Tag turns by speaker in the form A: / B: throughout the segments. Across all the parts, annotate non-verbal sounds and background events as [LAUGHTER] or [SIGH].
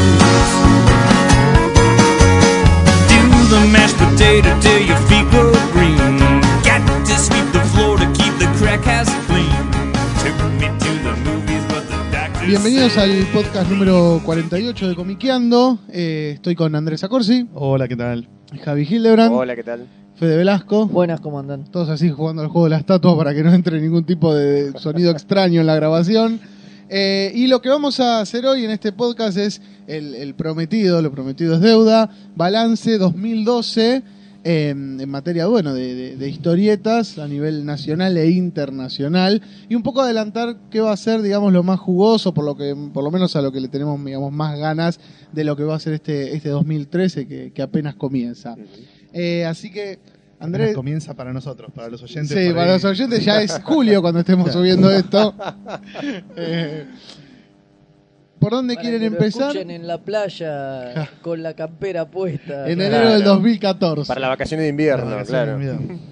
A: Do the mashed potato till your feet go green. Got to sweep the floor to keep the crack house clean. Took me to the movies, but the doctor
B: Bienvenidos
A: said-
B: al podcast número 48 de Comiqueando. Eh, estoy con Andrés Acorsi,
C: Hola, ¿qué tal?
B: Javi Hildebrand,
D: Hola, ¿qué tal?
B: Fede Velasco.
E: Buenas, comandante.
B: Todos así jugando al juego de las estatuas para que no entre ningún tipo de sonido extraño en la grabación. Eh, y lo que vamos a hacer hoy en este podcast es el, el prometido, lo prometido es deuda, balance 2012 eh, en materia bueno, de, de- de historietas a nivel nacional e internacional. Y un poco adelantar qué va a ser, digamos, lo más jugoso, por lo, que, por lo menos a lo que le tenemos digamos, más ganas de lo que va a ser este, este 2013 que, que apenas comienza. Eh, así que, Andrés,
C: comienza para nosotros, para los oyentes.
B: Sí,
C: por
B: para
C: ahí.
B: los oyentes ya es julio cuando estemos subiendo
C: [LAUGHS]
B: esto. Eh, ¿Por dónde
E: Para
B: quieren
E: que lo
B: empezar?
E: Escuchen en la
B: [LAUGHS]
E: playa con la campera puesta.
B: En
E: Claro.
B: enero del
D: Claro.
B: 2014.
D: Para las vacaciones de
C: Las
D: invierno,
C: vacaciones
D: claro.
C: de invierno.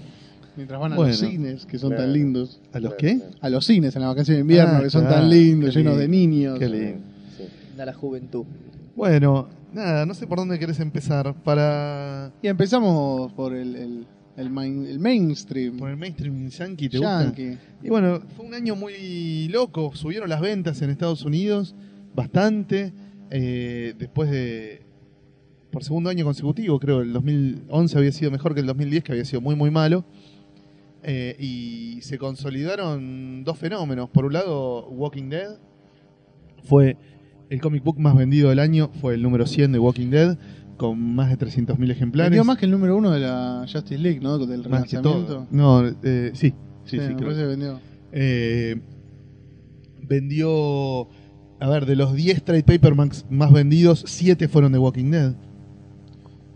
B: Mientras van a
C: Bueno.
B: los cines, que son tan
D: Claro.
B: lindos.
C: ¿A los qué?
B: A los cines en la vacación de invierno,
C: Ah,
B: que son
C: claro,
B: tan lindos,
C: qué
B: llenos de
C: lindo,
B: niños.
C: Qué lindo.
E: Da la juventud.
C: Bueno, nada, no sé por dónde querés empezar. Para.
B: Y empezamos por el, el, el main- el mainstream.
C: Por el mainstream yankee, ¿te gusta?
B: Yankee.
C: Y bueno, fue un año muy loco. Subieron las ventas en Estados Unidos bastante. eh, después de. Por segundo año consecutivo, creo. El 2011 había sido mejor que el 2010, que había sido muy, muy malo. Eh, y se consolidaron dos fenómenos. Por un lado, Walking Dead. Fue el comic book más vendido del año. Fue el número 100 de Walking Dead. Con más de 300.000 ejemplares.
B: Vendió más que el número uno de la Justice League, ¿no? Del
C: Más que
B: relanzamiento.
C: todo. No, eh, sí. Sí, sí,
B: me
C: creo que
B: parece que vendió.
C: eh, vendió. A ver, de los 10 trade paperbacks más vendidos, 7 fueron de Walking Dead.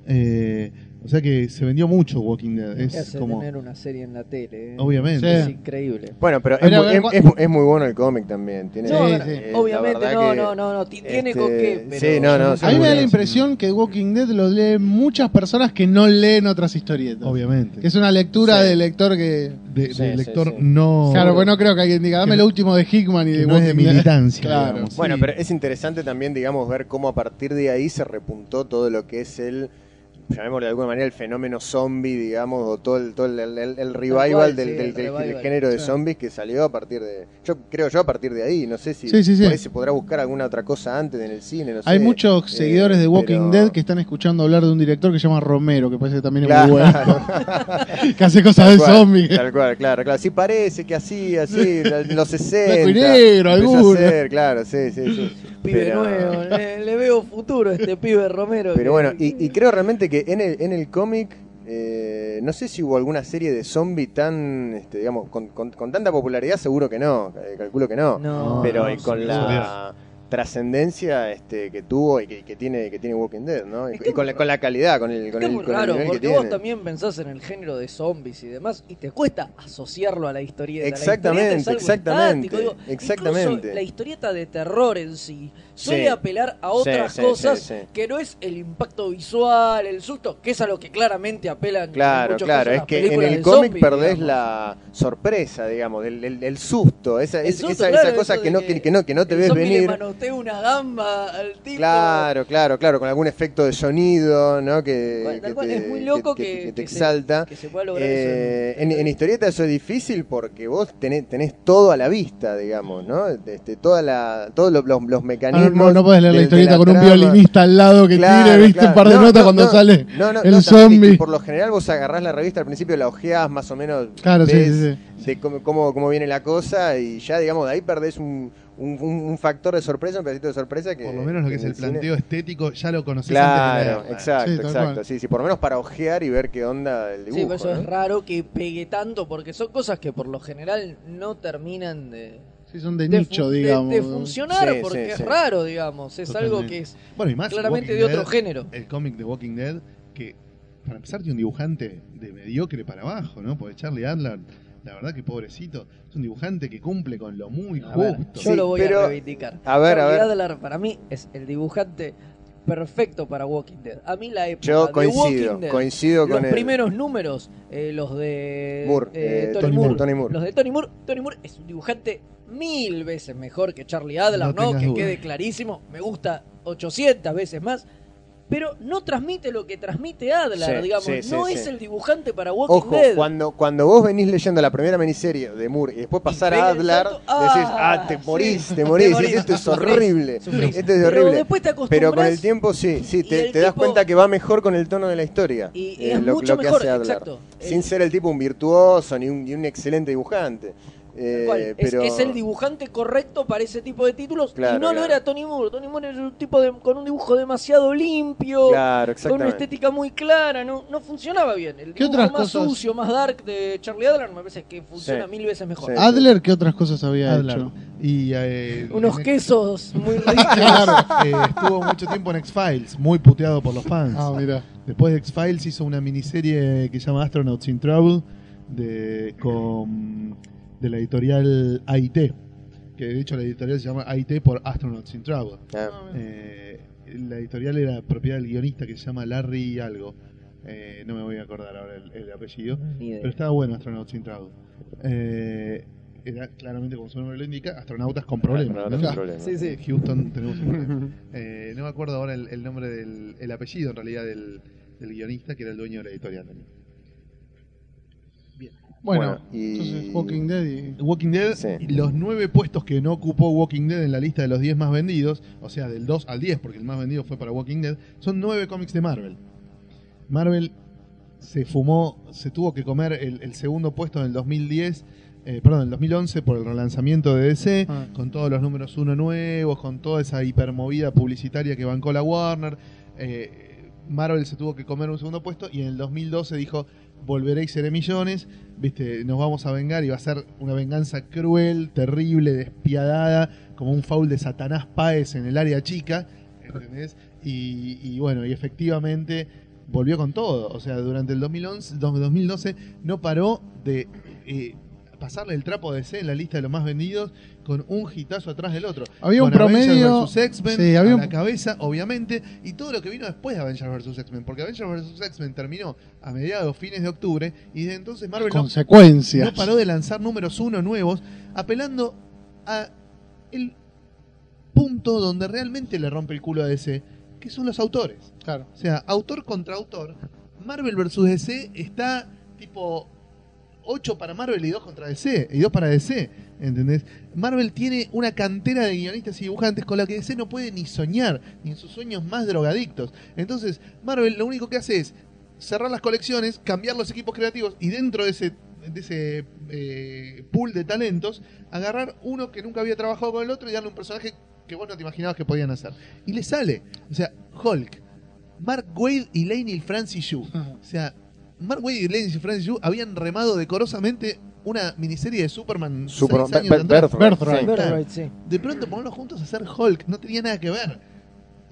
C: Eh, o sea que se vendió mucho Walking Dead.
E: ¿Qué
C: Es
E: hace
C: como.
E: tener una serie en la tele? eh?
C: Obviamente.
E: Es
B: Sí.
E: increíble.
D: Bueno, pero es,
B: Pero a
D: muy,
B: ver,
D: es-
B: ¿cuál-
D: es mu- es muy bueno el cómic también. Tiene,
E: No,
B: Sí,
D: eh,
B: sí.
D: la
E: Obviamente,
D: verdad
E: no,
D: que-
E: no, no, no. ti- Tiene
D: este,
E: con qué. Pero
D: sí, no, no,
B: A mí me da la
D: Seguro.
B: impresión que Walking Dead lo leen muchas personas que no leen otras historietas.
C: Obviamente.
B: Que es una lectura
D: Sí.
B: de lector que.
C: De,
D: Sí,
C: de
D: sí,
C: lector
D: sí.
C: no.
B: Claro, pues no creo que alguien diga, dame
C: Que
B: lo
C: no-
B: último de Hickman y
C: que
B: de
C: no es de
B: Walking Dead". [LAUGHS]
C: militancia.
B: Claro.
C: digamos.
D: Bueno,
C: Sí.
D: pero es interesante también, digamos, ver cómo a partir de ahí se repuntó todo lo que es el, llamémoslo de alguna manera, el fenómeno zombie, digamos, o todo el, todo el, el- el- el revival
E: cual,
D: del,
E: sí,
D: del-
E: el
D: del- del
E: revival.
D: género de
B: Sí.
D: zombies que salió a partir de, yo creo yo, a partir de ahí. No sé si
B: Sí, sí, sí.
D: por ahí se podrá buscar alguna otra cosa antes en el cine, no
B: Hay
D: sé,
B: muchos
D: eh,
B: seguidores de Walking
D: pero-
B: Dead que están escuchando hablar de un director que se llama Romero, que parece que también es
D: Claro.
B: muy bueno.
D: [LAUGHS]
B: que hace cosas de
D: Tal cual,
B: zombies.
D: Tal cual, claro, claro. Sí parece que así, así,
E: [LAUGHS]
D: en los 60.
B: Blanco y negro,
D: empezó a
B: alguno.
D: hacer, claro, sí, sí, sí.
E: [LAUGHS] Pibe nuevo. Le, le veo futuro
D: [LAUGHS]
E: a este pibe Romero. que-
D: Pero bueno, y, y creo realmente que en el, en el cómic, eh, no sé si hubo alguna serie de zombie tan, este, digamos, con, con- con tanta popularidad, seguro que no, eh, calculo que no.
E: No,
D: pero
E: no,
D: eh,
E: sí,
D: con
E: no.
D: la trascendencia este, que tuvo y que, que tiene que tiene Walking Dead, ¿no? Y,
E: Es que
D: y con, la, con la calidad, con el, con
E: Es
D: el-
E: muy
D: con el
E: raro,
D: nivel que
E: porque
D: tiene.
E: vos también pensás en el género de zombies y demás, y te cuesta asociarlo a la historieta. La
D: Exactamente,
E: historieta es algo
D: exactamente,
E: estático, digo,
D: exactamente.
E: incluso la historieta de terror en sí suele
D: Sí.
E: apelar a
D: Sí,
E: otras
D: sí,
E: cosas
D: sí, sí.
E: que no es el impacto visual, el susto, que es a lo que claramente apelan. en
D: Claro,
E: muchos
D: claro,
E: casos
D: es
E: las
D: que en
E: películas
D: el
E: de
D: cómic
E: zombies,
D: perdés
E: digamos.
D: la sorpresa, digamos, el, el- el susto, esa,
E: El
D: es-
E: susto,
D: esa,
E: claro,
D: esa cosa
E: eso
D: que
E: de
D: no, que, que no, que no te
E: el
D: ves
E: zombie
D: venir.
E: Le manotea una gamba al tipo.
D: Claro, claro, claro, con algún efecto de sonido, ¿no? Que,
E: Bueno, tal
D: que
E: cual,
D: te-
E: es muy loco que,
D: te- que te
E: que se-
D: exalta.
E: que se pueda lograr
D: Eh,
E: eso.
D: en, en historieta eso es difícil porque vos tenés, tenés todo a la vista, digamos, ¿no? Este, toda la, todos los, los- los
B: Ah, no,
D: mecanismos.
B: no, no podés leer la
D: del- de
B: historieta con un
D: trama.
B: violinista al lado que
D: Claro,
B: tire, viste,
D: claro.
B: un par de
D: No,
B: notas
D: no,
B: cuando
D: no.
B: sale
D: No, no,
B: el
D: no, también es
B: zombie.
D: que Por lo general vos agarrás la revista al principio, la ojeás más o menos.
B: Claro, sí,
D: ves
B: sí,
D: De cómo, cómo, cómo viene la cosa y ya, digamos, de ahí perdés un, un- un- un factor de sorpresa, un pedacito de sorpresa que...
C: Por lo menos lo que
D: en
C: es el
D: Eh, cine-
C: planteo estético ya lo conocés antes de
D: Claro,
C: leerla.
D: exacto,
B: Sí, tal
D: exacto.
B: cual.
D: Sí, sí, por lo menos para ojear y ver qué onda el dibujo.
E: Sí, por eso
D: ¿no?
E: es raro que pegue tanto, porque son cosas que por lo general no terminan de,
B: Sí, son de,
E: de
B: nicho,
E: fu- de-
B: digamos.
E: de funcionar
D: Sí,
E: porque
D: sí,
E: es
D: sí.
E: raro, digamos. Es algo
C: Totalmente.
E: que es
C: Bueno, y más
E: claramente
C: Walking
E: de otro
C: Dead,
E: género.
C: El cómic de Walking Dead, que para empezar tiene un dibujante de mediocre para abajo, ¿no? Porque Charlie Adler, la verdad que pobrecito, es un dibujante que cumple con lo muy
E: A ver,
C: justo.
E: yo
D: Sí,
E: lo voy
D: pero-
E: a reivindicar.
D: a ver, a
E: Charlie
D: ver.
E: Adler, para mí es el dibujante perfecto para Walking Dead. A mí la época
D: Yo
E: de
D: coincido,
E: Walking Dead,
D: coincido
E: los
D: con él.
E: primeros números, eh, los de
D: Moore,
E: eh,
D: eh,
E: Tony,
C: Tony
E: Moore.
C: Moore.
D: Tony Moore.
E: Los de Tony Moore, Tony Moore es un dibujante mil veces mejor que Charlie Adler,
C: No
E: ¿no?
C: tengas
E: Que
C: duda.
E: quede clarísimo, me gusta 800 veces más. Pero no transmite lo que transmite Adler,
D: Sí,
E: digamos.
D: sí, sí,
E: no
D: sí.
E: es el dibujante para Walking
D: Ojo,
E: Dead.
D: cuando, cuando vos venís leyendo la primera miniserie de Moore y después pasar
E: pega
D: a
E: el
D: Adler,
E: salto,
D: decís,
E: ah,
D: ah, te
E: sí,
D: morís,
E: [LAUGHS] te
D: te morís,
E: morís.
D: esto es
E: Sufrís,
D: horrible,
E: sufrís.
D: esto es
E: Pero
D: horrible.
E: después te
D: Pero,
E: acostumbras
D: con el tiempo sí, sí,
E: y
D: te,
E: el
D: te das
E: tipo-
D: cuenta que va mejor con el tono de la historia.
E: Y
D: eh,
E: es
D: lo,
E: mucho
D: lo que
E: mejor,
D: hace Adler.
E: exacto. Eh,
D: Sin
E: El-
D: ser el tipo un virtuoso ni un, ni un excelente dibujante.
E: Tal
D: Eh,
E: cual. Es-
D: pero...
E: es, el dibujante correcto para ese tipo de títulos
D: Claro,
E: y no lo
D: claro.
E: era Tony Moore. Tony Moore era un tipo de- con un dibujo demasiado limpio,
D: Claro,
E: con una
D: exactamente.
E: estética muy clara, no, no funcionaba bien. El dibujo
B: otras
E: más
B: cosas?
E: sucio, más dark de Charlie Adler me parece que funciona
D: Sí.
E: mil veces mejor.
D: Sí.
B: Adler, ¿qué otras cosas había
C: Adler.
B: hecho?
C: Y, eh,
E: Ah, Unos
C: en-
E: quesos
B: [LAUGHS]
E: muy [LAUGHS] ricos.
C: [LAUGHS] Claro, eh, estuvo mucho tiempo en X-Files, muy puteado por los fans.
B: Ah, mira.
C: Después de X-Files hizo una miniserie que se llama Astronauts in Trouble de, con, de la editorial AIT. Que de hecho la editorial se llama AIT por Astronauts in Trouble.
D: Ah,
C: Eh, la editorial era propiedad del guionista que se llama Larry algo. Eh, no me voy a acordar ahora el, el apellido.
E: Ni idea.
C: Pero estaba bueno Astronauts in Trouble. Eh, era claramente, como su nombre lo indica, astronautas con problemas.
D: no, no
C: ¿no?
D: tengo
C: [LAUGHS]
D: problema.
E: Sí, sí.
C: Houston tenemos un problema. Eh, no me acuerdo ahora el, el nombre del el apellido en realidad del, del guionista que era el dueño de la editorial también.
B: Bueno,
D: Bueno, y-
B: entonces Walking Dead y...
C: Walking Dead,
D: Sí.
C: los nueve puestos que no ocupó Walking Dead en la lista de los 10 más vendidos, o sea, del 2 al 10, porque el más vendido fue para Walking Dead, son nueve cómics de Marvel. Marvel se fumó, se tuvo que comer el, el segundo puesto en el 2010, eh, perdón, en el 2011 por el relanzamiento de DC,
B: Ah.
C: con todos los números uno nuevos, con toda esa hipermovida publicitaria que bancó la Warner. eh, Marvel se tuvo que comer un segundo puesto y en el 2012 dijo, volveré y seré millones, viste, nos vamos a vengar y va a ser una venganza cruel, terrible, despiadada, como un foul de Satanás Páez en el área chica, ¿entendés? Y, y bueno, y efectivamente volvió con todo, o sea, durante el 2011, dos- 2012 no paró de eh, pasarle el trapo de C en la lista de los más vendidos con un hitazo atrás del otro.
B: Había
C: Con
B: un promedio-
C: Avengers vs. X-Men
B: Sí, había
C: a
B: un-
C: la cabeza, obviamente, y todo lo que vino después de Avengers vs. X-Men, porque Avengers vs. X-Men terminó a mediados, fines de octubre, y desde entonces Marvel no,
B: Consecuencias.
C: no paró de lanzar números uno nuevos, apelando a el punto donde realmente le rompe el culo a DC, que son los autores.
B: Claro.
C: O sea, autor contra autor. Marvel versus DC está tipo 8 para Marvel y 2 contra DC, y 2 para DC, ¿entendés? Marvel tiene una cantera de guionistas y dibujantes con la que DC no puede ni soñar, ni en sus sueños más drogadictos. Entonces, Marvel lo único que hace es cerrar las colecciones, cambiar los equipos creativos y dentro de ese de ese eh, pool de talentos, agarrar uno que nunca había trabajado con el otro y darle un personaje que vos no te imaginabas que podían hacer. Y le sale. O sea, Hulk, Mark Wade y Laney Francis Yu. O sea, Mark Wade y Laney Francis Yu habían remado decorosamente una miniserie de Superman.
D: Super-
C: seis años
D: Ber-
C: atrás.
D: Birthright,
B: Birthright.
D: sí.
C: Birthright.
E: Right, sí.
C: De pronto ponerlos juntos a hacer Hulk no tenía nada que ver.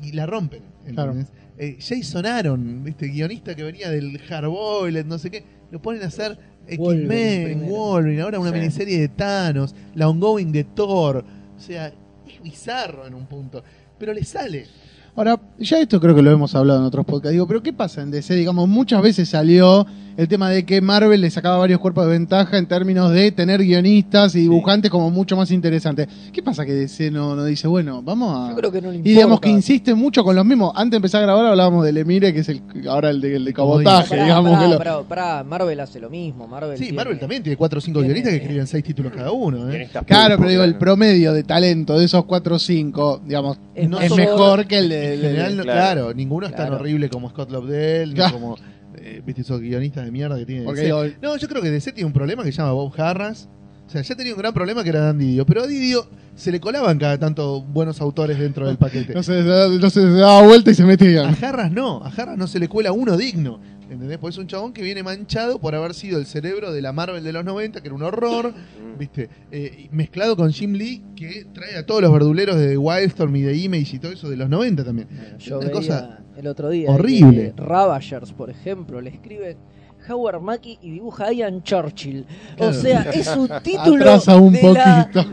C: Y la rompen. ¿entendés? Eh, Jason Aaron, este guionista que venía del Hardboiled, no sé qué, lo ponen a hacer
E: Wolverine
C: X-Men,
E: primero.
C: Wolverine, ahora una
D: Sí.
C: miniserie de Thanos, la ongoing de Thor. O sea, es bizarro en un punto. Pero le sale.
B: Ahora, ya esto creo que lo hemos hablado en otros podcasts. Digo, pero ¿qué pasa en DC? Digamos, muchas veces salió el tema de que Marvel le sacaba varios cuerpos de ventaja en términos de tener guionistas y dibujantes como mucho más interesantes. ¿Qué pasa que DC no, no dice, bueno, vamos a...
E: Yo creo que no le
B: Ah. Y digamos que
E: importa.
B: insiste mucho con los mismos. Antes de empezar a grabar hablábamos del Emire, que es el ahora el de, el de cabotaje,
E: Pará,
B: digamos.
E: pará,
B: que lo-
E: pará, pará, Marvel hace lo mismo. Marvel
C: Sí,
E: tiene-
C: Marvel también tiene 4 o 5
E: tiene-
C: guionistas que escriben 6 títulos cada uno. ¿eh?
D: Guionistas
B: Claro,
D: pulpo,
B: pero digo, el
D: claro.
B: promedio de talento de esos 4 o 5, digamos,
E: Es
C: No
E: más
B: es
C: somos-
B: mejor que el de...
C: En
B: el de-
E: [LAUGHS]
C: general, no-
D: claro.
C: claro, ninguno es tan
E: Claro.
C: horrible como Scott Lobdell, ni
B: Claro.
C: como eh, viste esos guionistas de mierda que tienen.
B: Porque
C: Sí.
B: digo,
C: No, yo creo que DC tiene un problema que se llama Bob Harras. O sea, ya tenía un gran problema que era Dan Didio, pero a Didio se le colaban cada tanto buenos autores dentro del paquete.
B: no se, no se daba vuelta y se metía.
C: A Harras no, a Harras no se le cuela uno digno. ¿Entendés? Pues es un chabón que viene manchado por haber sido el cerebro de la Marvel de los 90, que era un horror,
D: Mm.
C: ¿viste? Eh, y mezclado con Jim Lee, que trae a todos los verduleros de Wildstorm y de Image y todo eso de los 90 también.
E: Yo
C: Una
E: veía
C: cosa-
E: el otro día
C: horrible.
E: que Ravagers, por ejemplo, le escribe Howard Mackey y dibuja a Ian Churchill. O
C: Claro.
E: sea, es
B: [LAUGHS]
E: un título
B: Atrasa un
E: de
B: poquito.
E: la,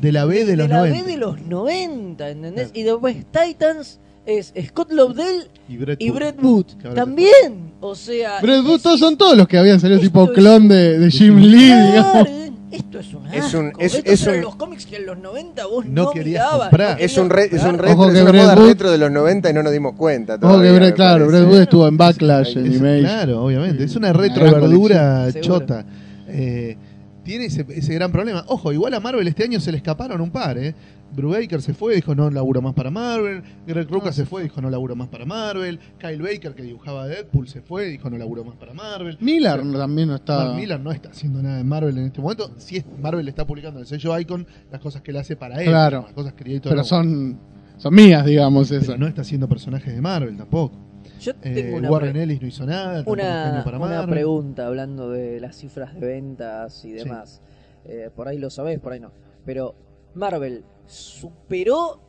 C: De la B de los
E: de la
C: 90.
E: B de los 90, ¿entendés? Y después Titans es Scott Lobdell
C: Y Brett
E: y
C: Wood.
E: Brett Wood.
C: Que ahora
E: También, o sea...
B: Pero
E: es-
B: todos son todos los que habían salido
E: Esto
B: tipo
E: es-
B: clon de, de Jim Lee, digamos.
E: Claro, ¿eh? Esto es un
D: Es
E: asco.
D: un- es-
E: Estos
D: es
E: eran
D: un-
E: los cómics que en los 90 vos
C: No
E: no,
C: querías
E: mirabas,
C: comprar.
E: no
D: Es un, re-
E: querías
D: es un
E: comprar.
D: retro,
B: Ojo
D: es
B: que
D: una
B: Brett
D: moda
B: Wood-
D: retro de los 90 y no nos dimos cuenta.
B: Ojo
D: todavía,
B: que Brett-
D: me
B: claro,
D: parece.
B: Brett Wood estuvo en Backlash,
C: Es-
B: en Image.
C: Claro, obviamente. Es una
B: Una
C: retro
B: gran
C: verdura
E: colección. Seguro.
C: chota. Eh, tiene ese, ese gran problema. Ojo, igual a Marvel este año se le escaparon un par, ¿eh? Brubaker se fue, dijo no laburo más para Marvel. Greg Rucka
E: Ah,
C: se fue, dijo no laburo más para Marvel. Kyle Baker, que dibujaba Deadpool, se fue, dijo no laburo más para Marvel. Eh,
B: Miller también no
C: Mark
B: estaba.
C: Miller no está haciendo nada de Marvel en este momento. Sí, es- Marvel está publicando en el sello Icon las cosas que le hace para él.
B: Claro.
C: Las cosas que
B: Pero son, son mías, digamos, eso.
C: Pero no está haciendo personajes de Marvel tampoco.
E: Yo
C: Eh,
E: tengo una
C: Warren
E: pre-
C: Ellis no hizo nada. tampoco está
E: Una,
C: haciendo para
E: una
C: Marvel.
E: pregunta hablando de las cifras de ventas y demás. Eh, por ahí lo sabés, por ahí no. Pero Marvel superó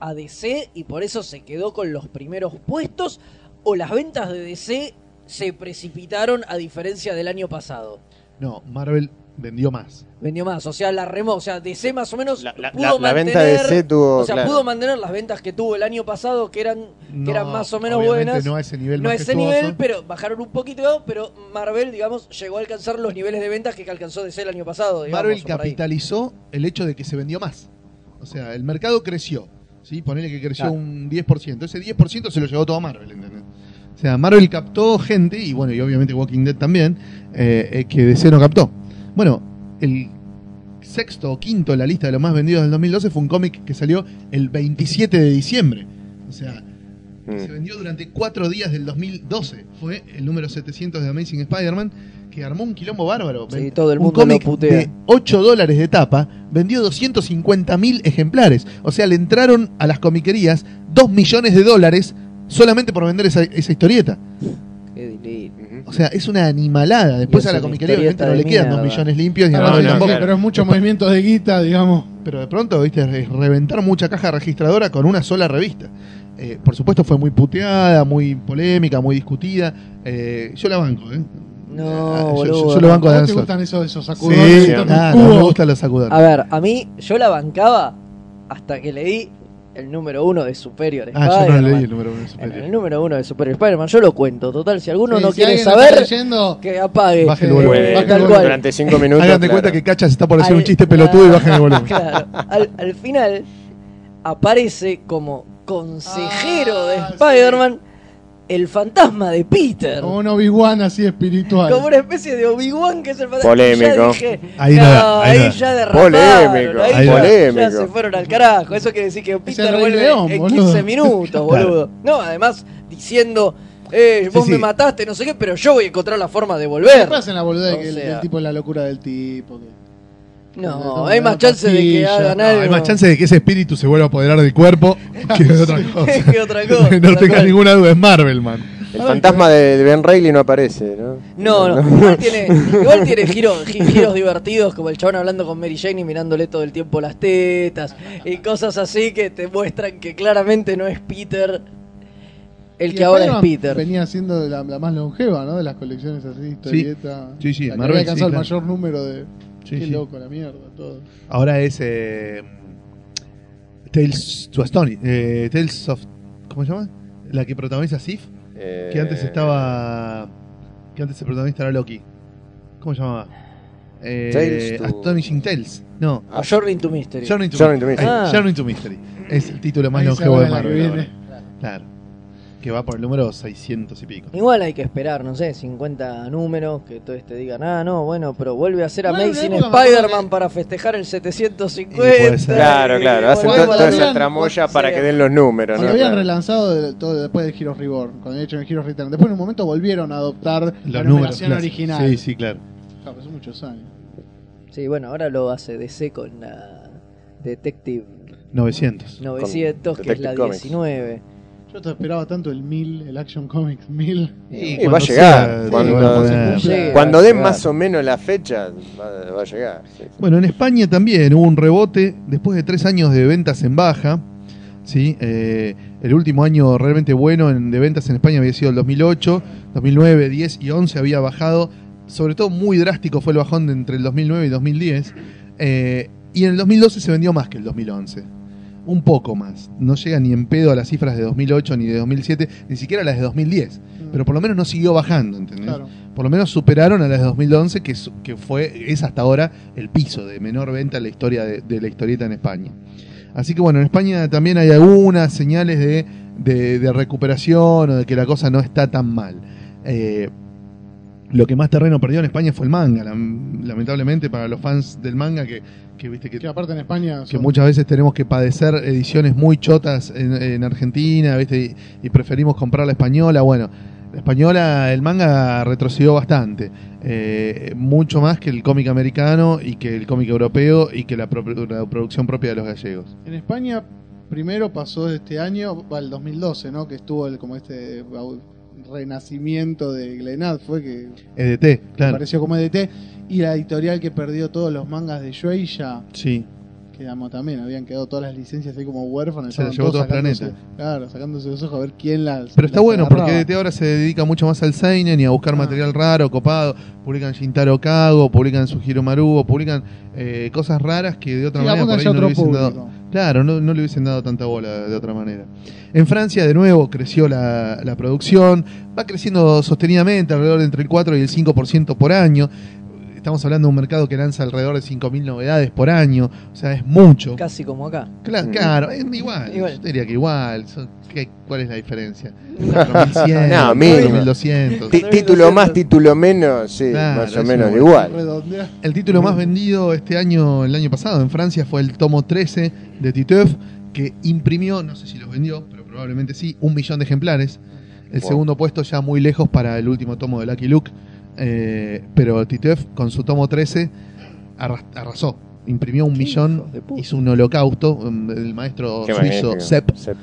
E: a DC y por eso se quedó con los primeros puestos o las ventas de DC se precipitaron a diferencia del año pasado.
C: No, Marvel vendió más.
E: Vendió más, o sea, la remó, o sea, DC más o menos
D: La- la-
E: pudo
D: la- la
E: mantener,
D: venta de DC tuvo,
E: o sea,
D: claro.
E: pudo mantener las ventas que tuvo el año pasado que eran que
C: No,
E: eran más o menos
C: obviamente
E: buenas.
C: No a ese nivel.
E: No a ese
C: majestuoso.
E: nivel, pero bajaron un poquito, pero Marvel, digamos, llegó a alcanzar los niveles de ventas que alcanzó DC el año pasado. digamos,
C: Marvel
E: o por ahí.
C: capitalizó el hecho de que se vendió más. O sea, el mercado creció. ¿sí? Ponele que creció
E: Claro.
C: un 10%. Ese 10% se lo llevó todo a Marvel. ¿entendés? O sea, Marvel captó gente, y bueno, y obviamente Walking Dead también, eh, eh, que DC no captó. Bueno, el sexto o quinto en la lista de los más vendidos del 2012 fue un cómic que salió el 27 de diciembre. O sea, que se
D: Mm.
C: vendió durante cuatro días del 2012. Fue el número 700 de Amazing Spider-Man, que armó un quilombo bárbaro.
E: Sí,
C: Ven-
E: todo el mundo
C: un cómic
E: lo putea.
C: de 8 dólares de tapa vendió 250.000 ejemplares. O sea, le entraron a las comiquerías 2 millones de dólares solamente por vender esa, esa historieta.
E: Qué delito.
C: O sea, es una animalada. Después
E: Y es
C: a la
E: una
C: comiquería obviamente no le
E: historieta de
C: quedan 2
E: mierda.
C: millones limpios. ni a
B: Claro,
C: Marvel
B: sí,
C: tampoco.
B: sí, pero es mucho movimiento de guita, digamos.
C: Pero de pronto, viste, re- reventar mucha caja registradora con una sola revista. Eh, por supuesto fue muy puteada, muy polémica, muy discutida. Eh, yo la banco, ¿eh?
E: No,
C: Ah, yo-
E: boludo.
C: Yo, yo lo banco
B: ¿A
C: de
B: vos te
C: Anson.
B: gustan esos, esos
C: Sí,
B: sacudones?
D: Sí,
B: Están en
C: claro,
B: cubo.
C: me gustan los sacudones.
E: A ver, a mí, yo la bancaba hasta que leí el número uno de Superior
C: Ah,
E: Spider-Man.
C: yo no leí el número uno de
E: En el
C: Superior.
E: número uno de Superior Spider-Man, yo lo cuento. Total, si alguno
B: Sí,
E: no
B: si
E: quiere
B: alguien lo
E: saber,
B: está leyendo,
E: que apague.
C: Baje el
B: Eh,
C: volumen.
D: Puede-
E: Tal cual.
D: durante 5 minutos.
C: Hagan de
D: claro.
C: cuenta que Cachas está por hacer
E: Al-
C: un chiste pelotudo y
E: claro,
C: bajen
E: [LAUGHS]
C: el volumen.
E: claro. al, al final aparece como consejero de
B: Ah, sí.
E: Spider-Man el fantasma de Peter.
B: como un Obi-Wan así espiritual.
E: Como una especie de Obi-Wan que es el fantasma.
D: Polémico.
E: Ya dije,
C: Ahí
E: "No,
C: no da, ahí
E: ahí
C: no da".
E: ya derraparon,
D: Polémico,
E: ahí
C: ahí
E: ya-
C: no
D: da.
E: ya se
D: Polémico.
E: fueron al carajo. Eso quiere decir que
B: el
E: Peter
B: Rey
E: vuelve
B: León,
E: en
B: boludo.
E: 15 minutos, boludo. No, además diciendo, eh, vos
C: Sí, sí.
E: me mataste, no sé qué, pero yo voy a encontrar la forma de
B: ¿Qué
E: volver.
B: pasa en la boludez
E: O
B: que el,
E: sea.
B: el tipo la locura del tipo? que-
E: No, hay más chance de que
B: Pastilla.
E: hagan
B: No,
C: No,
E: algo.
C: hay
E: [LAUGHS]
C: más chance de que ese espíritu se vuelva a apoderar del cuerpo que de otra cosa. [LAUGHS]
E: que otra cosa.
C: no
E: tal
C: tengas
E: cual.
C: ninguna duda, es Marvel, man.
D: El fantasma de, de Ben Reilly no aparece, ¿no?
E: No, no. Igual tiene, igual tiene giros, gi- giros divertidos, como el chabón hablando con Mary Jane y mirándole todo el tiempo las tetas. Y cosas así que te muestran que claramente no es Peter el
B: Y
E: que ahora es
B: Spider-Man
E: Peter.
B: Venía siendo la, la más longeva, ¿no? De las colecciones así, historieta.
C: Sí, sí,
B: la que
C: Marvel,
B: había alcanzado
C: sí,
B: el mayor
C: claro.
B: número de.
C: Sí,
B: qué
C: sí.
B: loco, la mierda, todo.
C: Ahora es. eh, Tales, to Astonish, eh, Tales of. ¿Cómo se llama? La que protagoniza Sif,
D: Eh,
C: que antes estaba. Que antes el protagonista era Loki. ¿Cómo se llamaba? Eh,
D: Tales to-
C: Astonishing Tales. No,
E: A Journey to Mystery.
C: Journey to,
D: Journey to
C: Mystery.
D: Mystery.
C: Ahí,
E: Ah.
C: Journey to Mystery. Es el título más
B: Ahí se
C: longevo
B: habla
C: de
B: la que
C: Marvel.
B: viene.
C: ahora. Claro. Que va por el número 600 y pico.
E: Igual hay que esperar, no sé, 50 números, que todos te digan, ah, no, bueno, pero vuelve a ser
B: Bueno,
E: Amazing
B: una época me acuerdo
E: Spider-Man
B: que-
E: para festejar el 750.
C: Y
D: Eh,
C: puede ser.
D: Claro,
E: Y
D: claro. Hacen
E: volvemos
D: to-
E: a
D: toda
E: la
D: esa
E: misma.
D: tramoya
E: Sí.
D: para que den los números,
B: Cuando
D: ¿no?
B: habían
D: Claro.
B: relanzado de- todo después del Giro Reborn, cuando hecho el Giro Return. Después en un momento volvieron a adoptar la
C: Los números.
B: numeración
C: claro.
B: original.
C: Sí, sí, claro.
B: Claro, pasó muchos años.
E: Sí, bueno, ahora lo hace DC con la Detective
C: 900.
E: 900, que es la
D: Detective Comics.
E: 19.
B: Yo Yo te esperaba tanto el 1000, el Action Comics 1000.
D: Y va a llegar.
B: [LAUGHS]
C: sea,
D: cuando eh.
C: sí,
B: cuando
C: va a
B: se
C: poner.
B: cumpla.
E: Sí.
D: cuando
E: va a
D: den
E: llegar.
D: más o menos la fecha, va, va a llegar. sí, sí.
C: Bueno, en España también hubo un rebote después de tres años de ventas en baja. ¿sí? Eh, el último año realmente bueno en- de ventas en España había sido el 2008, 2009, 10 y 11 había bajado. Sobre todo muy drástico fue el bajón de entre el 2009 y 2010. Eh, y en el 2012 se vendió más que el 2011. Un poco más. No llega ni en pedo a las cifras de 2008 ni de 2007, ni siquiera a las de 2010. Pero por lo menos no siguió bajando, ¿entendés?
B: Claro.
C: por lo menos superaron a las de 2011, que, su- que fue, es hasta ahora el piso de menor venta en la historia de, de la historieta en España. Así que bueno, en España también hay algunas señales de, de- de recuperación o de que la cosa no está tan mal. Eh, lo que más terreno perdió en España fue el manga, lam- lamentablemente para los fans del manga que, que viste que
B: Que aparte en España.
C: que
B: son-
C: muchas veces tenemos que padecer ediciones muy chotas en, en Argentina, ¿viste? Y, y preferimos comprar la española. Bueno, la española, el manga retrocedió bastante, eh, mucho más que el cómic americano y que el cómic europeo y que la, pro- la producción propia de los gallegos.
B: En España primero pasó este año, va el 2012, ¿no? Que estuvo el, como este au- renacimiento de Glenad, fue que
C: EDT, E claro.
B: apareció como EDT. Y la editorial que perdió todos los mangas de Shueisha,
C: Sí,
B: que llamó también, habían quedado todas las licencias ahí como huérfanas.
C: Se
B: estaban
C: las llevó todo el
B: sacándose-
C: planeta.
B: Claro, sacándose los ojos a ver quién las.
C: pero está
B: las
C: bueno porque E
B: agarraba.
C: EDT ahora se dedica mucho más al seinen y a buscar
B: Ah.
C: material raro, copado. Publican Shintaro Kago, publican Sugiro Marugo, publican eh, cosas raras que de otra
B: Sí,
C: manera por
B: apuntan
C: ahí
B: ya a
C: no le
B: otro
C: hubiesen dado-
B: público.
C: Claro, no, no le hubiesen dado tanta bola de otra manera. En Francia, de nuevo, creció la, la producción, va creciendo sostenidamente, alrededor de entre el 4 y el 5% por año. Estamos hablando de un mercado que lanza alrededor de 5.000 novedades por año, o sea, es mucho.
E: Casi como acá.
C: Claro,
D: Mm.
C: claro es igual,
E: Igual.
C: yo diría que igual. son- ¿qué- ¿Cuál es la diferencia? 4.100,
D: No, mínimo.
C: 4.200.
D: Ti- Título más, título menos, sí,
C: Claro,
D: más
C: eso
D: o menos
C: es
D: igual.
B: Redondea.
C: El título más vendido este año, el año pasado en Francia, fue el tomo 13 de Titeuf, que imprimió, no sé si los vendió, pero probablemente sí, un millón de ejemplares. El
D: Wow.
C: segundo puesto ya muy lejos para el último tomo de Lucky Luke, eh, pero Titeuf con su tomo 13 arras- arrasó. Imprimió un
E: Qué
C: millón,
E: hijos de puta.
C: hizo un holocausto, um, el maestro
D: Qué
C: suizo
D: magnífico.
C: Sepp
D: Sepp.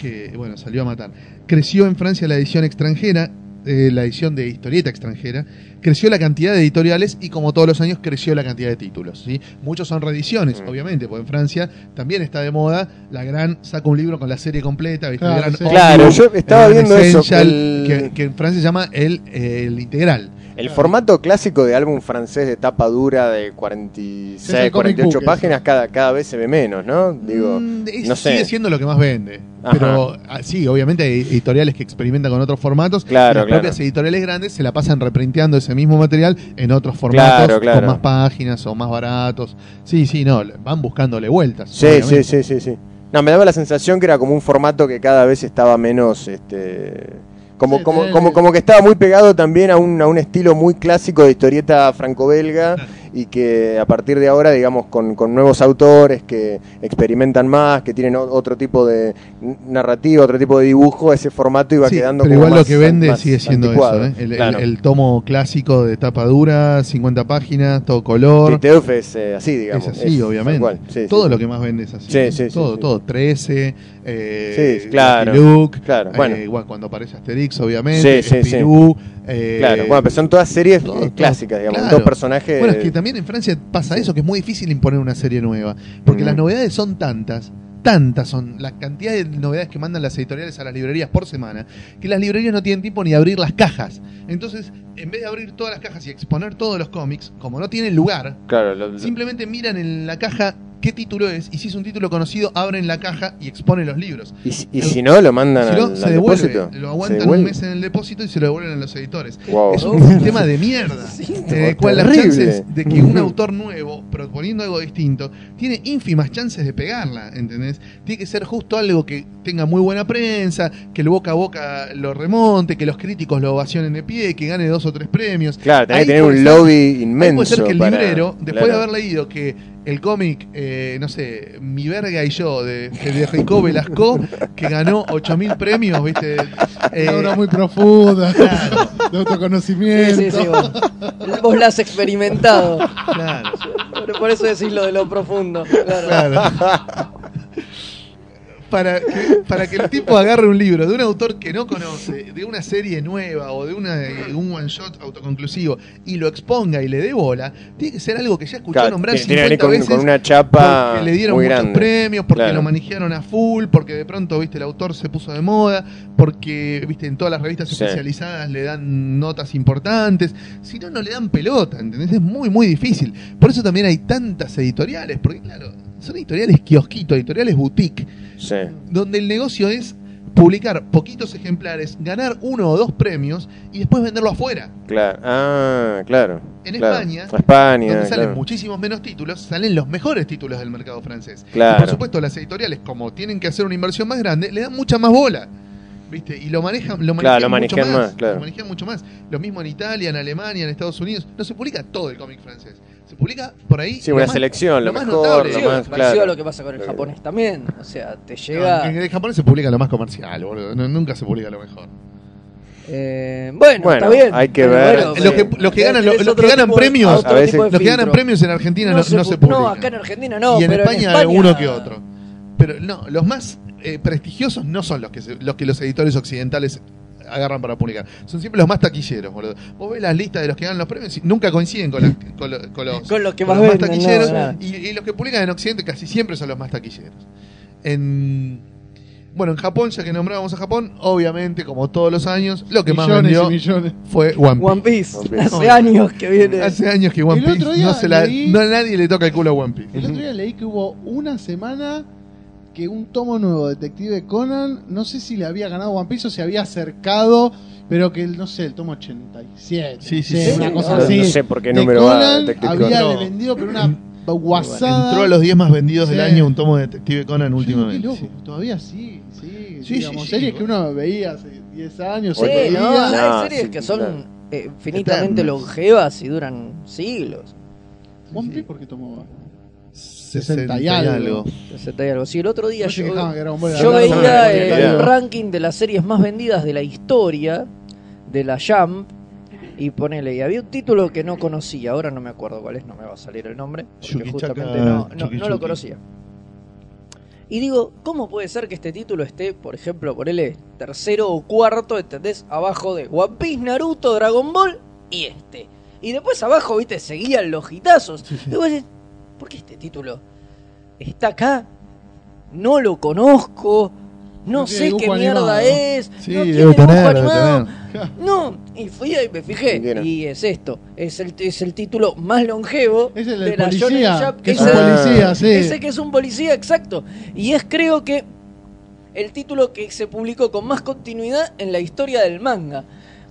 C: que bueno, salió a matar. Creció en Francia la edición extranjera, eh, la edición de historieta extranjera, creció la cantidad de editoriales y como todos los años creció la cantidad de títulos. ¿sí? Muchos son reediciones,
D: Mm.
C: obviamente, porque en Francia también está de moda la gran, saca un libro con la serie completa, ¿viste?
B: Claro,
C: el gran
B: sí.
C: Omnibus,
D: Claro, yo
C: el
D: estaba
C: gran
D: viendo eso.
C: Essential,
D: el-
C: que, que en Francia se llama el, eh, el integral.
D: El formato clásico de álbum francés de tapa dura de 46,
B: comic
D: 48
B: book,
D: páginas, cada, cada vez se ve menos, ¿no? Digo,
C: Mm, es-
D: no sé.
C: Sigue siendo lo que más vende.
D: Ajá.
C: Pero ah, sí, obviamente hay editoriales que experimentan con otros formatos.
D: Claro,
C: las
D: claro.
C: propias editoriales grandes se la pasan reprinteando ese mismo material en otros formatos
D: Claro, claro.
C: con más páginas o más baratos. Sí, sí, no, le- van buscándole vueltas.
D: sí, sí, sí, sí, sí. No, me daba la sensación que era como un formato que cada vez estaba menos, este... Como,
B: Sí,
D: como,
B: tenés-
D: como, como que estaba muy pegado también a un, a un estilo muy clásico de historieta franco-belga y que a partir de ahora, digamos, con, con nuevos autores que experimentan más, que tienen o- otro tipo de n- narrativa, otro tipo de dibujo, ese formato iba
C: Sí,
D: quedando
C: pero
D: como
C: igual lo
D: más-
C: que vende
D: más
C: sigue siendo
D: anticuado.
C: eso. ¿eh? El, el-
D: Claro.
C: el tomo clásico de tapa dura, 50 páginas, todo color.
D: TTF es eh, así, digamos.
C: es así,
D: es
C: obviamente.
D: tal cual, sí,
C: todo
D: sí.
C: lo que más vende es así.
D: Sí, sí, sí,
C: todo,
D: sí.
C: todo. 13, eh,
D: Sí, claro,
C: Lucky Luke,
D: claro,
C: eh,
D: bueno.
C: igual, cuando aparece Asterix, obviamente.
D: Sí, sí, sí.
C: Spirou, eh,
D: Claro, bueno, pero son todas series
C: todo,
D: eh,
C: todo,
D: clásicas, digamos.
C: claro.
D: Todos personajes.
C: Bueno, es que también en Francia pasa eso, que es muy difícil imponer una serie nueva. Porque
D: Ujú.
C: las novedades son tantas, tantas son, la cantidad de novedades que mandan las editoriales a las librerías por semana, que las librerías no tienen tiempo ni de abrir las cajas. Entonces, en vez de abrir todas las cajas y exponer todos los cómics, como no tienen lugar,
D: Claro, lo-
C: simplemente miran en la caja qué título es y si es un título conocido, abren la caja y exponen los libros.
D: y, si- y si no, lo mandan
C: Si no,
D: al,
C: se
D: al
C: devuelve,
D: depósito.
C: lo
D: Se
C: aguantan un
D: devuelve.
C: mes en el depósito y se lo devuelven a los editores.
D: Wow.
C: Es un
D: [LAUGHS]
C: sistema de mierda. en el cual las
D: Oh. Terrible.
C: chances de que un autor nuevo, proponiendo algo distinto, tiene ínfimas chances de pegarla, ¿entendés? Tiene que ser justo algo que tenga muy buena prensa, que el boca a boca lo remonte, que los críticos lo ovacionen de pie, que gane dos o tres premios.
D: Claro, tenés
C: Ahí
D: que tener
C: puede
D: un
C: ser-
D: lobby
C: Ahí
D: inmenso.
C: puede ser que el
D: para-
C: librero, después de
D: claro.
C: haber leído que el cómic, eh, no sé, Mi Verga y Yo, de, de Rico Velasco, que ganó 8.000 premios, ¿viste? Eh,
B: Una obra muy profunda, [LAUGHS]
C: Claro.
B: de
E: Sí,
B: autoconocimiento.
E: sí, sí. Vos, vos la has experimentado.
C: claro.
E: Por, por eso decís lo de lo profundo. claro.
C: Claro. para que, para que el tipo agarre un libro de un autor que no conoce, de una serie nueva o de una, eh, un one shot autoconclusivo y lo exponga y le dé bola, tiene que ser algo que ya escuchó
D: Claro,
C: nombrar
D: tiene que venir
C: 50
D: con,
C: veces
D: con una chapa
C: porque le dieron
D: muy
C: muchos
D: grande.
C: premios, porque
D: Claro.
C: lo manejaron a full, porque de pronto, viste, el autor se puso de moda, porque, viste, en todas las revistas
D: Sí.
C: especializadas le dan notas importantes. Si no, no le dan pelota, ¿entendés? Es muy, muy difícil. Por eso también hay tantas editoriales, porque, claro, son editoriales kiosquito, editoriales boutique,
D: Sí.
C: donde el negocio es publicar poquitos ejemplares, ganar uno o dos premios y después venderlo afuera.
D: Claro. Ah, claro.
C: En
D: claro.
C: España,
D: España,
C: donde salen
D: claro.
C: muchísimos menos títulos, salen los mejores títulos del mercado francés.
D: Claro.
C: Y por supuesto, las editoriales, como tienen que hacer una inversión más grande, le dan mucha más bola. ¿Viste? Y lo manejan, lo
D: Claro,
C: manejan,
D: lo
C: mucho
D: manejan
C: más,
D: más, claro.
C: lo manejan mucho más. Lo mismo en Italia, en Alemania, en Estados Unidos. No se publica todo el cómic francés. Se publica por ahí.
D: Sí, una
C: más-
D: selección, lo,
C: más
D: mejor,
C: notable.
D: lo
C: Sí,
D: más,
E: parecido
D: claro.
E: a lo que pasa con el japonés también. O sea, te
C: No,
E: llega.
C: En el japonés se publica lo más comercial, boludo. No- nunca se publica lo mejor.
E: eh, bueno,
D: Bueno,
E: está bien.
D: hay que
E: pero
D: ver.
E: pero-
D: Los que-
C: los que ganan-
E: tenés
C: los que
E: otro
C: ganan
E: tipo de-
C: premios,
E: otro
D: a veces-
E: tipo de
C: Los que ganan
E: filtro.
C: premios en Argentina no, no se,
E: pu-
C: publican.
E: No, acá en Argentina no.
C: y en
E: pero
C: España,
E: en España Ah.
C: uno que otro. Pero no, los más eh, prestigiosos no son los que, se- los que los editores occidentales agarran para publicar. Son siempre los más taquilleros, boludo. Vos ves las listas de los que ganan los premios y nunca coinciden con, las- con lo- con los,
E: Con los que
C: con
E: más
C: los
E: venden,
C: más
E: no,
C: taquilleros.
E: claro.
C: y, y los que publican en Occidente casi siempre son los más taquilleros. En, bueno, en Japón, ya que nombrábamos a Japón, obviamente, como todos los años, lo que más
B: millones
C: vendió
B: y millones.
C: fue One Piece.
E: One Piece.
D: One Piece.
E: Hace años que viene.
C: Hace años que One
B: El otro
C: Piece
B: día
C: no se la,
B: leí-
C: no a nadie le toca el culo a One Piece.
B: El otro día leí que hubo una semana que un tomo nuevo de Detective Conan, no sé si le había ganado One Piece o se había acercado, pero que el, no sé, el tomo 87.
C: Sí,
B: no
C: sí,
B: sé,
E: sí.
B: Una
E: Sí,
B: cosa
D: No,
E: no
B: así.
D: no sé por qué
B: De
D: número va
B: Conan
D: Detective
B: había
D: Conan.
C: Conan.
B: vendido, pero una guasada.
C: Entró a los 10 más vendidos del
B: Sí.
C: año un tomo de Detective Conan
B: Yo digo, qué
C: últimamente.
B: loco,
C: sí.
B: Todavía sí, sí.
C: Sí,
B: digamos,
C: sí,
B: series
C: sí.
B: que uno veía hace 10 años.
E: Sí,
D: Hoy
B: hoy
D: por
E: ¿no?
B: día.
D: No,
E: Hay series
D: sí,
E: que son
D: claro.
E: eh, infinitamente
C: Eternas.
E: longevas y duran siglos.
B: One
C: Sí.
B: Piece, ¿por qué tomaba?
C: 60
B: y algo.
E: Setenta y algo. Sí, el otro día
B: No se
E: yo,
B: quejaban que Dragon Ball era
E: yo
B: largo,
D: no,
E: veía
D: no,
E: el
D: no, no.
E: ranking de las series más vendidas de la historia de la Jump y ponele, y había un título que no conocía, ahora no me acuerdo cuál es, no me va a salir el nombre, porque
C: Yuki
E: justamente
C: Chaka,
D: Ah,
E: no, no-
C: Chuki
E: no lo
C: Chuki.
E: conocía. Y digo, ¿cómo puede ser que este título esté, por ejemplo, ponele tercero o cuarto, ¿entendés? Abajo de One Piece, Naruto, Dragon Ball y este. Y después abajo, viste, seguían los gitazos. Y vos decís, ¿por qué este título está acá? No lo conozco. No,
B: No tiene
E: sé qué
B: dibujo
E: mierda
B: animado.
E: es.
C: Sí,
E: no tiene
C: debe
E: dibujo
C: tener, debe
E: animado.
C: tener.
E: No, y fui ahí, me fijé.
D: Mira.
E: Y es esto. Es el, es el título más longevo
B: Es el
E: de
B: del
E: la Shonen
B: policía,
E: Jump.
B: que es
E: Ese-
B: un policía, sí.
E: Ese que es un policía, exacto. Y es creo que el título que se publicó con más continuidad en la historia del manga.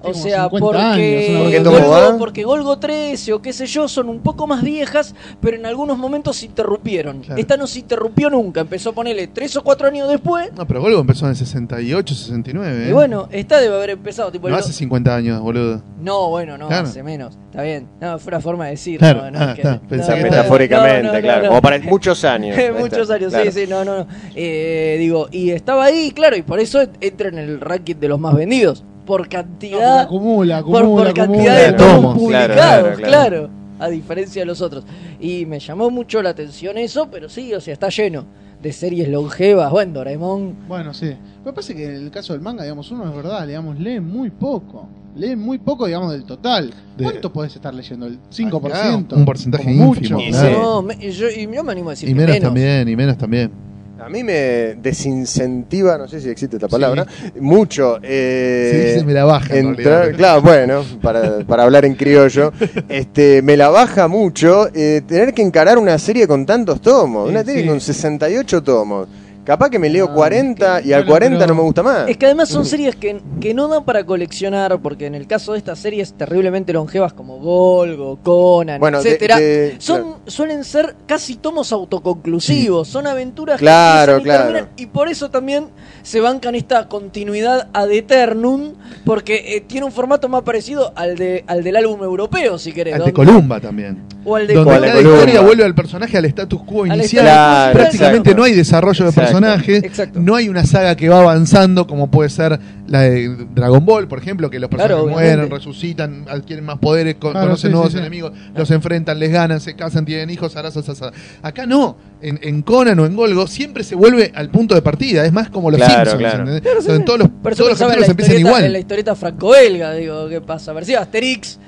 E: O
B: Tiene como
E: sea,
B: 50 años,
E: porque,
B: una
D: Porque cosa así.
E: Golgo,
D: Tomodachi.
E: porque Golgo 13 o qué sé yo son un poco más viejas, pero en algunos momentos se interrumpieron.
C: Claro.
E: Esta no se interrumpió nunca, empezó a ponerle 3 o 4 años después.
C: No, pero Golgo empezó en el 68, 69.
E: Y
C: ¿eh?
E: bueno, esta debe haber empezado. Tipo,
C: no
E: el-
C: hace 50 años, boludo.
E: No, bueno, no,
C: Claro.
E: hace menos. Está bien. No, fue una forma de decir.
C: Claro,
E: no, no,
C: ah,
E: es que-
C: está. Pensé
D: O sea,
C: que-
D: metafóricamente,
E: no, no, no,
D: claro.
E: no. [LAUGHS]
D: Como para muchos años. Ahí
E: Muchos
D: está,
E: años,
D: claro.
E: sí, sí, no, no, no. Eh, digo, y estaba ahí, claro, y por eso entra en el ranking de los más vendidos. Por
B: No, porque
E: cantidad,
B: acumula,
E: por,
B: acumula,
E: por
B: acumula.
E: cantidad de
D: Claro,
E: tomos
C: tomos,
E: publicados,
D: claro,
E: claro,
D: claro, claro.
E: A diferencia de los otros. Y me llamó mucho la atención eso, pero sí, o sea, está lleno de series longevas. Bueno, Doraemon.
B: Bueno, sí. Pero pasa que en el caso del manga, digamos, uno es verdad, digamos, lee muy poco. Lee muy poco, digamos, del total.
C: De-
B: ¿Cuánto podés estar leyendo? ¿El
C: Ah,
B: 5%?
C: claro, un porcentaje
B: Como
C: ínfimo,
B: Mucho.
D: Y claro. sí.
E: No, me- yo, y yo me animo a decir
C: Y
E: que
C: menos,
E: menos.
C: también, y menos también.
D: A mí me desincentiva, no sé si existe esta palabra, mucho. Eh,
C: Sí, sí, me la baja, en
D: entrar-
C: realidad.
D: claro, bueno, para, para hablar en criollo, este, me la baja mucho eh, tener que encarar una serie con tantos tomos,
B: Sí,
D: una serie
B: sí.
D: con 68 tomos. Capaz que me leo
B: Ah,
D: 40
B: es que-
D: y al
B: bueno,
D: 40
B: pero-
D: no me gusta más.
E: Es que además son series que, que no dan para coleccionar, porque en el caso de estas series terriblemente longevas como Volgo, Conan,
D: Bueno, de-
E: etcétera,
D: de-
E: son,
D: claro.
E: suelen ser casi tomos autoconclusivos, son aventuras
D: Claro,
E: que empiezan y
D: claro.
E: terminan, y por eso también se bancan esta continuidad ad eternum, porque eh, tiene un formato más parecido al de al del álbum europeo, si querés.
C: Ante
E: donde-
C: Columba también.
E: O al de
C: donde
D: O a la
C: cada
D: columna.
C: historia vuelve al personaje al status quo
E: Al
C: inicial.
D: Claro,
C: Prácticamente
D: exacto.
C: no hay desarrollo de
D: Exacto.
C: personajes,
E: Exacto.
C: no hay una saga que va avanzando como puede ser la de Dragon Ball, por ejemplo, que los personajes
E: Claro, obviamente.
C: mueren, resucitan, adquieren más poderes, con-
B: Claro,
C: conocen
B: sí,
C: nuevos
B: sí, sí.
C: enemigos, los enfrentan, les ganan, se casan, tienen hijos, arasa, zasa. Acá no, en, en Conan o en Golgo siempre se vuelve al punto de partida, es más como los
D: Claro,
C: Simpsons,
D: claro.
C: ¿entendés?
E: Claro, sí,
C: Donde
E: sí.
C: todos los,
E: Por eso
C: todos los
E: pensaba en la
C: capítulos empiezan
E: historieta-
C: igual.
E: En la historieta franco-belga, digo, ¿qué pasa? A ver si Asterix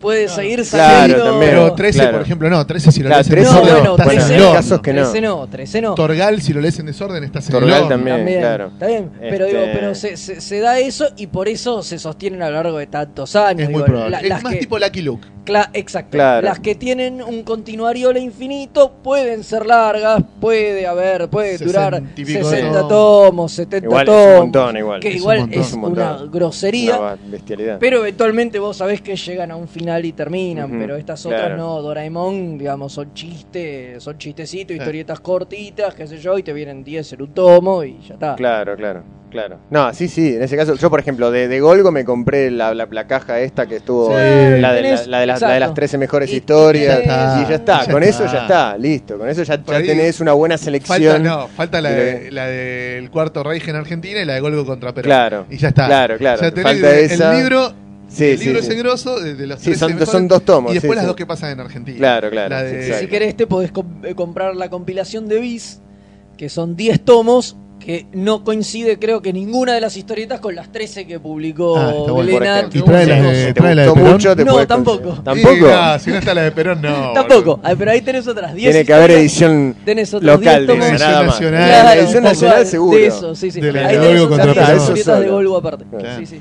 E: puede seguir
D: Claro,
E: saliendo.
D: también.
C: Pero 13,
D: Claro.
C: por ejemplo, no, 13 si lo
D: Claro,
C: lees en
D: 13
E: No,
C: desorden,
E: bueno,
C: estás
D: Bueno,
C: en
E: 13
C: el
D: hay
E: no.
C: horno.
D: casos que no.
E: 13 no, 13 no.
C: [LAUGHS] Torgal, si lo lees en desorden, estás en el
D: Torgal
C: horno.
D: también, claro.
E: Está bien, pero,
D: Este-
E: digo, pero se, se- se da eso y por eso se sostienen a lo largo de tantos años.
C: Es muy
E: digo,
C: probable.
E: la-
C: es
E: las
C: más
E: que-
C: tipo Lucky Luke.
E: Cla- exacto.
D: Claro.
E: Las que tienen un continuario infinito pueden ser largas, puede haber, puede durar
C: Sesenta y pico
E: 60
C: tomos.
E: tomos, 70
D: Igual es
E: tomos.
D: un montón, igual.
E: Que
C: Es un
E: igual
C: montón.
E: es
D: Es un
E: una
D: montón.
E: grosería.
D: Una bestialidad.
E: Pero eventualmente vos sabés que llegan a un final y terminan,
D: Ujú,
E: pero estas otras
D: claro.
E: no, Doraemon, digamos, son chistes, son chistecitos, historietas cortitas, qué sé yo, y te vienen 10 en un tomo y ya está.
D: Claro, claro, claro. No, sí, sí, en ese caso, yo por ejemplo, de, de Golgo me compré la, la, la caja esta que estuvo,
C: Sí.
D: la, de, la-
E: Tenés-
D: la de las, la de las
E: exacto.
D: 13 mejores
E: Y-
D: historias,
E: y ya
D: y ya está,
C: está.
D: con
C: Ya
D: eso
C: está.
D: ya está, listo, con eso ya, ya
C: Por ahí
D: tenés una buena
C: Falta,
D: selección.
C: no, falta la,
D: Y
C: de-
D: lo-
C: la del cuarto Reich en Argentina y la de Golgo contra Perón.
D: Claro.
C: Y ya está.
D: Claro, claro.
C: Ya tenés
D: Falta
C: el,
D: esa.
C: libro,
D: Sí,
C: el
D: sí,
C: libro
D: sí.
C: ese grosso de, de los
D: Sí,
C: 13
D: son,
C: mejores,
D: son dos tomos.
C: Y después
D: sí,
C: las
D: sí.
C: dos que pasan en Argentina.
D: Claro, claro,
C: La
D: sí,
C: de,
E: Y si
D: exacto.
E: querés te podés com- eh, comprar la compilación de Bis, que son 10 tomos, que no coincide creo que ninguna de las historietas con las 13 que publicó
C: Ah, está bueno.
D: Por
E: Elena.
D: ejemplo.
C: Y trae la de-
D: Si te
C: trae la de
D: gustó
C: Perón.
D: mucho, te
E: No,
D: podés-
E: tampoco.
D: Tampoco.
C: Y, no, si no está la de
E: [LAUGHS]
C: Perón, no.
E: Tampoco,
C: boludo.
E: Ah, pero ahí tenés otras 10
D: Tiene que haber
E: historias,
D: edición
E: tenés otros 10
D: local,
E: tomos.
D: dice,
C: Edición
D: nada más.
C: nacional.
D: Ah, La
E: Claro,
D: edición
E: un poco
D: nacional
E: de
D: seguro.
E: eso, sí, sí.
C: De la
E: Ahí
C: de
E: tenés
C: Golgo
E: otras
C: contra
E: diez
C: Perón.
E: historietas de
D: Solo.
E: Golgo aparte.
C: Claro.
E: Sí, sí.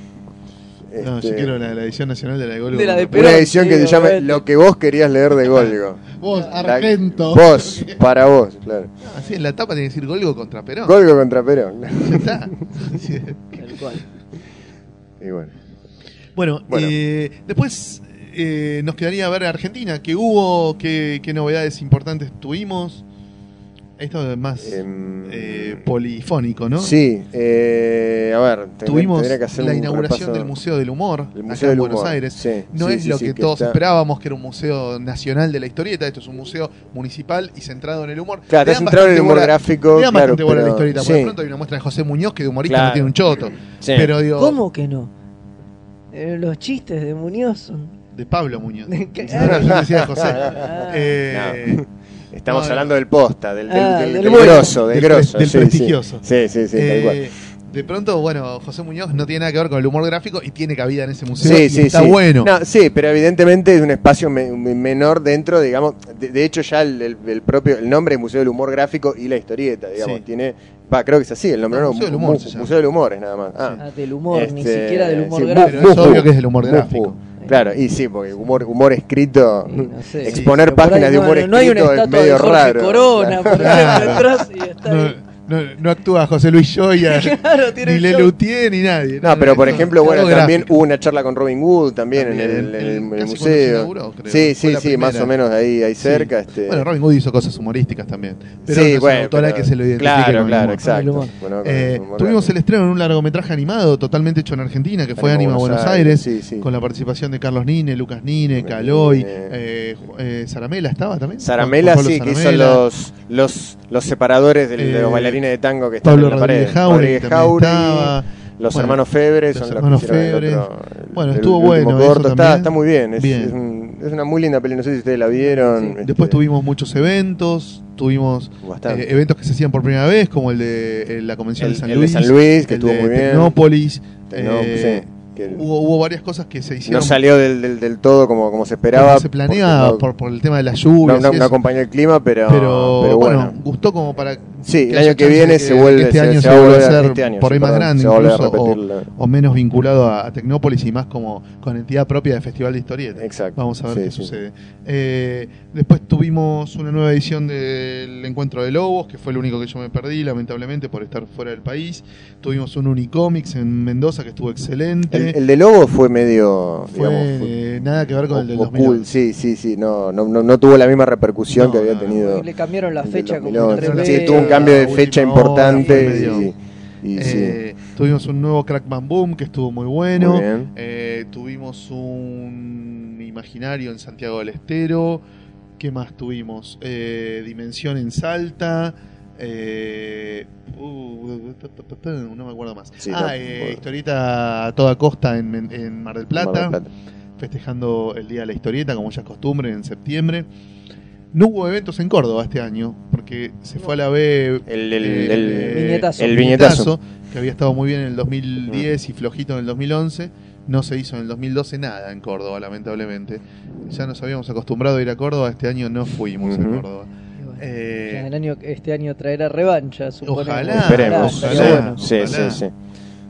C: No, yo
D: Este,
C: quiero la, la edición nacional de la de Golgo.
E: De la de
C: contra
E: Perón.
D: Una edición que se
E: digo,
D: llame
E: obviamente.
D: Lo que vos querías leer de Golgo.
B: Vos,
D: La-
B: Argento.
D: Vos, para vos, claro.
C: Perón. Ah, sí, en la tapa tiene que decir Golgo contra Perón.
D: Golgo contra Perón.
C: [LAUGHS] Ya está.
D: [LAUGHS]
C: Sí.
E: Tal cual.
D: Y bueno.
C: Bueno,
D: Bueno.
C: eh, después eh, nos quedaría ver Argentina. ¿Qué hubo? ¿Qué, qué novedades importantes tuvimos? Esto es más
D: Em,
C: eh, polifónico, ¿no?
D: Sí, eh, a ver, ten-
C: Tuvimos
D: tendría que hacer
C: la
D: un
C: inauguración
D: repaso.
C: del Museo del Humor
D: El
C: acá
D: Museo
C: en
D: del
C: Buenos
D: Humor,
C: Aires.
D: sí,
C: No
D: sí,
C: es
D: sí,
C: lo
D: sí,
C: que, todos
D: está-
C: esperábamos, que era un museo nacional de la historieta. Esto es un museo municipal y centrado en el humor.
D: Claro, te
C: Le
D: has
C: dan
D: entrado en el
C: bastante
D: humor
C: bola-
D: gráfico.
C: Le dan
D: claro,
C: bastante bola a la
D: pero-
C: historieta.
D: sí,
C: Por de pronto hay una muestra de José Muñoz que de humorista
D: Claro.
C: no tiene un choto.
D: sí.
C: Pero digo,
E: ¿Cómo que no? Eh, los chistes de Muñoz son...
C: de Pablo Muñoz.
E: ¿Qué?
C: [LAUGHS] Yo le decía José.
E: Ah.
C: Eh,
D: Estamos
C: No, no.
D: hablando del posta, del, del,
E: Ah,
D: del-
E: del
D: del
E: bueno.
D: grosso, del,
C: Del pre-
D: grosso.
C: del
D: sí,
C: prestigioso.
D: Sí, sí, sí, sí, tal cual.
C: Eh, de pronto, bueno, José Muñoz no tiene nada que ver con el humor gráfico y tiene cabida en ese museo.
D: Sí,
C: y
D: sí,
C: está
D: sí.
C: bueno.
D: No, sí, pero evidentemente es un espacio me- me- menor dentro, digamos. De, de hecho, ya el, el- el propio el nombre es Museo del Humor Gráfico y la historieta, digamos.
C: Sí.
D: Tiene, va, creo que es así el nombre,
C: No,
D: ¿no?
C: Museo del
D: Mu-
C: Humor
D: Mu-
C: se llama.
D: Museo del Humor es nada más. Ah.
E: Ah, del humor, ni
D: Este,
E: siquiera del humor
D: sí,
E: gráfico.
C: Pero es
D: Mufu.
C: obvio que es el humor
D: Mufu.
C: gráfico.
D: Claro, y sí, porque humor, humor escrito,
E: Sí, no sé.
D: mm, exponer
E: Pero por ahí
D: páginas de
E: no-
D: humor
E: no, hay una
D: escrito es
E: estatua
D: medio
E: de Jorge
D: raro.
E: Corona, por
C: Claro.
E: ejemplo, atrás y está
C: No,
E: ahí.
C: no- no actúa José Luis
E: [LAUGHS]
C: Joya,
E: Claro, tiene
C: ni
E: un
C: Lelutier
E: show.
C: ni nadie.
D: No, pero por ejemplo, bueno,
C: Humor
D: también
C: gráfico.
D: hubo una charla con Robin Wood también,
C: También,
D: en el, en el-
C: en-
D: en el
C: casi cuando se
D: museo.
C: inauguró,
D: Sí,
C: creo. Fue
D: sí,
C: la
D: sí, más
C: primera.
D: o menos ahí, ahí
C: Sí.
D: cerca. Este...
C: Bueno, Robin Hood hizo cosas humorísticas también. Pero
D: sí,
C: no es
D: bueno,
C: un autor al
D: pero-
C: que se lo identifique
D: Claro,
C: con el
D: claro,
C: humor.
D: exacto.
E: humor.
D: Bueno, con
C: Eh,
D: el humor
C: tuvimos
D: gráfico.
C: el estreno en un largometraje animado totalmente hecho en Argentina, que fue
D: Ánimo
C: Ánima Buenos Aires,
D: sí, sí.
C: con la participación de Carlos Nine, Lucas Nine,
D: Lucas
C: Caloy,
D: Nine.
C: eh, Ju- eh, Saramela estaba también.
D: Zaramela,
C: Juan Pablo
D: sí, que hizo
C: Zaramela.
D: los, los, los separadores del- de los
C: Eh,
D: bailarines de tango que están
C: Pablo
D: en la pared.
C: Rodríguez Jauregui
D: Rodríguez este,
C: también
D: Jauregui,
C: estaba.
D: Los
C: Bueno,
D: hermanos Febres
C: los
D: son
C: hermanos
D: los que hicieron
C: Febres.
D: el otro, el-
C: Bueno,
D: el
C: estuvo
D: último
C: bueno eso
D: corto. Está,
C: también.
D: está muy bien. Es,
C: Bien.
D: es un- es una muy linda peli. No sé si ustedes la vieron.
C: Sí,
D: este,
C: Después tuvimos muchos eventos, tuvimos
D: bastante.
C: eh, eventos que se hacían por primera vez, como el de eh, la Convención
D: el,
C: de San
D: el de
C: Luis,
D: San Luis, que
C: el
D: estuvo
C: de
D: muy bien.
C: Tecnópolis.
D: Tecnó-
C: eh,
D: sí, que el-
C: hubo, hubo varias cosas que se hicieron
D: no salió del, del, del todo como, como se
C: como
D: esperaba.
C: se planeaba
D: porque
C: por, por el tema de las
D: no-
C: lluvias.
D: no, no,
C: y
D: no
C: eso.
D: acompañó el clima, pero,
C: pero,
D: pero
C: bueno,
D: bueno.
C: gustó como para
D: Sí, el
C: haya
D: año que
C: chance
D: viene
C: de
D: se vuelve
C: este
D: se-
C: año
D: se
C: se
D: va a
C: vuelva a
D: volver a-
C: ser
D: este año,
C: por ahí
D: sí,
C: más
D: perdón,
C: grande
D: se va a volver a
C: incluso, o,
D: repetir la-
C: o menos vinculado a, a Tecnópolis y más como con entidad propia de Festival de Historieta.
D: Exacto,
C: Vamos a ver
D: sí,
C: qué
D: sí.
C: sucede. Eh, después tuvimos una nueva edición del Encuentro de Lobos, que fue el único que yo me perdí, lamentablemente, por estar fuera del país. Tuvimos un Unicomics en Mendoza que estuvo excelente.
D: El, el de Lobo fue medio.
C: fue
D: digamos, fue-
C: eh, nada que ver con el del
D: o- o
C: 2008.
D: cool, sí, sí, sí, no, no, no, no tuvo la misma repercusión
C: No,
D: que había
C: no,
D: tenido.
E: Le cambiaron la
D: el del
E: fecha como
D: 2011.
E: tres
C: revés,
D: Sí, tuvo un cambio de
C: la
D: fecha
C: última hora,
D: importante.
C: fue medio-
D: y, y sí,
C: Eh, Tuvimos un nuevo Crack Bam Boom que estuvo muy
D: muy
C: bueno.
D: bien.
C: Eh, tuvimos un imaginario en Santiago del Estero. ¿Qué más tuvimos? Eh, Dimensión en Salta. eh, uh, ta, ta, ta, ta, no me acuerdo más.
D: Sí,
C: ah,
D: no,
C: eh,
D: bueno.
C: historieta a toda costa en, Men- en Mar del Plata.
D: Mar del Plata.
C: Festejando el Día de la Historieta, como ya es costumbre, en septiembre. No hubo eventos en Córdoba este año, porque se fue a la B
D: El, el,
C: Eh,
D: el-
E: viñetazo.
D: el viñetazo. Ah.
C: que había estado muy bien en el 2010 y flojito en el 2011. No se hizo en el 2012 nada en Córdoba, lamentablemente. Ya nos habíamos acostumbrado a ir a Córdoba, este año no fuimos a
D: Ujú.
C: Córdoba.
E: Y bueno,
C: Eh,
E: ya el año, este año traerá revancha, suponemos.
C: Ojalá,
D: Esperemos.
E: Estaría
C: ojalá.
E: bueno.
D: Sí,
C: Ojalá.
D: sí, sí.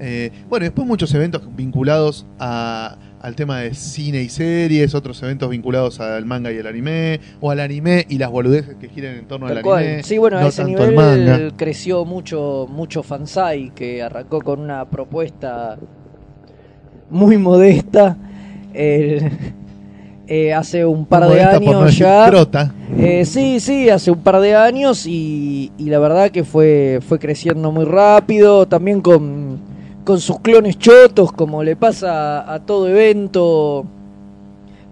C: eh, bueno, después muchos eventos vinculados a- al tema de cine y series, otros eventos vinculados al manga y al anime, o al anime y las boludeces que giran en torno
E: Tal
C: al
E: cual.
C: anime.
E: Sí, bueno, a
C: no
E: ese
C: tanto al manga.
E: nivel creció mucho, mucho Fansai, que arrancó con una propuesta muy modesta. El- [LAUGHS] eh, hace un par
C: Como
E: de
C: esta, por no
E: años
C: decir
E: ya.
C: trota.
E: Eh, sí, sí, hace un par de años y, y la verdad que fue, fue creciendo muy rápido, también con, con sus clones chotos, como le pasa a, a todo evento,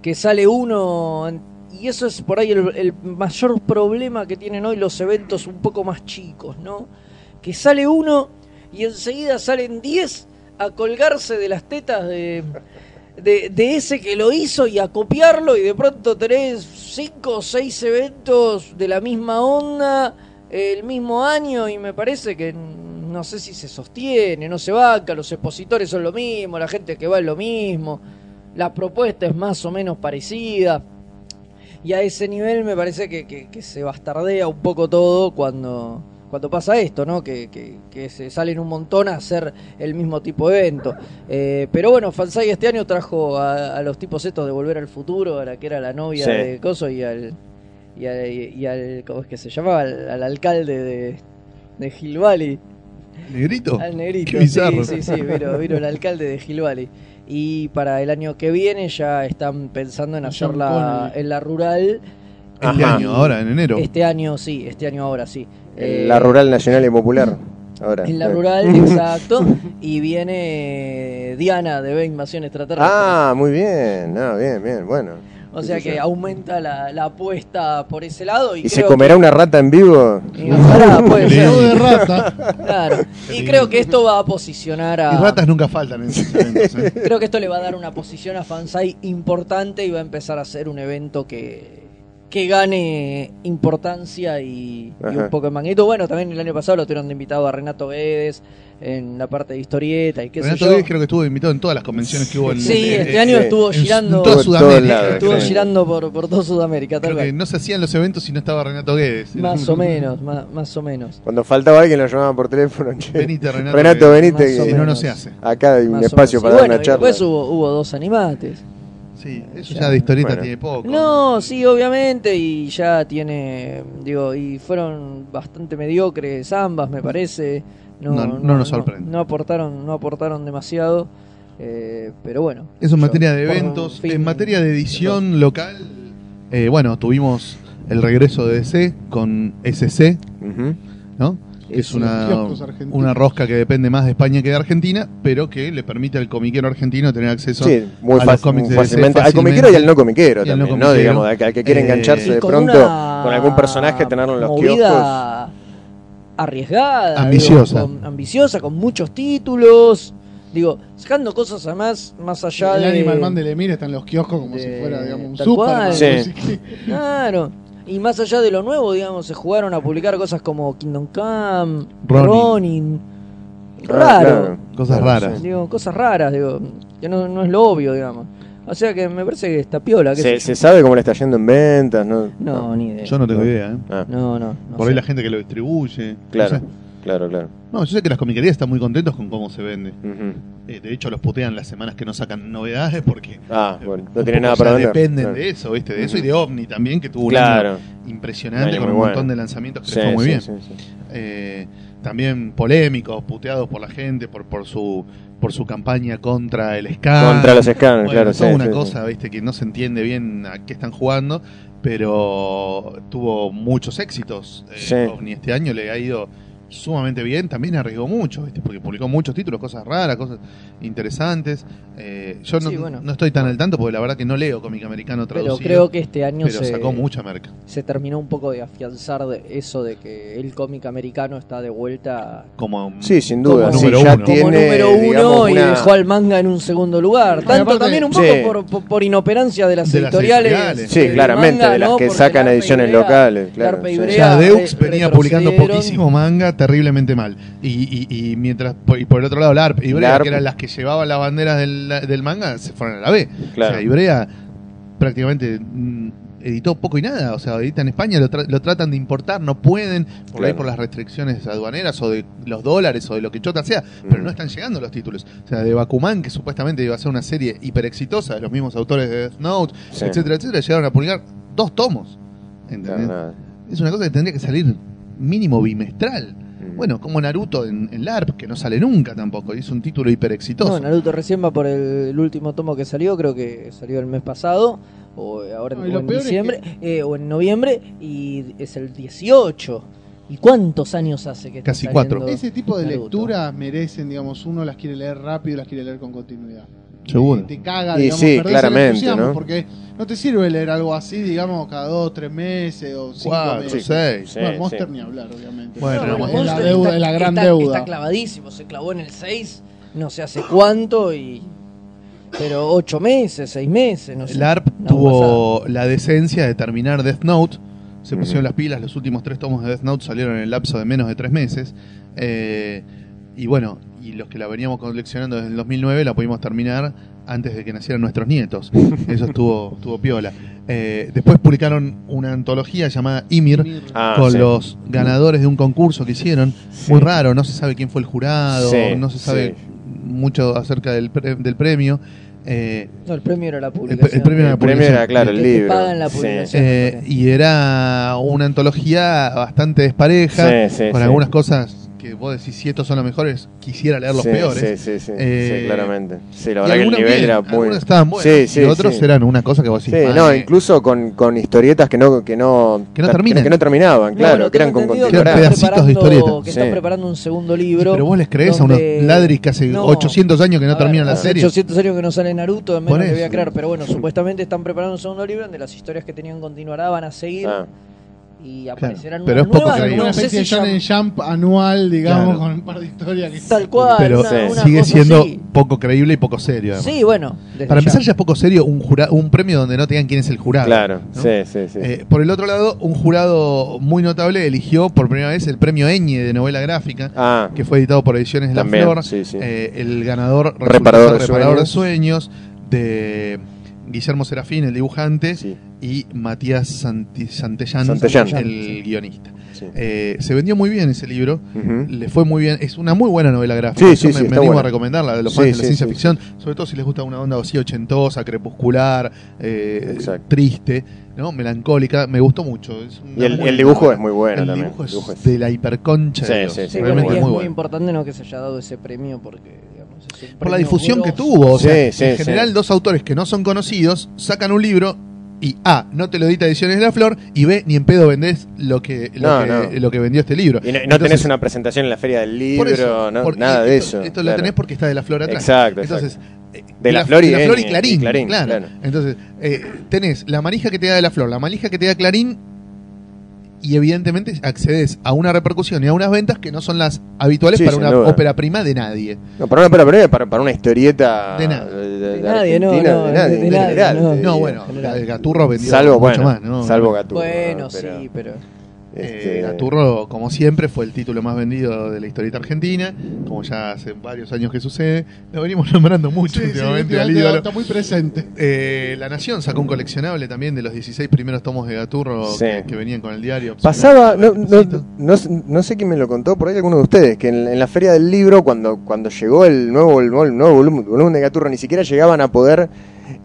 E: que sale uno, y eso es por ahí el, el mayor problema que tienen hoy los eventos un poco más chicos, ¿no? Que sale uno y enseguida salen 10 a colgarse de las tetas de, de, de ese que lo hizo y a copiarlo y de pronto tenés cinco o seis eventos de la misma onda el mismo año y me parece que n- no sé si se sostiene, no se banca, los expositores son lo mismo, la gente que va es lo mismo, la propuesta es más o menos parecida. Y a ese nivel me parece que, que- que se bastardea un poco todo cuando, cuando pasa esto, ¿no? Que, que- que se salen un montón a hacer el mismo tipo de evento. Eh, pero bueno, Fansai este año trajo a, a los tipos estos de Volver al Futuro, a la que era la novia
D: Sí.
E: de Coso y al, y al, y al- ¿cómo es que se llamaba? Al, al alcalde de, de Hill Valley.
C: Negrito.
E: Al negrito.
C: Qué bizarro.
E: Sí, sí, sí, vino, vino el alcalde de Hill Valley. Y para el año que viene ya están pensando en
B: John
E: hacerla
B: Connery.
E: en la rural.
C: Este
D: Ajá.
C: año, ahora, en enero.
E: Este año sí, este año ahora sí. Eh,
D: La rural nacional y popular. Ahora.
E: En la
D: Eh.
E: rural, exacto. Y viene Diana de B Invasión Extraterrestre.
D: Ah, muy bien. Ah, bien, bien. Bueno.
E: o sea
D: qué sé
E: que
D: yo.
E: aumenta la, la apuesta por ese lado. Y,
D: ¿Y se
E: creo
D: comerá una rata en vivo?
E: que- y ojalá, puede ser,
B: Yo de
E: [LAUGHS]
B: rata.
E: claro. Y
C: lindo.
E: creo que esto va a posicionar a.
C: Y ratas nunca
E: [LAUGHS]
C: faltan en esos eventos, ¿eh?
E: Creo que esto le va a dar una posición a Fansai importante y va a empezar a ser un evento que, que gane importancia y, y un
D: Ajá.
E: poco de magnitud. Bueno, también el año pasado lo tuvieron de invitado a Renato Guedes en la parte de historieta y qué sé
C: Renato
E: yo.
C: Díaz creo que estuvo invitado en todas las convenciones que hubo en
E: Sí,
C: en-
E: este año
D: Sí.
E: estuvo
C: en-
E: girando,
C: en toda
D: Por
C: Sudamérica.
D: todos lados,
E: estuvo
D: sí.
E: girando por, por toda Sudamérica, tal
C: Creo que
E: vez.
C: no se hacían los eventos si no estaba Renato Guedes. Era
E: Más
C: un-
E: o
C: [LAUGHS]
E: menos, más, más o menos.
D: Cuando faltaba alguien lo llamaban por teléfono. che.
C: Venite, Renato.
D: Renato,
C: que-
D: venite.
E: Más o
C: Si
D: que
C: no, no
E: menos.
C: se hace.
D: Acá hay un
E: más o
D: espacio
E: menos.
D: para
E: Y
D: dar
E: bueno,
D: una
E: y
D: charla.
E: Después hubo, hubo dos animates.
C: Sí, eso ya de historieta
D: Bueno.
C: tiene poco.
E: No, sí, obviamente, y ya tiene, digo, y fueron bastante mediocres ambas, me parece. No,
C: No, no nos sorprende.
E: No, aportaron, no aportaron demasiado, eh, pero bueno.
C: Eso en
E: Yo,
C: materia de
E: por
C: eventos.
E: fin-
C: En materia de edición local, eh, bueno, tuvimos el regreso de DC con SC,
D: Ujú.
C: ¿no? Que es
B: Sí,
C: una,
B: kioscos argentinos.
C: una rosca que depende más de España que de Argentina, pero que le permite al comiquero argentino tener acceso
D: Sí, muy
C: a los
D: fácil,
C: cómics de DC
D: fácilmente. Al comiquero y al no comiquero
C: Y al
D: también,
C: no
D: no
C: comiquero.
D: Digamos, al que- al que quiere
C: Eh,
D: engancharse
C: y
D: de
E: con
D: pronto
E: una
D: con algún personaje, tenerlo en los kioscos. Ah,
E: movida arriesgada,
C: Ambiciosa.
E: digo, con, ambiciosa, con muchos títulos, digo, sacando cosas además más allá
B: el
E: de
B: Animal Man de Lemire está en los kioscos como
E: de-
B: si fuera, digamos, un
E: tal
B: Superman.
E: cual.
D: Sí.
B: Así que-
E: Claro. Y más allá de lo nuevo, digamos, se jugaron a publicar cosas como Kingdom Come,
C: Ronin.
E: Ronin.
D: Ah,
E: Raro.
D: claro.
C: cosas
D: Claro,
C: raras.
E: Digo, cosas raras, digo, que no, no es lo obvio, digamos. O sea que me parece que está piola. qué
D: Se,
E: sé
D: se sabe cómo le está yendo en ventas, ¿no?
E: yo. No, ni idea.
C: Yo no tengo idea, ¿eh?
D: Ah,
E: No, no. no
C: Por
E: sé.
C: ahí la gente que lo distribuye. no
D: claro,
C: sé.
D: claro, claro.
C: No, yo sé que las comiquerías están muy contentos con cómo se vende.
D: Ujú.
C: Eh, de hecho, los putean las semanas que no sacan novedades porque
D: Ah,
C: eh,
D: bueno, no
C: un
D: tiene
C: poco
D: nada
C: ya
D: para vender.
C: Dependen
D: Claro.
C: de eso, ¿viste? De eso y
D: Ujú.
C: de OVNI también, que tuvo un año
D: Claro,
C: impresionante
D: Un año
C: con un
D: muy bueno.
C: montón de lanzamientos que
D: Sí,
C: le fue muy
D: sí,
C: bien.
D: sí, sí.
C: Eh, también polémicos, puteados por la gente, por, por su por su campaña contra el SCAN.
D: Contra los escanos,
C: Ah, Bueno,
D: Ah, claro.
C: toda
D: sí,
C: una
D: sí, sí.
C: cosa, ¿viste? Que no se entiende bien a qué están jugando, pero tuvo muchos éxitos. Eh,
D: Sí.
C: OVNI este año le ha ido sumamente bien, también arriesgó mucho, ¿viste? porque publicó muchos títulos, cosas raras, cosas interesantes. Eh, yo no,
E: Sí, bueno.
C: no estoy tan al tanto porque la verdad que no leo cómic americano
E: Pero
C: traducido,
E: creo que este año
C: pero
E: se,
C: sacó mucha merca.
E: se terminó un poco de afianzar de eso de que el cómic americano está de vuelta
C: Como
D: Sí, sin duda.
C: Como
D: sí,
C: número
D: ya
C: uno.
D: tiene,
E: como número uno
D: digamos,
E: y
D: una-
E: dejó al manga en un segundo lugar.
B: Y
E: Tanto
B: aparte-
E: también un
D: Sí.
E: poco por, por- por inoperancia de las
C: De las
E: editoriales. Eh,
C: editoriales.
D: Sí,
E: del
D: claramente,
E: manga,
D: de las
E: ¿no?
D: que
E: Porque
D: sacan
E: Carpe
D: ediciones
E: Ibrea-
D: locales. Claro,
E: Carpe
D: sí.
E: Ibrea-
C: Ya
E: Re-
C: Deux venía
E: retrocedieron.
C: publicando poquísimo manga, terriblemente mal. Y, y- y mientras por- y por el otro lado, LARP y Ibrea,
D: LARP.
C: que eran las que llevaban las banderas del, del manga, se fueron a la B.
D: Claro.
C: O sea, Ibrea prácticamente mm, editó poco y nada. O sea, edita en España, lo, tra- lo tratan de importar, no pueden, por ahí
D: Claro.
C: por las restricciones aduaneras o de los dólares o de lo que chota sea, pero
D: Mm.
C: no están llegando los títulos. O sea, de Bakuman, que supuestamente iba a ser una serie hiper exitosa de los mismos autores de Death Note,
D: Sí.
C: etcétera, etcétera, llegaron a publicar dos tomos.
D: No,
C: ¿Entendés?
D: nada.
C: Es una cosa que tendría que salir mínimo bimestral.
D: Mm.
C: Bueno, como Naruto en, en LARP, que no sale nunca tampoco, y es un título hiper
E: No,
C: exitoso.
E: Naruto recién va por el, el último tomo que salió, creo que salió el mes pasado, o ahora en-
B: No, y lo
E: o en
B: peor es
E: diciembre, eh, o en noviembre, y es el 18. ¿Y cuántos años hace que está
C: Casi cuatro.
B: [LAUGHS]
E: saliendo?
B: Ese tipo de
E: Naruto.
B: lecturas merecen, digamos, uno las quiere leer rápido, las quiere leer con continuidad.
C: Seguro.
B: Te, te caga,
D: Y
B: digamos,
D: sí,
B: perdés el
D: claramente,
B: entusiasmo,
D: ¿no?
B: Porque no te sirve leer algo así, digamos, cada dos, tres meses o cinco
C: Cuatro,
B: meses.
C: seis.
D: Sí,
B: bueno,
D: sí.
B: Monster ni hablar, obviamente.
C: Bueno,
E: No,
C: no,
E: bueno,
C: es
B: la
E: Monster
B: deuda,
E: está-
B: es la gran
E: está-
B: deuda.
E: Está clavadísimo, se clavó en el 6, no sé hace cuánto, y pero 8 meses, 6 meses, no sé.
C: LARP
E: Una
C: tuvo la decencia de terminar Death Note. Se
D: Ujú.
C: pusieron las pilas, los últimos tres tomos de Death Note salieron en el lapso de menos de tres meses. Eh, y bueno, y los que la veníamos coleccionando desde el 2009 la pudimos terminar antes de que nacieran nuestros nietos. Eso estuvo, estuvo piola. Eh, después publicaron una antología llamada Ymir,
D: Ah,
C: con
D: sí.
C: los ganadores de un concurso que hicieron. Muy raro, no se sabe quién fue el jurado,
D: Sí,
C: no se sabe
D: sí.
C: mucho acerca del, pre- del premio. Eh,
E: basada. No, el premio era la
C: el,
E: publicación.
C: pre- el premio era
D: El
C: la
D: premio
C: publicación.
D: era, claro,
E: Que
D: el
E: te
D: libro.
E: pagan la
D: Sí.
E: publicación.
C: Eh, y era una antología bastante despareja,
D: Sí, sí,
C: con
D: sí.
C: algunas cosas que vos decís, si estos son los mejores, quisiera leer los
D: Sí,
C: peores.
D: Sí, sí, sí,
C: Eh,
D: sí, claramente. Sí, la
C: Y
D: verdad que el
C: algunos
D: nivel
C: bien,
D: era muy.
C: algunos estaban buenos
D: Sí, sí,
C: y otros
D: sí.
C: eran una cosa que vos
D: Sí,
C: decís,
D: no,
C: "Madre".
D: incluso con, con historietas que no, que no,
C: Que no terminan.
D: que no terminaban,
E: No,
D: claro, que
E: bueno, tengo
D: eran con
E: entendido
C: que
D: continuidad.
E: están
C: Pedacitos de
E: preparando-
C: historieta.
E: Que están
D: Sí.
E: preparando un segundo libro.
C: Pero vos les crees a
E: donde-
C: unos ladris que hace
E: No.
C: 800 años que no
E: A ver,
C: terminan la
E: hace
C: serie.
E: 800 años que no sale Naruto, en
C: Por
E: menos que voy
C: eso.
E: a creer. Pero bueno, supuestamente están preparando un segundo libro donde las historias que tenían continuará van a seguir
D: Ah,
E: y aparecerán
C: pero es
E: unas
C: poco
E: nuevas.
C: creíble.
E: no
B: Una
E: sé
B: especie de
E: si
B: Shonen
E: llam-
B: Jump anual, digamos,
C: Claro.
B: con un par de historias que [LAUGHS]
E: Tal cual.
C: pero
E: una- una
C: sigue
E: cosa
C: siendo
E: así.
C: poco creíble y poco serio. además.
E: Sí, bueno. desde
C: Para empezar
E: ya.
C: ya es poco serio un, jura- un premio donde no tengan quién es el jurado.
D: claro,
C: ¿no?
D: sí, sí, sí.
C: Eh, por el otro lado, un jurado muy notable eligió por primera vez el premio Eñe de novela gráfica,
D: ah,
C: que fue editado por Ediciones de la
D: también,
C: Flor.
D: sí, sí.
C: Eh, el ganador resultó
D: Reparador
C: ser
D: de
C: Reparador de Sueños de Guillermo Serafín, el dibujante,
D: sí,
C: y Matías Santi- Santellán,
D: Santellán.
C: el guionista.
D: sí.
C: Eh, se vendió muy bien ese libro,
D: Ujú.
C: le fue muy bien. Es una muy buena novela gráfica.
D: Sí,
C: Yo
D: sí,
C: me,
D: sí,
C: me
D: está
C: animo a
D: buena.
C: recomendarla de los
D: Sí,
C: fans de la
D: sí,
C: ciencia
D: sí.
C: ficción, sobre todo si les gusta una onda así ochentosa, crepuscular, eh,
D: Exacto.
C: triste, ¿no? melancólica. Me gustó mucho. Es una
D: Y el,
C: muy
D: el
C: buena
D: dibujo
C: novela.
D: es muy bueno
C: El
D: también.
C: dibujo es
D: el dibujo es-
C: de la hiperconcha. de
D: Sí,
C: Dios,
D: sí, sí,
E: Sí,
D: Realmente
E: bueno, y es
D: muy
E: muy importante no que se haya dado ese premio porque, digamos, es un
C: Por la
E: premio
C: difusión que
E: grosso.
C: tuvo. O sea,
D: Sí, sí,
C: en
D: sí.
C: general, dos autores que no son conocidos sacan un libro. Y A, no te lo edita Ediciones de la Flor, y B, ni en pedo vendés lo que, lo,
D: No,
C: que,
D: no.
C: lo que vendió este libro.
D: Y no, no
C: Entonces,
D: tenés una presentación en la feria del libro,
C: Por eso,
D: no,
C: porque
D: nada de
C: esto-
D: eso.
C: Esto
D: claro.
C: lo tenés porque está de la flor atrás.
D: Exacto,
C: Entonces, eh,
D: De La Flor y
C: de la
D: N, y
C: Clarín.
D: Clarín,
C: claro.
D: claro.
C: Entonces, eh, tenés la manija que te da de la flor, la manija que te da Clarín. Y evidentemente accedes a una repercusión y a unas ventas que no son las habituales
D: Sí,
C: para
D: sin
C: una
D: duda.
C: ópera prima de nadie.
D: No, para una, para, para, para- para una historieta
C: De nada.
E: De nadie, no,
D: argentina,
E: no,
D: de nadie,
E: de
D: en
E: nadie,
D: general,
E: no.
D: te
C: No,
D: diría.
C: bueno,
E: general.
C: el Gaturro vendió
D: Salvo,
C: mucho
D: bueno,
C: más, ¿no?
D: salvo Gaturro.
E: Bueno,
D: ¿no? Pero,
E: sí, pero.
C: Eh,
D: este,
C: Gaturro, como siempre, fue el título más vendido de la historieta argentina, como ya hace varios años que sucede. Lo venimos [LAUGHS] nombrando mucho
B: Sí, sí,
C: últimamente al
B: últimamente
C: ídolo.
B: está muy presente.
C: Eh, la Nación sacó un coleccionable también de los 16 primeros tomos de Gaturro
D: Sí.
C: que, que venían con el diario.
D: Pasaba, no, no,
C: Pasito.
D: no, no sé quién me lo contó, por ahí alguno de ustedes, que en, en la feria del libro, cuando, cuando llegó el nuevo, el, nuevo volumen, volumen de Gaturro, ni siquiera llegaban a poder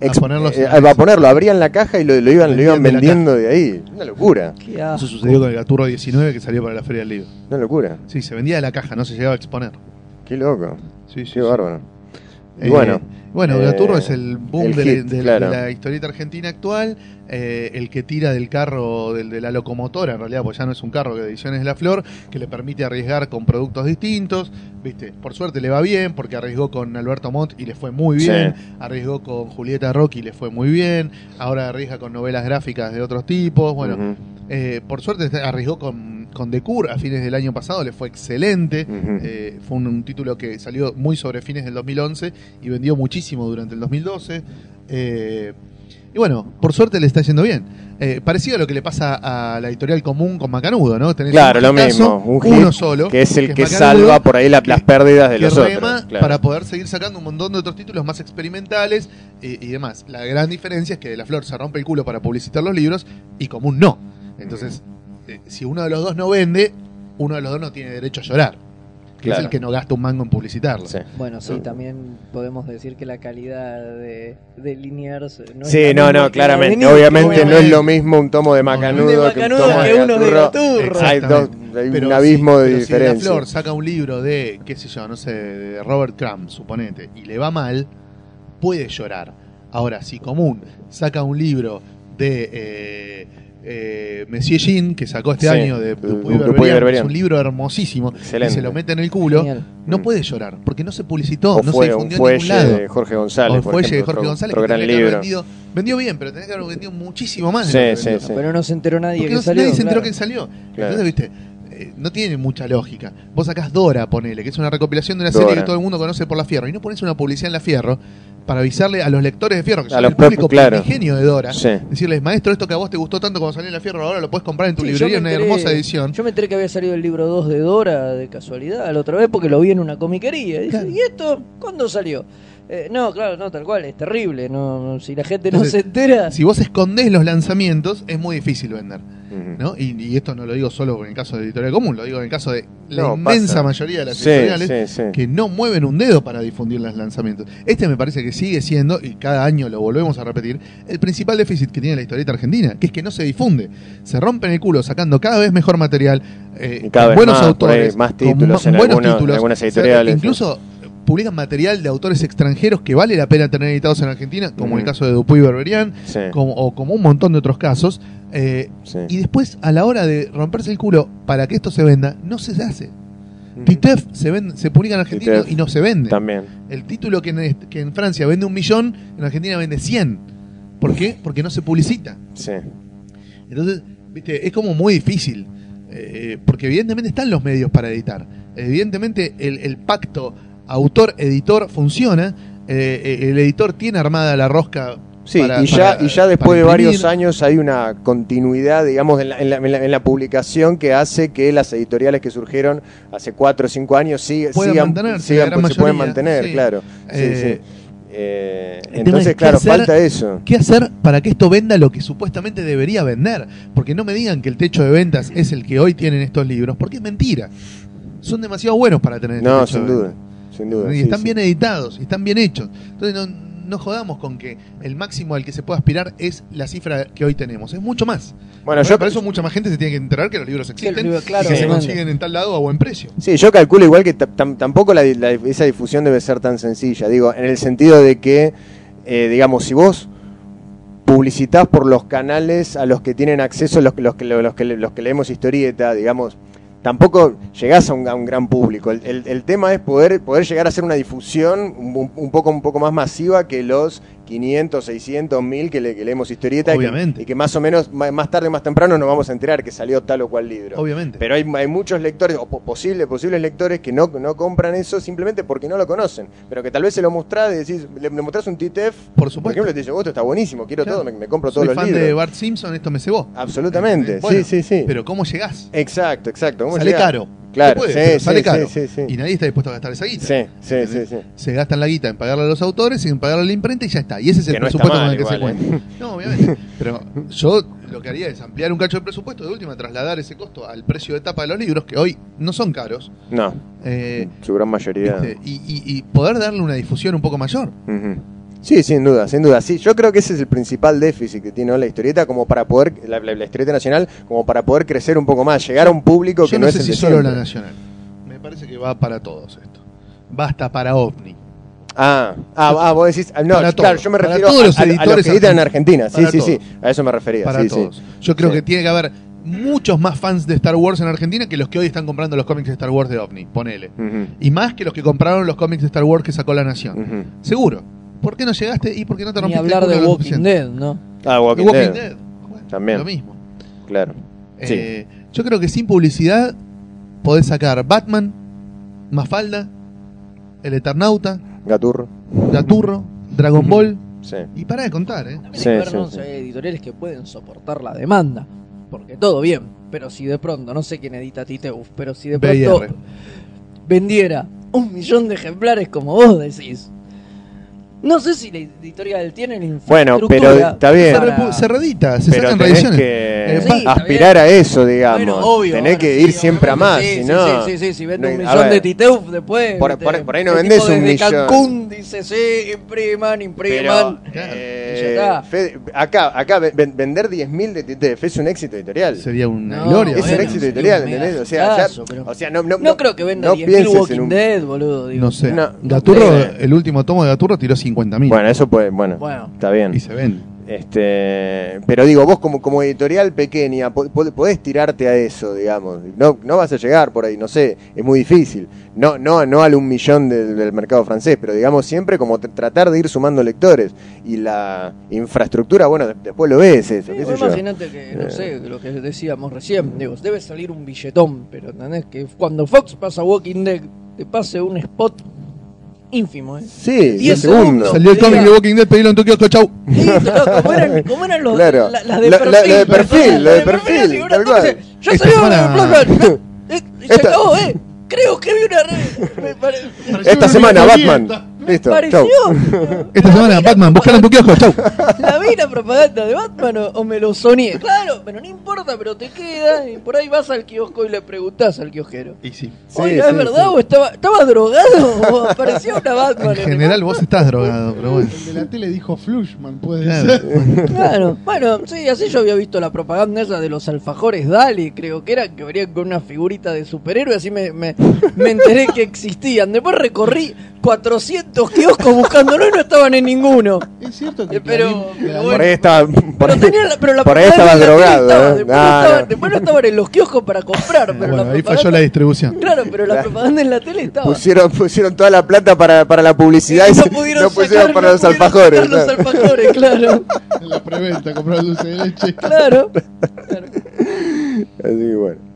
D: ex-
C: ponerlo
D: eh,
C: sin-
D: a ponerlo, abrían la caja y lo, lo iban, lo iban
C: Vendían de la
D: vendiendo de ahí. Una locura,
E: qué asco.
C: Eso sucedió con el Gaturro 19 que salió para la Feria del Libro.
D: una locura.
C: Sí, se vendía de la caja, no se llegaba a exponer.
D: Qué loco,
C: Sí, sí,
D: qué
C: sí.
D: bárbaro. Y bueno,
C: bueno,
D: eh,
C: Gaturro es el boom
D: el
C: de, la-
D: hit,
C: de la-
D: claro.
C: de la historieta argentina actual, eh, el que tira del carro, del- de la locomotora en realidad, porque ya no es un carro que de Ediciones La Flor, que le permite arriesgar con productos distintos, viste, por suerte le va bien, porque arriesgó con Alberto Montt y le fue muy
D: Sí.
C: bien, arriesgó con Julieta Rocky y le fue muy bien, ahora arriesga con novelas gráficas de otros tipos, bueno,
D: Ujú,
C: eh, por suerte arriesgó con, con The Cure a fines del año pasado, le fue excelente.
D: ujú.
C: Eh, fue un, un título que salió muy sobre fines del 2011 y vendió muchísimo durante el 2012. Eh, y bueno, por suerte le está yendo bien. Eh, parecido a lo que le pasa a la editorial común con Macanudo, ¿no? Tenés
D: Claro,
C: un
D: lo
C: hitazo,
D: mismo, un
C: uno
D: hit
C: solo.
D: que es el que,
C: Macanudo,
D: salva por ahí la-
C: que-
D: las pérdidas de
C: que
D: los
C: rema
D: otros. claro.
C: para poder seguir sacando un montón de otros títulos más experimentales eh, y, demás. La gran diferencia es que De La Flor se rompe el culo para publicitar los libros y Común no. Entonces, eh, si uno de los dos no vende, uno de los dos no tiene derecho a llorar. Que
D: Claro.
C: es el que no gasta un mango en publicitarlo.
D: Sí.
E: Bueno, sí,
D: Sí.
E: también podemos decir que la calidad de, de Liniers no
D: Sí,
E: es la
D: no, no,
E: misma que la de
D: claramente.
E: Nick,
D: Obviamente no es
C: obviamente.
D: lo mismo un tomo de Macanudo,
E: De Macanudo
D: que un tomo
E: que uno de
D: Gaturro.
E: Gaturro.
D: Hay, dos, hay
C: Pero
D: un abismo
C: si-
D: de
C: pero si
D: diferencia.
C: la Flor saca un libro de, qué sé yo, no sé, de Robert Crumb, suponete, y le va mal, puede llorar. Ahora, si Común saca un libro de eh, eh, Messier Jean, que sacó este
D: Sí,
C: año de
D: Dupuy
C: Dupuy Berberian, que es
D: Berberian.
C: un libro hermosísimo,
D: Excelente.
C: y se lo mete en el culo,
E: Genial.
C: no
D: Mm.
C: puede llorar, porque no se publicitó,
D: o
C: no se
D: fue un
C: difundió en ningún
D: fuelle
C: lado.
D: de Jorge González.
C: o
D: por
C: Fuelle de
D: ejemplo,
C: Jorge
D: otro-
C: González,
D: otro
C: que
D: gran
C: tenía que haber
D: libro.
C: vendido, vendió bien, pero tenía que haber vendido muchísimo más. de
D: Sí,
C: lo que
D: sí,
C: vendió.
D: sí.
E: Pero no se enteró nadie
C: Porque
E: que
C: no,
E: salió.
C: nadie se enteró
E: claro.
C: que salió.
D: Claro.
C: Entonces, viste, eh, no tiene mucha lógica. Vos sacás Dora, ponele, que es una recopilación de una serie
D: Dora.
C: que todo el mundo conoce por la Fierro, y no pones una publicidad en la Fierro para avisarle a los lectores de Fierro, que
D: A
C: son
D: los
C: el público
D: propios, claro.
C: primigenio de Dora,
D: Sí.
C: decirles, maestro, esto que a vos te gustó tanto cuando salió en la Fierro, ahora lo puedes comprar en tu
E: Sí, yo me
C: librería, una
E: enteré-
C: hermosa edición.
E: Yo me enteré que había salido el libro 2 de Dora de casualidad la otra vez porque lo vi en una comiquería. Y, dice,
C: Claro.
E: "¿Y esto cuándo salió? Eh, no, claro, no, tal cual, es terrible. No, no, si la gente no
C: Entonces,
E: se entera.
C: Si vos escondés los lanzamientos, es muy difícil vender.
D: Ujú.
C: ¿no? Y, y esto no lo digo solo en el caso de Editorial Común, lo digo en el caso de la
D: No,
C: inmensa
D: pasa.
C: mayoría de las
D: Sí,
C: editoriales
D: sí, sí.
C: que no mueven un dedo para difundir los lanzamientos. Este me parece que sigue siendo, y cada año lo volvemos a repetir, el principal déficit que tiene la historieta argentina, que es que no se difunde. Se rompen el culo sacando cada vez mejor material, eh,
D: Y cada
C: con
D: vez
C: buenos
D: más, por ahí,
C: autores,
D: más
C: con
D: títulos
C: ma-
D: en
C: buenos
D: algunos- en
C: títulos.
D: algunas
C: O sea,
D: editoriales,
C: incluso publican material de autores extranjeros que vale la pena tener editados en Argentina, como el
D: Ujú.
C: caso de Dupuy Berberian,
D: Mm. Sí,
C: como- o como un montón de otros casos. eh,
D: sí.
C: y después, a la hora de romperse el culo para que esto se venda, no se hace.
D: Ujú.
C: TITEF se, vende- se publica en Argentina
D: TITEF
C: y no se vende.
D: También.
C: El título que en, que en Francia vende un millón, en Argentina vende 100. ¿Por qué? Porque no se publicita.
D: Sí.
C: Entonces, viste, es como muy difícil. eh, porque evidentemente están los medios para editar. Evidentemente el, el pacto autor-editor funciona. eh, eh, el editor tiene armada la rosca.
D: Sí,
C: para-
D: y, ya,
C: para-
D: y ya después
C: para
D: de
C: imprimir.
D: varios años hay una continuidad, digamos, en la, en la- en la- en la publicación que hace que las editoriales que surgieron hace 4 o 5 años sig-
C: Puedan
D: sigan,
C: mantenerse,
D: sigan- pues,
C: la gran
D: se pueden
C: mayoría,
D: mantener,
C: sí.
D: claro. Sí,
C: Eh,
D: sí. Eh,
C: tema es
D: entonces,
C: qué
D: claro,
C: hacer-
D: falta eso.
C: ¿Qué hacer para que esto venda lo que supuestamente debería vender? Porque no me digan que el techo de ventas es el que hoy tienen estos libros, porque es mentira. Son demasiado buenos para tener este
D: No,
C: techo
D: sin
C: de
D: duda.
C: ventas.
D: Sin duda.
C: Y
D: sí,
C: están
D: sí.
C: bien editados, y están bien hechos. Entonces no, no jodamos con que el máximo al que se puede aspirar es la cifra que hoy tenemos. Es mucho más.
D: Bueno,
C: Por-
D: yo,
C: por eso mucha más gente se tiene que enterar que los libros
E: Que el
C: existen
E: libro, claro,
C: y que
E: se
C: se
E: vende.
C: consiguen en tal lado a buen precio.
D: Sí, yo calculo igual que ta- tam- tampoco la di- la- esa difusión debe ser tan sencilla. Digo, en el sentido de que, eh, digamos, si vos publicitás por los canales a los que tienen acceso, los, que- los, que, los, que, los que leemos historieta, digamos, tampoco llegás a un, a un gran público. El, el- el tema es poder, poder llegar a hacer una difusión un, un poco, un poco más masiva que los 500, 600, 1000 que, le, que leemos historieta. y que-
C: Obviamente.
D: Y que, más o menos, ma- más tarde o más temprano nos vamos a enterar que salió tal o cual libro.
C: Obviamente.
D: Pero hay, hay muchos lectores, o po- posibles, posibles lectores, que no, no compran eso simplemente porque no lo conocen. Pero que tal vez se lo mostrás, y decís, le, le mostrás un TTF,
C: Por
D: por
C: supuesto.
D: ejemplo, y te dice, "Oh, esto está buenísimo, quiero
C: Claro.
D: todo, me, me compro todos
C: Soy
D: los
C: fan
D: libros.
C: de Bart Simpson, esto me cebó.
D: Absolutamente,
C: Bueno,
D: sí, sí, sí.
C: Pero ¿cómo llegás?
D: Exacto, exacto. ¿Cómo
C: sale
D: llegás?
C: caro.
D: Claro,
C: Se puede,
D: sí,
C: pero
D: sí,
C: sale
D: sí,
C: caro.
D: sí, sí.
C: Y nadie está dispuesto a gastar esa guita.
D: Sí, sí, sí,
C: ¿Entendés?
D: sí.
C: Se gastan la guita en pagarle a los autores y en pagarle a la imprenta y ya está. Y ese es el
D: Que no está
C: presupuesto
D: mal
C: con el que
D: igual, ¿eh?
C: se cuenta. No, obviamente. Pero yo lo que haría es ampliar un cacho de presupuesto, de última trasladar ese costo al precio de tapa de los libros, que hoy no son caros,
D: No,
C: eh,
D: su gran mayoría.
C: ¿viste? y, y- y poder darle una difusión un poco mayor.
D: Ujú. Sí, sin duda, sin duda. Sí, yo creo que ese es el principal déficit que tiene hoy la historieta, como para poder, la, la- la historieta nacional, como para poder crecer un poco más, llegar a un público que
C: Yo
D: no,
C: no,
D: es
C: sé
D: el
C: si
D: de
C: solo la
D: siempre.
C: nacional. Me parece que va para todos esto. Basta para OVNI.
D: Ah, ah, ah, vos decís. ah, No,
C: Para
D: claro,
C: todos,
D: yo me
C: para
D: refiero
C: todos los
D: a, a
C: editores
D: que editan en
C: argentinos.
D: Argentina. Sí,
C: Para
D: sí, sí.
C: todos.
D: A eso me refería.
C: para
D: sí, sí.
C: todos. Yo creo
D: Sí.
C: que tiene que haber muchos más fans de Star Wars en Argentina que los que hoy están comprando los cómics de Star Wars de OVNI, ponele.
D: Ujú,
C: Y más que los que compraron los cómics de Star Wars que sacó la Nación.
D: ujú.
C: Seguro. ¿Por qué no llegaste y por qué no te
E: Ni
C: rompiste el
E: hablar
C: culo
E: de
C: lo
E: Walking
C: suficiente?
E: Dead, ¿no?
D: Ah,
C: De
D: Walking,
C: Walking
D: Dead.
C: Dead. Bueno,
D: También.
C: Lo mismo.
D: Claro. Sí.
C: Eh, yo creo que sin publicidad podés sacar Batman, Mafalda, El Eternauta,
D: Gaturro.
C: Gaturro, Dragon Ball.
D: Sí.
C: Y para de contar, ¿eh?
E: También
D: Sí,
E: hay que ver,
D: sí,
E: ¿no?
D: sí.
E: Si hay editoriales que pueden soportar la demanda. Porque todo bien. Pero si de pronto, no sé quién edita Titeus, pero si de pronto
C: BIR.
E: vendiera un millón de ejemplares como vos decís. No sé si la editorial tiene la
D: Bueno,
E: infraestructura
D: pero está bien.
C: Se,
E: para-
C: repu- se reedita, se
D: Pero
C: sacan
D: tenés
C: reediciones.
D: que
C: Sí, está
D: aspirar a eso, digamos.
E: Bueno, obvio.
D: tenés
E: bueno,
D: que
E: sí,
D: ir siempre a más.
E: obviamente,
D: si
E: sí,
D: no,
E: sí, sí, sí, si vende
D: no-
E: un
D: a
E: millón
D: ver,
E: de Titeuf después.
D: Por-
E: viste,
D: por- por ahí no
E: el
D: vendés
E: tipo
D: un
E: desde
D: millón.
E: Cancún dice, sí, impriman,
D: Pero,
E: impriman.
C: Claro.
D: eh,
E: Y ya está.
D: Fede, acá, acá ve- ven- vender 10.000 de TTF es un éxito editorial.
C: Sería una
E: No,
C: gloria. ¿eh?
D: es un
E: bueno,
D: éxito
E: sería
D: editorial,
E: un
D: ¿entendés?
E: mega
D: O sea, ya-
E: hitazo, pero-
D: o sea, no, no,
E: No creo que venda
D: no
E: 10.000
D: pienses en
E: Walking
D: un-
E: Dead, boludo. digo.
C: No sé.
D: No, no
C: Gaturro,
D: sé.
C: el último tomo de Gaturro tiró 50.000.
D: Bueno, eso puede, bueno,
E: Bueno.
D: está bien.
C: Y se vende.
D: Este, pero digo, vos como, como editorial pequeña po- po- podés tirarte a eso, digamos. No, no vas a llegar por ahí, no sé, es muy difícil. No, no, no al un millón del, del mercado francés, pero digamos siempre como tr- tratar de ir sumando lectores. Y la infraestructura, bueno, de- después lo ves eso,
E: Sí,
D: qué sé
E: vos
D: yo.
E: Imagínate que, no
D: Eh.
E: sé, lo que decíamos recién, digo, debe salir un billetón, pero ¿entendés? Que cuando Fox pasa Walking Dead, te pase un spot ínfimo, ¿eh?
D: Sí,
E: 10
D: diez segundos.
E: segundos.
C: Salió el cómic
E: Diga.
C: de Walking Dead, pedilo en tu kiosco, chau.
E: Listo,
D: [LAUGHS]
E: claro, como eran, como eran los,
D: Claro.
E: la- las de
D: La- la-
E: perfil.
D: la de perfil,
E: ¿entendés?
D: la de perfil,
E: digo,
D: tal
E: una
D: cual.
E: cosa, Yo
C: Esta
E: soy
C: semana- [LAUGHS]
E: un blog, eh, y se
D: Esta-
E: acabó, ¿eh? Creo que vi una
D: [LAUGHS]
E: red. Me, pare-
D: Esta semana, Batman.
E: me
D: Listo,
E: pareció.
D: chau.
C: Esta semana, Batman, buscala en tu kiosco, chau.
E: [LAUGHS] ¿La vi la propaganda de Batman o, o me lo soñé? Claro, pero no importa, pero te queda. Y por ahí vas al kiosco y le preguntás al kiosquero.
C: Y sí.
D: Sí,
E: Oiga,
D: sí,
E: ¿es verdad
D: sí.
E: o estaba, estaba drogado o apareció una Batman?
C: En
E: el
C: general vos estás drogado, pero bueno.
B: El de la tele dijo Flushman, puede ser. [LAUGHS]
E: Claro,
C: Claro.
E: bueno, sí, así yo había visto la propaganda esa de los alfajores Dali, creo que eran, que venían con una figurita de superhéroe, así me, me, me enteré que existían. Después recorrí 400 kioscos buscándolo y no estaban en ninguno.
B: Es cierto que
E: Eh, pero-
B: Clarín de la-
D: Por
E: bueno.
D: ahí estaba. [LAUGHS] Por
E: Pero,
D: ahí,
E: tenía la- pero la
D: por ahí
E: propaganda
D: estabas
E: en la
D: drogado.
E: tele estaba,
D: ¿eh?
E: después,
D: Ah,
E: no
D: no.
E: estaban, después no estaban en los kioscos para comprar, pero la
C: Bueno, ahí
E: propaganda-
C: falló la distribución.
E: Claro, pero la
D: Claro.
E: propaganda en la tele estaba.
D: Pusieron, pusieron toda la plata para, para la publicidad y se- no pusieron
E: sacar-
D: para
E: no
D: los
E: pudieron
D: alfajores.
E: sacar los
D: claro.
E: alfajores, claro.
B: En la preventa, comprar dulce de leche.
E: Claro.
B: Ah.
D: Así que bueno.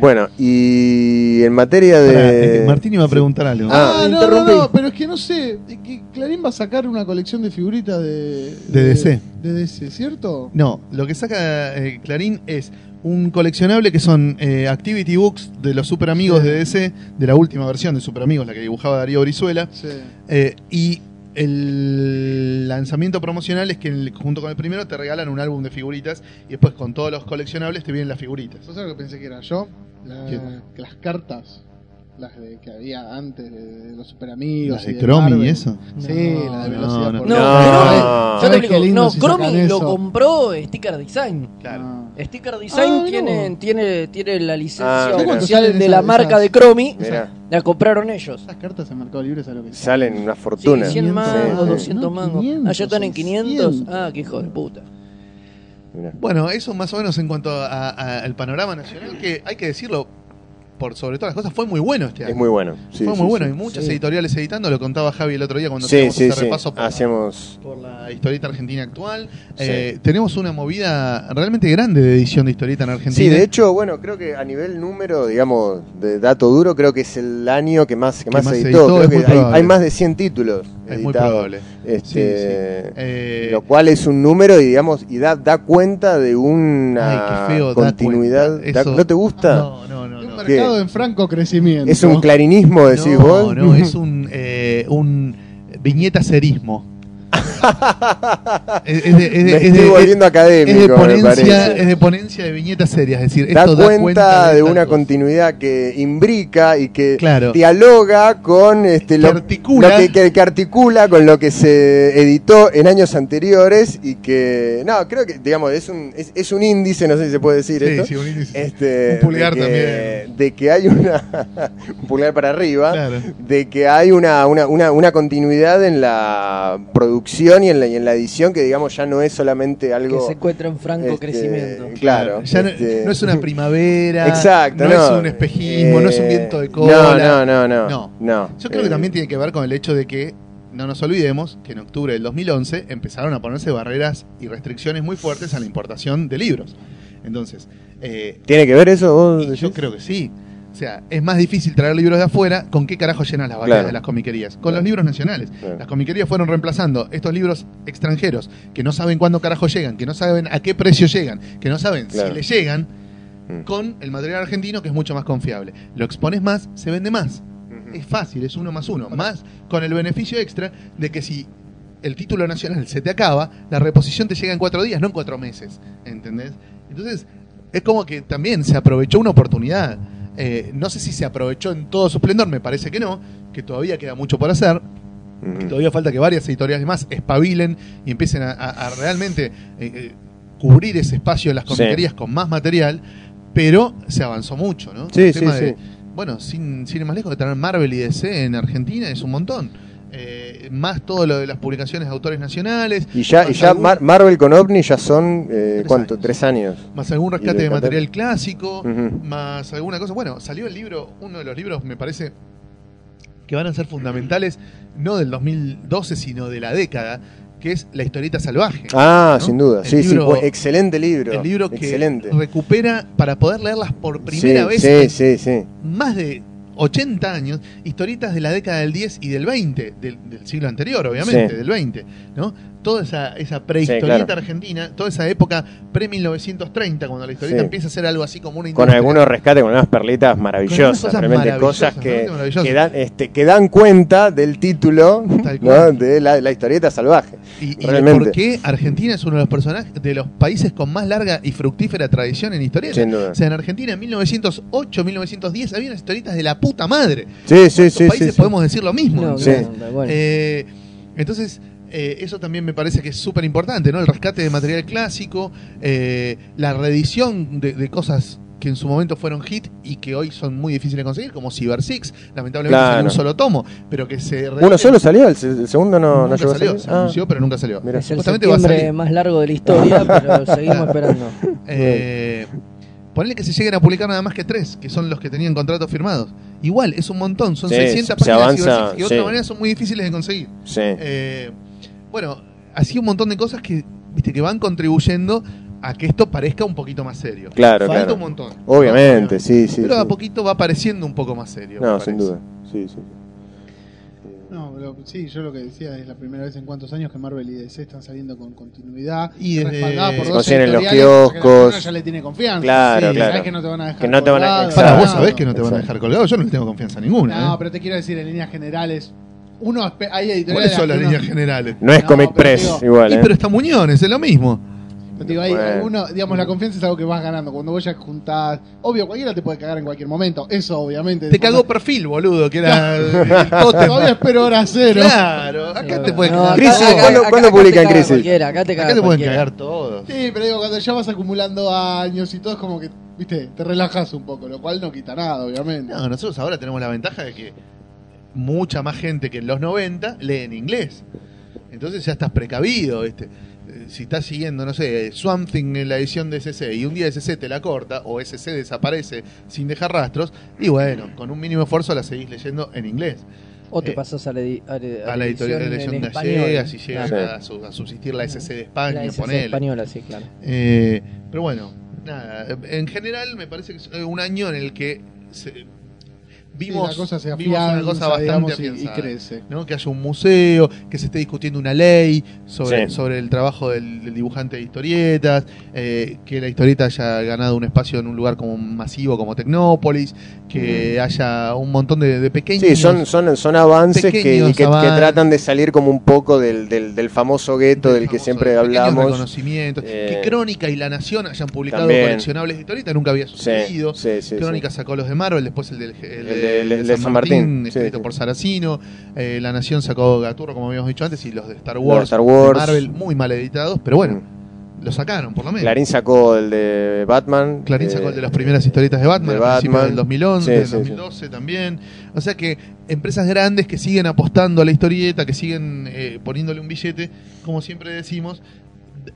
D: Bueno, y en materia de.
C: Pará, eh, Martín iba a preguntar algo.
D: Ah.
B: Ah,
D: me
B: no, no,
D: interrumpí.
B: no, pero es que no sé. es que Clarín va a sacar una colección de figuritas de.
C: De DC.
B: De DC, ¿cierto?
C: No, lo que saca eh, Clarín es un coleccionable que son eh, Activity Books de los Super Amigos
B: Sí.
C: de DC, de la última versión de Super Amigos, la que dibujaba Darío Brizuela.
B: Sí.
C: Eh, y el lanzamiento promocional es que el- junto con el primero te regalan un álbum de figuritas y después con todos los coleccionables te vienen las figuritas.
B: ¿Sabes lo que pensé que era yo? La-
C: ¿Qué?
B: que las cartas, las de, que había antes de, de los superamigos.
C: Las de
B: y
C: Cromi
B: Marvel.
C: y eso.
B: Sí,
E: No,
B: la de
C: no,
B: velocidad
C: no.
B: por
E: No,
B: hora.
D: No.
E: Cromi, yo te
B: ¿Sabés qué
E: explico,
B: lindo
E: no,
B: si sacan
E: Cromi lo
B: eso?
E: compró Sticker Design.
B: No.
E: Sticker
B: Ah,
E: Design
B: mira
E: tiene,
B: vos.
E: tiene, tiene la
D: Ah,
E: licencia
D: mira.
B: ¿Cuánto
E: oficial de
B: salen
E: la
B: esas-
E: marca
B: esas?
E: de Cromi.
D: Mirá,
E: La compraron ellos.
B: Esas cartas en Mercado Libre, ¿sabes lo que son?
D: salen una
E: Sí,
D: fortuna.
E: 100
B: Sí,
E: mangos,
D: sí.
E: 200
B: No,
E: mangos.
B: 500,
E: Allá están en 500.
B: 600.
E: Ah, qué hijo de puta.
D: Mirá.
C: Bueno, eso más o menos en cuanto a- a- al panorama nacional, que hay que decirlo, por sobre todas las cosas, fue muy bueno este año.
D: Es muy bueno. Sí,
C: fue
D: sí,
C: muy bueno,
D: sí.
C: hay muchas
E: Sí.
C: editoriales editando, lo contaba Javi el otro día cuando
D: Sí,
C: teníamos
D: sí,
C: ese
D: sí.
C: repaso por,
D: Hacíamos.
C: por la historieta argentina actual.
D: Sí.
C: Eh, tenemos una movida realmente grande de edición de historieta en Argentina.
D: Sí, de hecho, bueno, creo que a nivel número, digamos, de dato duro, creo que es el año que más, que más,
C: más
D: se
C: se
D: editó.
C: editó,
D: Creo
C: es
D: que
C: muy
D: hay,
C: probable.
D: hay más de 100 títulos.
C: es muy
D: editados.
C: probable.
D: Este,
C: Sí, sí. Eh,
D: Lo cual es un número y digamos y da, da cuenta de una
C: Ay, qué feo, da
D: continuidad.
C: cuenta.
D: Da-
C: Eso-
D: ¿No te gusta?
C: no, no, no.
B: Es un
C: no.
B: mercado en franco crecimiento.
D: ¿Es [LAUGHS] un clarinismo, decís
C: No,
D: vos? [LAUGHS]
C: no, es un, eh, un viñeta serismo. Es, es de, es de-
D: Me
C: es de-
D: estoy
C: es-
D: volviendo académico,
C: es de
D: me
C: ponencia,
D: parece.
C: es de ponencia de viñetas serias, es decir,
D: da
C: esto
D: cuenta,
C: da cuenta
D: de
C: tal
D: una
C: cosa.
D: continuidad que imbrica y que
C: Claro.
D: dialoga con este,
C: Que
D: lo,
C: articula.
D: lo que, que- que articula con lo que se editó en años anteriores y que no creo que digamos es un es, es un índice no sé si se puede decir
C: Sí,
D: esto
C: sí, un índice.
D: este,
C: Un pulgar
D: de que,
C: también.
D: de que hay una [LAUGHS] un pulgar para arriba
C: Claro.
D: de que hay una, una, una, una continuidad en la producción y en la, y en la edición que digamos ya no es solamente
E: Que
D: algo
E: se encuentra en franco
D: este,
E: crecimiento.
D: claro
C: Ya no-
D: este,
C: no, es una primavera,
D: Exacto,
C: no, es un espejismo, no es un
D: Eh,
C: viento de cola.
D: No, no, no,
C: No.
D: no. no.
C: Yo creo
D: Eh,
C: que también tiene que ver con el hecho de que, no nos olvidemos, que en octubre del 2011 empezaron a ponerse barreras y restricciones muy fuertes a la importación de libros. Entonces, eh,
D: ¿Tiene que ver eso vos?
C: y yo
D: decís?
C: creo que sí. O sea, es más difícil traer libros de afuera. ¿Con qué carajo llenas las batallas
D: Claro.
C: de las comiquerías? Con los
D: Claro.
C: libros nacionales.
D: Claro.
C: Las comiquerías fueron reemplazando estos libros extranjeros que no saben cuándo carajo llegan, que no saben a qué precio llegan, que no saben si
D: Claro.
C: le llegan,
D: Mm.
C: con el material argentino que es mucho más confiable. Lo expones más, se vende más. Es fácil, es uno más uno. Más con el beneficio extra de que si el título nacional se te acaba, la reposición te llega en cuatro días, no en cuatro meses. ¿Entendés? Entonces, es como que también se aprovechó una oportunidad. Eh, no sé si se aprovechó en todo su esplendor, me parece que no, que todavía queda mucho por hacer,
D: Ujú.
C: que todavía falta que varias editoriales más espabilen y empiecen a, a- a realmente eh, eh, cubrir ese espacio en las
D: Sí.
C: comiquerías con más material, pero se avanzó mucho, ¿no?
D: Sí,
C: El
D: sí,
C: tema
D: sí.
C: de- Bueno, sin, sin ir más lejos, de tener Marvel y DC en Argentina es un montón. Eh, más todo lo de las publicaciones de autores nacionales,
D: Y ya, y
C: más
D: ya
C: algún-
D: Mar- Marvel con OVNI ya son, eh,
C: Tres
D: ¿cuánto?
C: años.
D: Tres años.
C: más algún rescate
D: y de
C: de
D: cantar.
C: material clásico,
D: Ujú.
C: más alguna cosa. Bueno, salió el libro, uno de los libros, me parece, que van a ser fundamentales, no del 2012, sino de la década, que es La historieta salvaje.
D: Ah,
C: ¿no?
D: sin duda.
C: El
D: Sí, sí,
C: libro-
D: fue- excelente libro.
C: el libro que
D: Excelente.
C: recupera, para poder leerlas por
D: Sí,
C: primera vez,
D: Sí, sí, sí.
C: más de 80 años, historietas de la década del 10 y del 20, del, del siglo anterior, obviamente,
D: Sí.
C: del 20, ¿no? Toda esa, esa prehistorieta
D: Sí, claro.
C: argentina, toda esa época pre-1930, cuando la historieta
D: Sí.
C: empieza a ser algo así como una
D: Con
C: industria.
D: algunos rescates, con unas perlitas maravillosas,
C: Con algunas cosas
D: realmente cosas
C: maravillosas,
D: que,
C: realmente maravillosas.
D: que dan, este, que dan cuenta del título
C: Tal
D: ¿no?
C: cual.
D: de la, la historieta salvaje.
C: Y, y
D: Realmente.
C: por qué Argentina es uno de los personajes de los países con más larga y fructífera tradición en historietas.
D: Sin duda.
C: O sea, en Argentina en 1908, 1910 había unas historietas de la puta madre.
D: Sí,
C: En
D: sí,
C: otros
D: sí.
C: países
D: sí, sí.
C: podemos decir lo mismo.
E: No,
C: ¿no?
D: Sí.
E: claro, bueno.
C: Eh, entonces, eh, eso también me parece que es súper importante, ¿no? El rescate de material clásico, eh, la reedición de, de cosas que en su momento fueron hit y que hoy son muy difíciles de conseguir, como Cyber Six, lamentablemente
D: Claro.
C: salió un solo tomo, pero que se
D: ¿Uno
C: reediten-
D: solo salió? ¿El, el segundo no, no
C: nunca
D: llegó
C: salió,
D: a
C: se
D: salir? Ah,
C: anunció, pero nunca salió.
D: mirá.
E: es el
C: justamente va a
E: septiembre
C: salir.
E: más largo de la
C: [LAUGHS]
E: historia, pero seguimos esperando.
C: Eh, ponele que se lleguen a publicar nada más que tres, que son los que tenían contratos firmados. Igual, es un montón, son
D: Sí,
C: 600
D: se
C: páginas de
D: avanza,
C: Cyber Six, que de otra
D: sí.
C: manera son muy difíciles de conseguir.
D: Sí.
C: Eh, bueno, así un montón de cosas que, viste, que van contribuyendo a que esto parezca un poquito más serio.
D: Claro,
C: Falta
D: claro.
C: un montón.
D: Obviamente, sí, sí.
C: Pero
D: sí.
C: a poquito va pareciendo un poco más serio.
D: No,
C: me
D: sin
C: parece.
D: duda. Sí, sí. sí.
B: No, pero sí, yo lo que decía es la primera vez en cuántos años que Marvel y DC están saliendo con continuidad
C: Y desde-
B: respaldada por
C: Se
B: dos
D: consiguen en los
B: editoriales porque la
D: kioscos.
B: persona ya le tiene confianza.
D: Claro,
C: Sí,
B: Sabés
D: claro.
B: que no te van a dejar
D: Que no te van a-
B: colgado,
D: exacto.
C: Pará, vos
B: nada.
C: sabés que no te van a
D: Exacto.
C: dejar colgado. Yo no le tengo confianza ninguna.
B: No,
C: ¿eh?
B: pero te quiero decir en líneas generales, uno espe- hay
C: ¿Cuáles
B: editoriales
C: son las
B: que uno-
C: líneas generales?
D: No es
B: No,
D: Comic
B: pero
D: Press,
B: digo-
D: igual.
C: Y,
D: ¿eh?
C: pero está Muñones, es lo mismo.
B: Pero digo, hay
D: Bueno.
B: alguno- digamos, la confianza es algo que vas ganando. Cuando vos ya juntás. Obvio, cualquiera te puede cagar en cualquier momento. Eso, obviamente.
C: Te [LAUGHS] cagó perfil, boludo, que era
D: [LAUGHS]
C: el tótem.
B: Todavía espero hora cero.
C: [LAUGHS] Claro, acá te puedes
E: No,
C: cagar.
D: Crisis,
C: todo.
D: ¿cuándo-
E: acá-
D: cuándo
E: acá te
D: publican
E: caga
D: Crisis?
E: cualquiera, Acá te,
C: Acá te pueden
E: cualquiera.
C: cagar todos.
B: Sí, pero digo, cuando ya vas acumulando años y todo, es como que, viste, te relajas un poco, lo cual no quita nada, obviamente.
C: No, nosotros ahora tenemos la ventaja de que mucha más gente que en los 90 lee en inglés. Entonces ya estás precavido, ¿viste? Eh, Si estás siguiendo, no sé, Something en la edición de SC y un día SC te la corta o SC desaparece sin dejar rastros, y bueno, con un mínimo esfuerzo la seguís leyendo en inglés.
E: O te
C: Eh,
E: pasás a la, edi- a la-
C: A la editorial de
E: edición en
C: leyenda
E: español.
C: gallega, si llegan
D: Sí.
C: a, su- a subsistir la SC de
E: La
C: España,
E: edición
C: ponele.
E: española, sí, claro.
C: Eh, pero bueno, nada, en general me parece que es eh, un año en el que se- vimos,
B: la cosa se
C: vimos una
B: afianza,
C: cosa bastante
B: digamos, y- y,
C: afianzada, ¿eh?
B: crece.
C: ¿no? Que haya un museo, que se esté discutiendo una ley sobre,
D: Sí.
C: sobre el trabajo del, del dibujante de historietas, eh, que la historieta haya ganado un espacio en un lugar como masivo como Tecnópolis, que haya un montón de, de pequeños.
D: Mm. Sí, son, son, son avances que,
C: Pequeños
D: y que- que
C: avances.
D: tratan de salir como un poco del, del, del famoso gueto del, que
C: famosos,
D: siempre
C: pequeños
D: hablamos.
C: reconocimientos.
D: Eh,
C: que Crónica y La Nación hayan publicado
D: también.
C: coleccionables de historietas, nunca había
D: Sí,
C: sucedido.
D: sí, sí, sí.
C: Crónica sacó los de Marvel, después el del el de,
D: de- el de
C: San,
D: San
C: Martín,
D: Martín, sí,
C: escrito
D: sí.
C: por Saracino. Eh, la Nación sacó Gaturro, como habíamos dicho antes, y los de Star
D: Los
C: Wars,
D: de Star Wars. Mm.
C: de Marvel, muy mal editados, pero bueno, lo sacaron por lo menos. Clarín,
D: Clarín sacó el de Batman. eh,
C: sacó el de las primeras historietas de Batman,
D: de
C: al principio
D: Batman.
C: del 2011,
D: Sí,
C: del
D: sí, sí.
C: 2012 también. O sea que empresas grandes que siguen apostando a la historieta, que siguen eh, poniéndole un billete, como siempre decimos,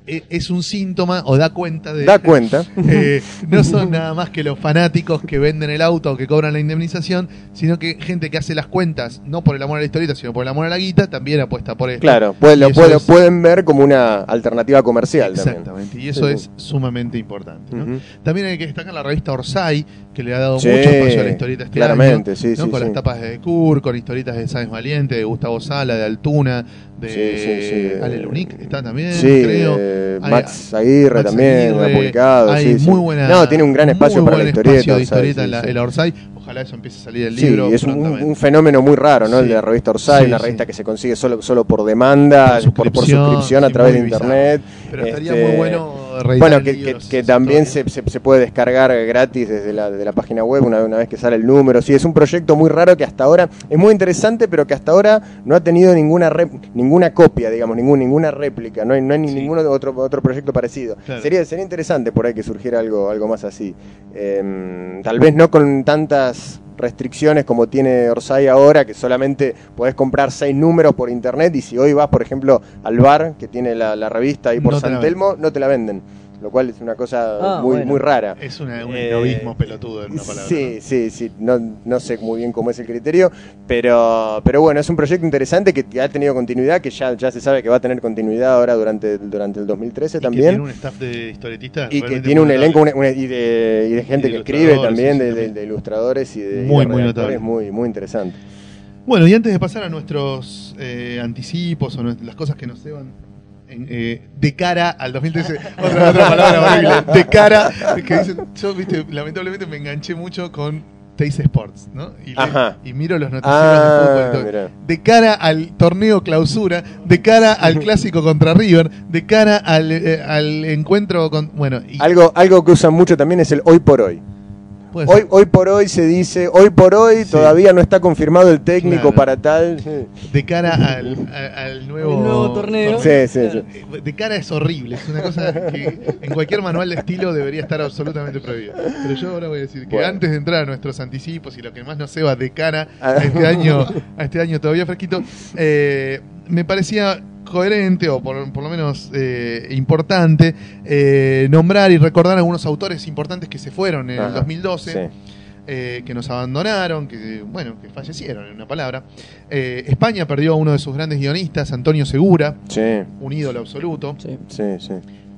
C: eh, es un síntoma o da cuenta de,
D: Da cuenta. [LAUGHS]
C: Eh, no son nada más que los fanáticos que venden el auto o que cobran la indemnización, sino que gente que hace las cuentas, no por el amor a la historieta, sino por el amor a la guita, también apuesta por esto.
D: Claro,
C: Y
D: pues lo
C: eso
D: puede-
C: es-
D: pueden ver como una alternativa comercial también.
C: Exactamente, y eso
D: Sí,
C: es
D: sí.
C: sumamente importante. ¿no?
D: Ujú.
C: También hay que destacar la revista Orsay, que le ha dado
D: Sí,
C: mucho espacio a la historieta este
D: claramente,
C: año,
D: sí,
C: ¿no?
D: sí,
C: con
D: sí.
C: las tapas de Cur, con historietas de Sáenz Valiente, de Gustavo Sala, de Altuna, de
D: Sí, sí, sí.
C: Ale Lunic, está también,
D: Sí,
C: creo.
D: eh,
C: Hay-
D: Max Aguirre
C: Max
D: también
C: Aguirre,
D: lo ha publicado.
C: Hay
D: sí, sí.
C: muy buena.
D: No, tiene un gran
C: muy
D: espacio para
C: buen
D: la historieta.
C: espacio de
D: ¿sabes?
C: historieta
D: Sí,
C: en la,
D: sí.
C: en la Orsay. Ojalá eso empiece a salir el
D: Sí,
C: libro.
D: es un,
C: prontamente.
D: un fenómeno muy raro, ¿no? El
C: Sí.
D: de la revista Orsay,
C: Sí,
D: una
C: sí.
D: revista que se consigue solo, solo por demanda,
C: Por
D: por por
C: suscripción,
D: suscripción a
C: sí,
D: través de
C: muy bizarro.
D: internet.
C: Pero estaría
D: Este,
C: muy bueno reeditar
D: Bueno,
C: el
D: que,
C: libro,
D: que-
C: esas
D: que también
C: historias.
D: se, se- se puede descargar gratis desde la, de la página web una, una vez que sale el número. Sí, es un proyecto muy raro que hasta ahora es muy interesante, pero que hasta ahora no ha tenido ninguna rep- ninguna copia, digamos, ningún, ninguna réplica. No hay, no hay ni
C: Sí.
D: ningún otro, otro proyecto parecido.
C: Claro.
D: Sería, sería interesante por ahí que surgiera algo, algo más así. Eh, tal vez no con tantas restricciones como tiene Orsay ahora, que solamente podés comprar seis números por internet y si hoy vas, por ejemplo, al bar que tiene la, la revista ahí por
C: No te la
D: San Telmo, no te la venden lo cual es una cosa
E: Ah,
D: muy,
E: bueno.
D: muy rara.
C: Es una- un
D: Eh,
C: esnovismo pelotudo en una palabra.
D: Sí, sí, sí, no, no sé muy bien cómo es el criterio, pero, pero bueno, es un proyecto interesante que ha tenido continuidad, que ya, ya se sabe que va a tener continuidad ahora durante, durante el 2013
C: ¿no? Y que
D: también.
C: tiene un staff de historietistas.
D: Y que
C: realmente
D: tiene un
C: muy
D: elenco
C: notable.
D: una- una- y, de, y de gente
C: Y de
D: que escribe
C: ilustradores,
D: también,
C: sí,
D: de,
C: sí,
D: de-
C: también.
D: de ilustradores y de, y
C: Muy,
D: de
C: muy
D: redactores,
C: notable.
D: muy, muy interesante.
C: Bueno, y antes de pasar a nuestros eh, anticipos o nues- las cosas que nos llevan en, eh, de cara
D: [LAUGHS]
C: al 2013, otra, otra palabra horrible, de cara, que dicen, yo, viste, lamentablemente me enganché mucho con Taze Sports, ¿no? Y, le-
D: Ajá.
C: y miro los noticieros de fútbol.
D: Ah,
C: y todo.
D: mirá.
C: de cara al torneo clausura, de cara al clásico contra River, de cara al, eh, al encuentro con... Bueno, y
D: Algo, algo que usan mucho también es el hoy por hoy.
C: puede ser.
D: Hoy, hoy por hoy se dice, hoy por hoy
C: Sí.
D: todavía no está confirmado el técnico
C: Claro.
D: para tal. Sí.
C: de cara
D: [LAUGHS]
C: al, a- al nuevo,
E: El nuevo torneo.
D: Sí, sí, sí.
C: Eh, De cara es horrible, es una cosa que en cualquier manual de estilo debería estar absolutamente prohibida. Pero yo ahora voy a decir que
D: Bueno.
C: antes de entrar a nuestros anticipos y lo que más nos ceba
D: [LAUGHS]
C: de cara
D: Ah.
C: a este año, a este año todavía fresquito, eh, me parecía coherente o por, por lo menos eh, importante eh, nombrar y recordar algunos autores importantes que se fueron en el
D: Ajá,
C: 2012
D: Sí.
C: eh, que nos abandonaron, que bueno, que fallecieron en una palabra. Eh, España perdió a uno de sus grandes guionistas, Antonio Segura,
D: Sí,
C: un ídolo absoluto.
E: Sí.
D: sí, sí.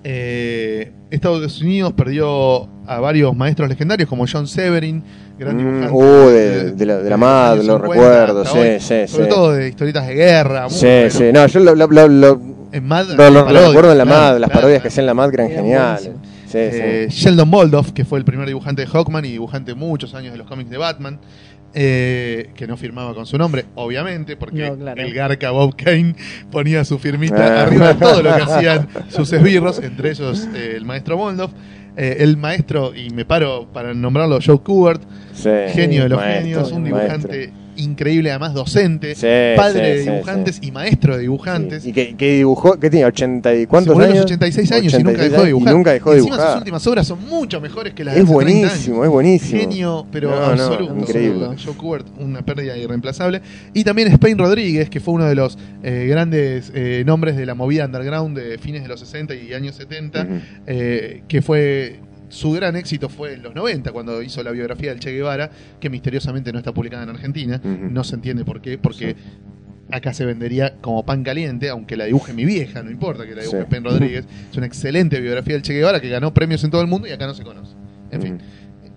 C: Eh, Estados Unidos perdió a varios maestros legendarios como John Severin, gran
D: Mm,
C: dibujante.
D: uh, de, de la, de la
C: los
D: MAD,
C: años
D: lo
C: 50
D: recuerdo,
C: hasta
D: sí,
C: hoy,
D: sí,
C: Sobre
D: sí.
C: todo de historietas de guerra. muy
D: Sí,
C: bueno.
D: sí, no, yo lo, lo- lo- lo-
C: En MAD,
D: lo- lo- lo
C: parodias,
D: recuerdo en la
C: claro,
D: MAD, las
C: claro,
D: parodias que
C: claro.
D: hacían en la MAD eran
E: Eran
D: geniales.
E: buenísimas.
D: Sí, sí.
C: Eh, Sheldon Moldoff, que fue el primer dibujante de Hawkman y dibujante muchos años de los cómics de Batman, eh, que no firmaba con su nombre, obviamente, porque
E: No, claro.
C: el garca Bob Kane ponía su firmita
D: Ah.
C: arriba de
D: [LAUGHS]
C: todo lo que hacían sus esbirros, entre ellos eh, el maestro Moldoff. eh, el maestro, y me paro para nombrarlo, Joe Kubert,
D: sí.
C: genio de los
D: Maestro,
C: genios, un
D: maestro.
C: dibujante increíble, además docente,
D: Sí,
C: padre
D: sí,
C: de
D: sí,
C: dibujantes
D: sí.
C: y maestro de dibujantes.
D: Sí, Y que, que dibujó, que tiene 80 y
C: Se
D: cuántos
C: murió a
D: años.
C: los 86 años y nunca
D: 86
C: dejó de
D: y
C: dibujar.
D: nunca dejó de
C: Encima
D: dibujar.
C: sus últimas obras son mucho mejores que las de
D: Es
C: hace 30 años.
D: buenísimo, es buenísimo.
C: Genio, pero
D: No, no,
C: absoluto.
D: increíble.
C: Absoluto. Joe Kubert, una pérdida irreemplazable. Y también Spain Rodríguez, que fue uno de los eh, grandes eh, nombres de la movida underground de fines de los 60 y años 70,
D: Ujú.
C: eh, que fue. Su gran éxito fue en los 90, cuando hizo la biografía del Che Guevara, que misteriosamente no está publicada en Argentina.
D: Ujú.
C: No se entiende por qué, porque acá se vendería como pan caliente, aunque la dibuje mi vieja, no importa que la dibuje
D: Sí.
C: Pen Rodríguez. Es una excelente biografía del Che Guevara que ganó premios en todo el mundo y acá no se conoce. En fin,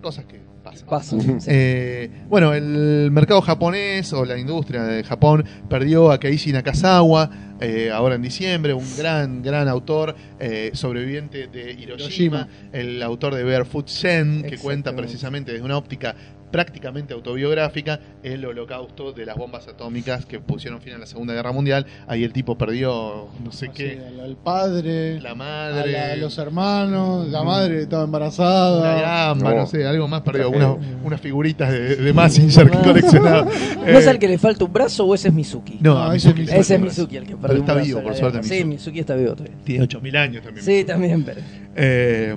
C: cosas que pasa.
E: Pasa. sí.
C: Eh, bueno, el mercado japonés o la industria de Japón perdió a Keiichi Nakasawa eh, ahora en diciembre, un gran, gran autor, eh, sobreviviente de Hiroshima,
B: Hiroshima.
C: el autor de Barefoot Zen, que cuenta
E: Exactamente.
C: precisamente desde una óptica prácticamente autobiográfica el holocausto de las bombas atómicas que pusieron fin a la Segunda Guerra Mundial. Ahí el tipo perdió no sé
B: O
C: qué,
B: sea, al padre,
C: la
B: a
C: madre,
B: la- a los hermanos, la madre estaba embarazada.
C: una gamba,
D: No.
C: no sé, algo más perdido, algunas unas figuritas de, de Massinger que coleccionaba.
E: ¿No es
C: Eh,
E: al que le falta un brazo o ese es Mizuki?
C: No,
B: No,
C: a
B: ese es
C: Mizuki le
E: Ese es
C: falta
E: Mizuki el que perdió
C: Pero
E: un
C: está
E: brazo
C: vivo,
E: en la
C: por suerte,
E: guerra. Sí,
C: Mizuki.
E: Mizuki está vivo todavía.
C: Tiene 8000 años también.
E: Sí, también, pero...
C: Eh,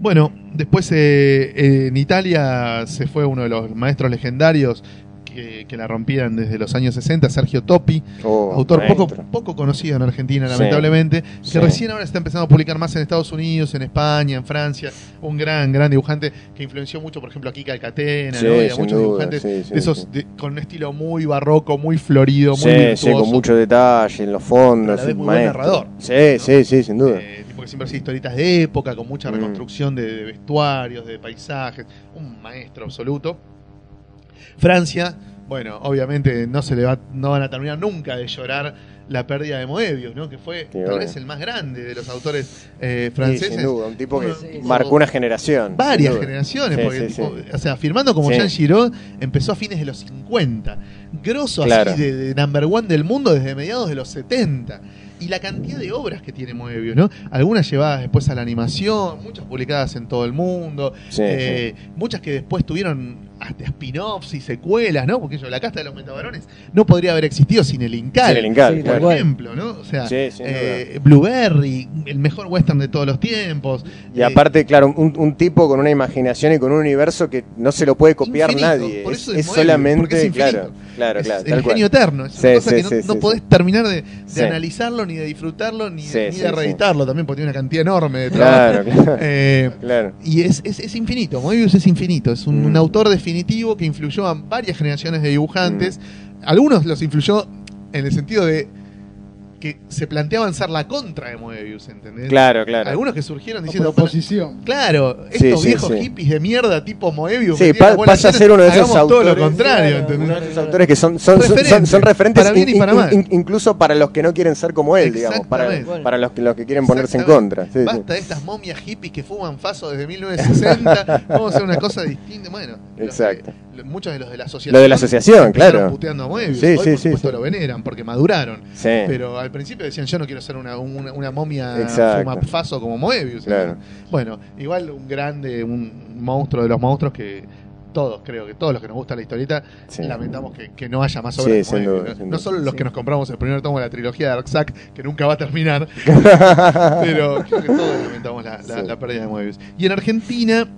C: bueno, después eh, eh, en Italia se fue uno de los maestros legendarios que, que la rompían desde los años 60, Sergio Topi,
D: Oh,
C: autor poco,
D: maestro.
C: poco conocido en Argentina,
D: Sí.
C: lamentablemente, que
D: Sí.
C: recién ahora se está empezando a publicar más en Estados Unidos, en España, en Francia. Un gran, gran dibujante que influenció mucho, por ejemplo, a Kika Alcatena,
D: Sí,
C: ¿no? y a
D: sin
C: muchos
D: duda,
C: dibujantes
D: sí, sí,
C: de esos
D: sí.
C: de- con un estilo muy barroco, muy florido, muy
D: Sí, sí,
C: virtuoso.
D: con mucho detalle en los
C: Pero a
D: fondos.
C: la vez
D: un
C: muy buen
D: maestro.
C: narrador.
D: Sí, sí, sí, sin duda.
C: Eh, tipo que siempre hacía historietas de época, con mucha
D: Mm.
C: reconstrucción de, de vestuarios, de paisajes. Un maestro absoluto. Francia, bueno, obviamente no se le va, no van a terminar nunca de llorar la pérdida de Moebius, ¿no? Que fue
D: Sí,
C: tal
D: obvio.
C: vez el más grande de los autores eh,
D: Sí,
C: franceses.
D: sin duda, un tipo que
C: Sí,
E: sí.
D: marcó una generación.
C: Varias
D: sin duda.
C: generaciones,
D: Sí,
C: porque
D: sí,
C: el tipo,
D: sí.
C: o sea, firmando como
D: Sí.
C: Jean Giraud empezó a fines de los 50. Grosso
D: Claro.
C: así de, de number one del mundo desde mediados de los 70. Y la cantidad de obras que tiene Moebius, ¿no? Algunas llevadas después a la animación, muchas publicadas en todo el mundo,
D: Sí,
C: eh, muchas que después tuvieron hasta spin-offs y secuelas, ¿no? Porque yo, la casta de los metabarones no podría haber existido sin el Incal.
D: Sin el Incal,
E: Sí, tal
D: claro.
C: Por ejemplo, ¿no? O sea,
D: Sí, sin
C: eh, Blueberry, el mejor western de todos los tiempos.
D: Y
C: eh,
D: aparte, claro, un, un tipo con una imaginación y con un universo que no se lo puede copiar
C: Infinito,
D: nadie.
C: por
D: Es-
C: eso
D: es,
C: es Moebius, porque
D: solamente,
C: es infinito.
D: claro, claro,
C: Es
D: claro,
C: el
D: tal cual.
C: genio eterno. Es
D: Sí,
C: una cosa
D: sí,
C: que no,
D: sí,
C: no
D: sí,
C: podés terminar de, de
D: Sí.
C: analizarlo, ni de disfrutarlo, ni,
D: Sí,
C: de, ni
D: sí,
C: de
D: sí.
C: reeditarlo también, porque tiene una cantidad enorme de trabajo.
D: [LAUGHS] Claro, claro,
C: Eh,
D: claro.
C: y es, es, es infinito, Moebius es infinito, es un,
D: Mm.
C: un autor definitivo que influyó a varias generaciones de dibujantes.
D: Mm.
C: Algunos los influyó en el sentido de que se planteaban ser la contra de Moebius, ¿entendés?
D: Claro, claro.
C: Algunos que surgieron
B: A
C: diciendo...
B: proposición.
C: Claro,
D: Sí,
C: estos
D: sí,
C: viejos
D: sí.
C: hippies de mierda tipo Moebius.
D: Sí,
C: que tienen
D: pa-
C: la bola
D: pasa a
C: llena,
D: ser uno de esos
C: hagamos todo lo
D: autores,
C: contrario,
E: claro,
C: ¿entendés?
E: uno de
D: Esos autores que son, son, son-
C: Referentes,
D: son, son referentes
C: para bien y para mal.
D: incluso para los que no quieren ser como él, digamos, para,
C: Exactamente.
D: para los, que, los que quieren ponerse en
C: Exactamente.
D: contra. Sí, sí.
C: Basta de estas momias hippies que fuman faso
D: [LAUGHS]
C: desde 1960. Vamos a hacer una cosa distinta. Bueno, los de-
D: Exacto.
C: lo- muchos de los de la asociación.
D: Lo de la asociación,
C: empezaron
D: claro.
C: puteando a Moebius.
D: Sí,
C: Hoy,
D: sí,
C: por
D: sí,
C: supuesto,
D: sí.
C: lo veneran porque maduraron.
D: Sí.
C: Pero al principio decían: Yo no quiero ser una, una, una momia
D: Exacto.
C: fumafaso como Moebius.
D: Claro.
C: Bueno, igual un grande, un monstruo de los monstruos que todos, creo que todos los que nos gusta la historieta,
D: Sí.
C: lamentamos que, que no haya más
D: Sí,
C: obras de
D: sin
C: Moebius,
D: duda,
C: ¿no?
D: sin
C: No
D: duda.
C: solo los
E: Sí.
C: que nos compramos el primer tomo de la trilogía de Darksack, que nunca va
D: [LAUGHS]
C: a terminar, pero creo que todos lamentamos la, la-
D: Sí.
C: la pérdida de Moebius. Y en Argentina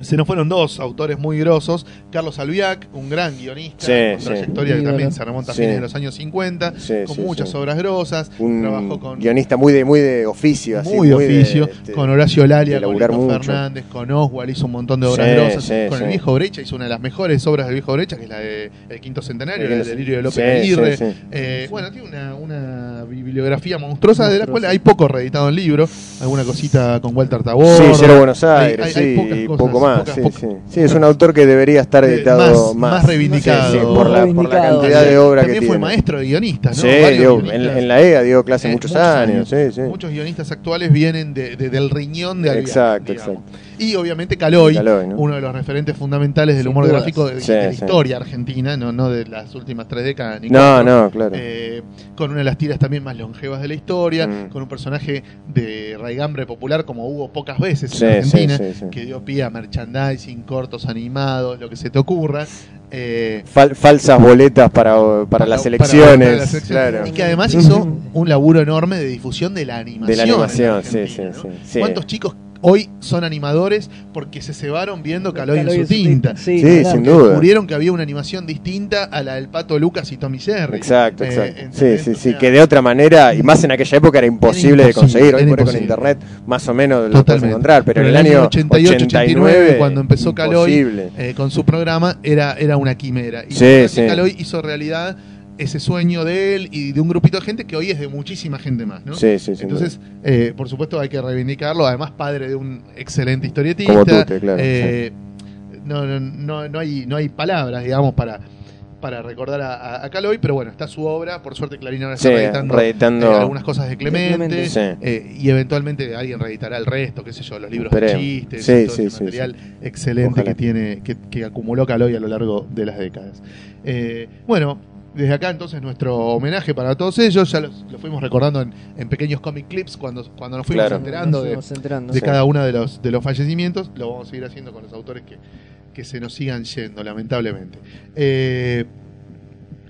C: se nos fueron dos autores muy grosos. Carlos Albiac, un gran guionista
D: Sí,
C: con
D: sí.
C: trayectoria que
E: Ídolo.
C: también se remonta a
D: Sí.
C: fines de los años 50,
D: Sí,
C: con
D: sí,
C: muchas
D: sí.
C: obras grosas.
D: un
C: trabajó con
D: guionista muy de muy de oficio así,
C: muy
D: de,
C: oficio,
D: este,
C: con Horacio
D: de
C: Lalia, con
D: laburar
C: Lito
D: mucho.
C: Fernández, con Oswald, hizo un montón de obras
D: Sí,
C: grosas.
D: sí,
C: con el
D: sí.
C: viejo Brecha hizo una de las mejores obras del viejo Brecha, que es la de El Quinto Centenario,
D: El
C: la del
D: Quinto
C: delirio de López
D: Sí,
C: Aguirre.
D: sí, sí.
C: Eh, bueno, tiene una, una bibliografía monstruosa, de la
E: Monstruosa.
C: cual hay poco reeditado en libro. Alguna cosita con Walter Tabor.
D: Sí, Cero Buenos Aires,
C: Hay- hay-
D: sí,
C: hay pocas
D: y
C: cosas,
D: poco más.
C: pocas-
D: sí,
C: pocas-
D: sí. Sí, es un autor que debería estar
C: Eh,
D: editado
C: más-
D: más.
C: más reivindicado.
D: Sí, sí, por, la, por la
E: Reivindicado.
D: cantidad de obra que
C: También
D: tiene.
C: fue maestro de guionista, ¿no?
D: Sí,
C: Varios
D: dio- en,
C: guionistas.
D: en la EA dio clase
C: Eh,
D: muchos, años. Sí, sí.
C: Muchos guionistas actuales vienen de- de- del riñón de Albiac,
D: Exacto,
C: digamos. Y obviamente Caloy,
D: Caloy, ¿no?
C: uno de los referentes fundamentales del
E: Sin
C: humor
E: dudas.
C: gráfico de,
D: Sí,
C: de la
D: sí.
C: historia argentina, no, no de las últimas tres décadas. ni
D: No,
C: cuatro.
D: no, claro.
C: Eh, con una de las tiras también más longevas de la historia,
D: Mm.
C: con un personaje de raigambre popular como hubo pocas veces
D: Sí,
C: en Argentina,
D: sí, sí, sí.
C: que dio pie a merchandising, cortos animados, lo que se te ocurra. eh,
D: Fal- falsas boletas para, para, las
C: para-
D: elecciones.
C: para las elecciones.
D: Claro.
C: Y que además hizo un laburo enorme de difusión de la animación.
D: De la animación,
C: en Argentina,
D: sí, sí,
C: ¿no?
D: sí, sí.
C: ¿Cuántos chicos hoy son animadores porque se cebaron viendo Caloy en su tinta?
E: Sí,
D: Sí,
E: claro.
D: sin
C: Que eh,
D: duda.
C: descubrieron que había una animación distinta a la del Pato Lucas y Tommy Jerry.
D: Exacto,
C: Eh,
D: exacto. Sí,
C: ¿entendés?
D: sí,
C: O
D: sí.
C: sea,
D: Que de otra manera, y más en aquella época, era imposible,
C: imposible,
D: de conseguir. Hoy por ahí
C: era
D: con
C: imposible.
D: internet, más o menos lo puedes
C: Totalmente.
D: encontrar. Pero, en el año 88, 89,
C: cuando empezó Caloy
D: imposible.
C: eh, con su programa, era, era una quimera. Y
D: Sí,
C: la verdad
D: sí.
C: que Caloy hizo realidad ese sueño de él y de un grupito de gente que hoy es de muchísima gente más, ¿no?
D: Sí, sí, sí.
C: Entonces, eh, por supuesto, hay que reivindicarlo. Además, padre de un excelente historietista.
D: Como Tute, claro,
C: eh, no, no, no, no hay, no hay palabras, digamos, para, para recordar a, a- a Calloway, pero bueno, está su obra. Por suerte, Clarín ahora está
D: Sí,
C: reeditando,
D: reeditando.
C: eh, algunas cosas de Clemente,
E: Clemente.
D: Sí.
C: eh, y eventualmente alguien reeditará el resto, qué sé yo, los libros de
D: Esperemos.
C: chistes,
D: Sí,
C: y todo
D: sí,
C: ese
D: sí,
C: material excelente
D: Ojalá.
C: que tiene, que, que acumuló Calloway a lo largo de las décadas. Eh, bueno, desde acá entonces nuestro homenaje para todos ellos, ya los- lo fuimos recordando en, en pequeños comic clips cuando, cuando nos fuimos
D: Claro.
C: enterando
E: Nos
C: de,
E: fuimos enterando.
C: de
D: Sí.
C: cada uno de los, de los fallecimientos. Lo vamos a seguir haciendo con los autores que, que se nos sigan yendo, lamentablemente. Eh,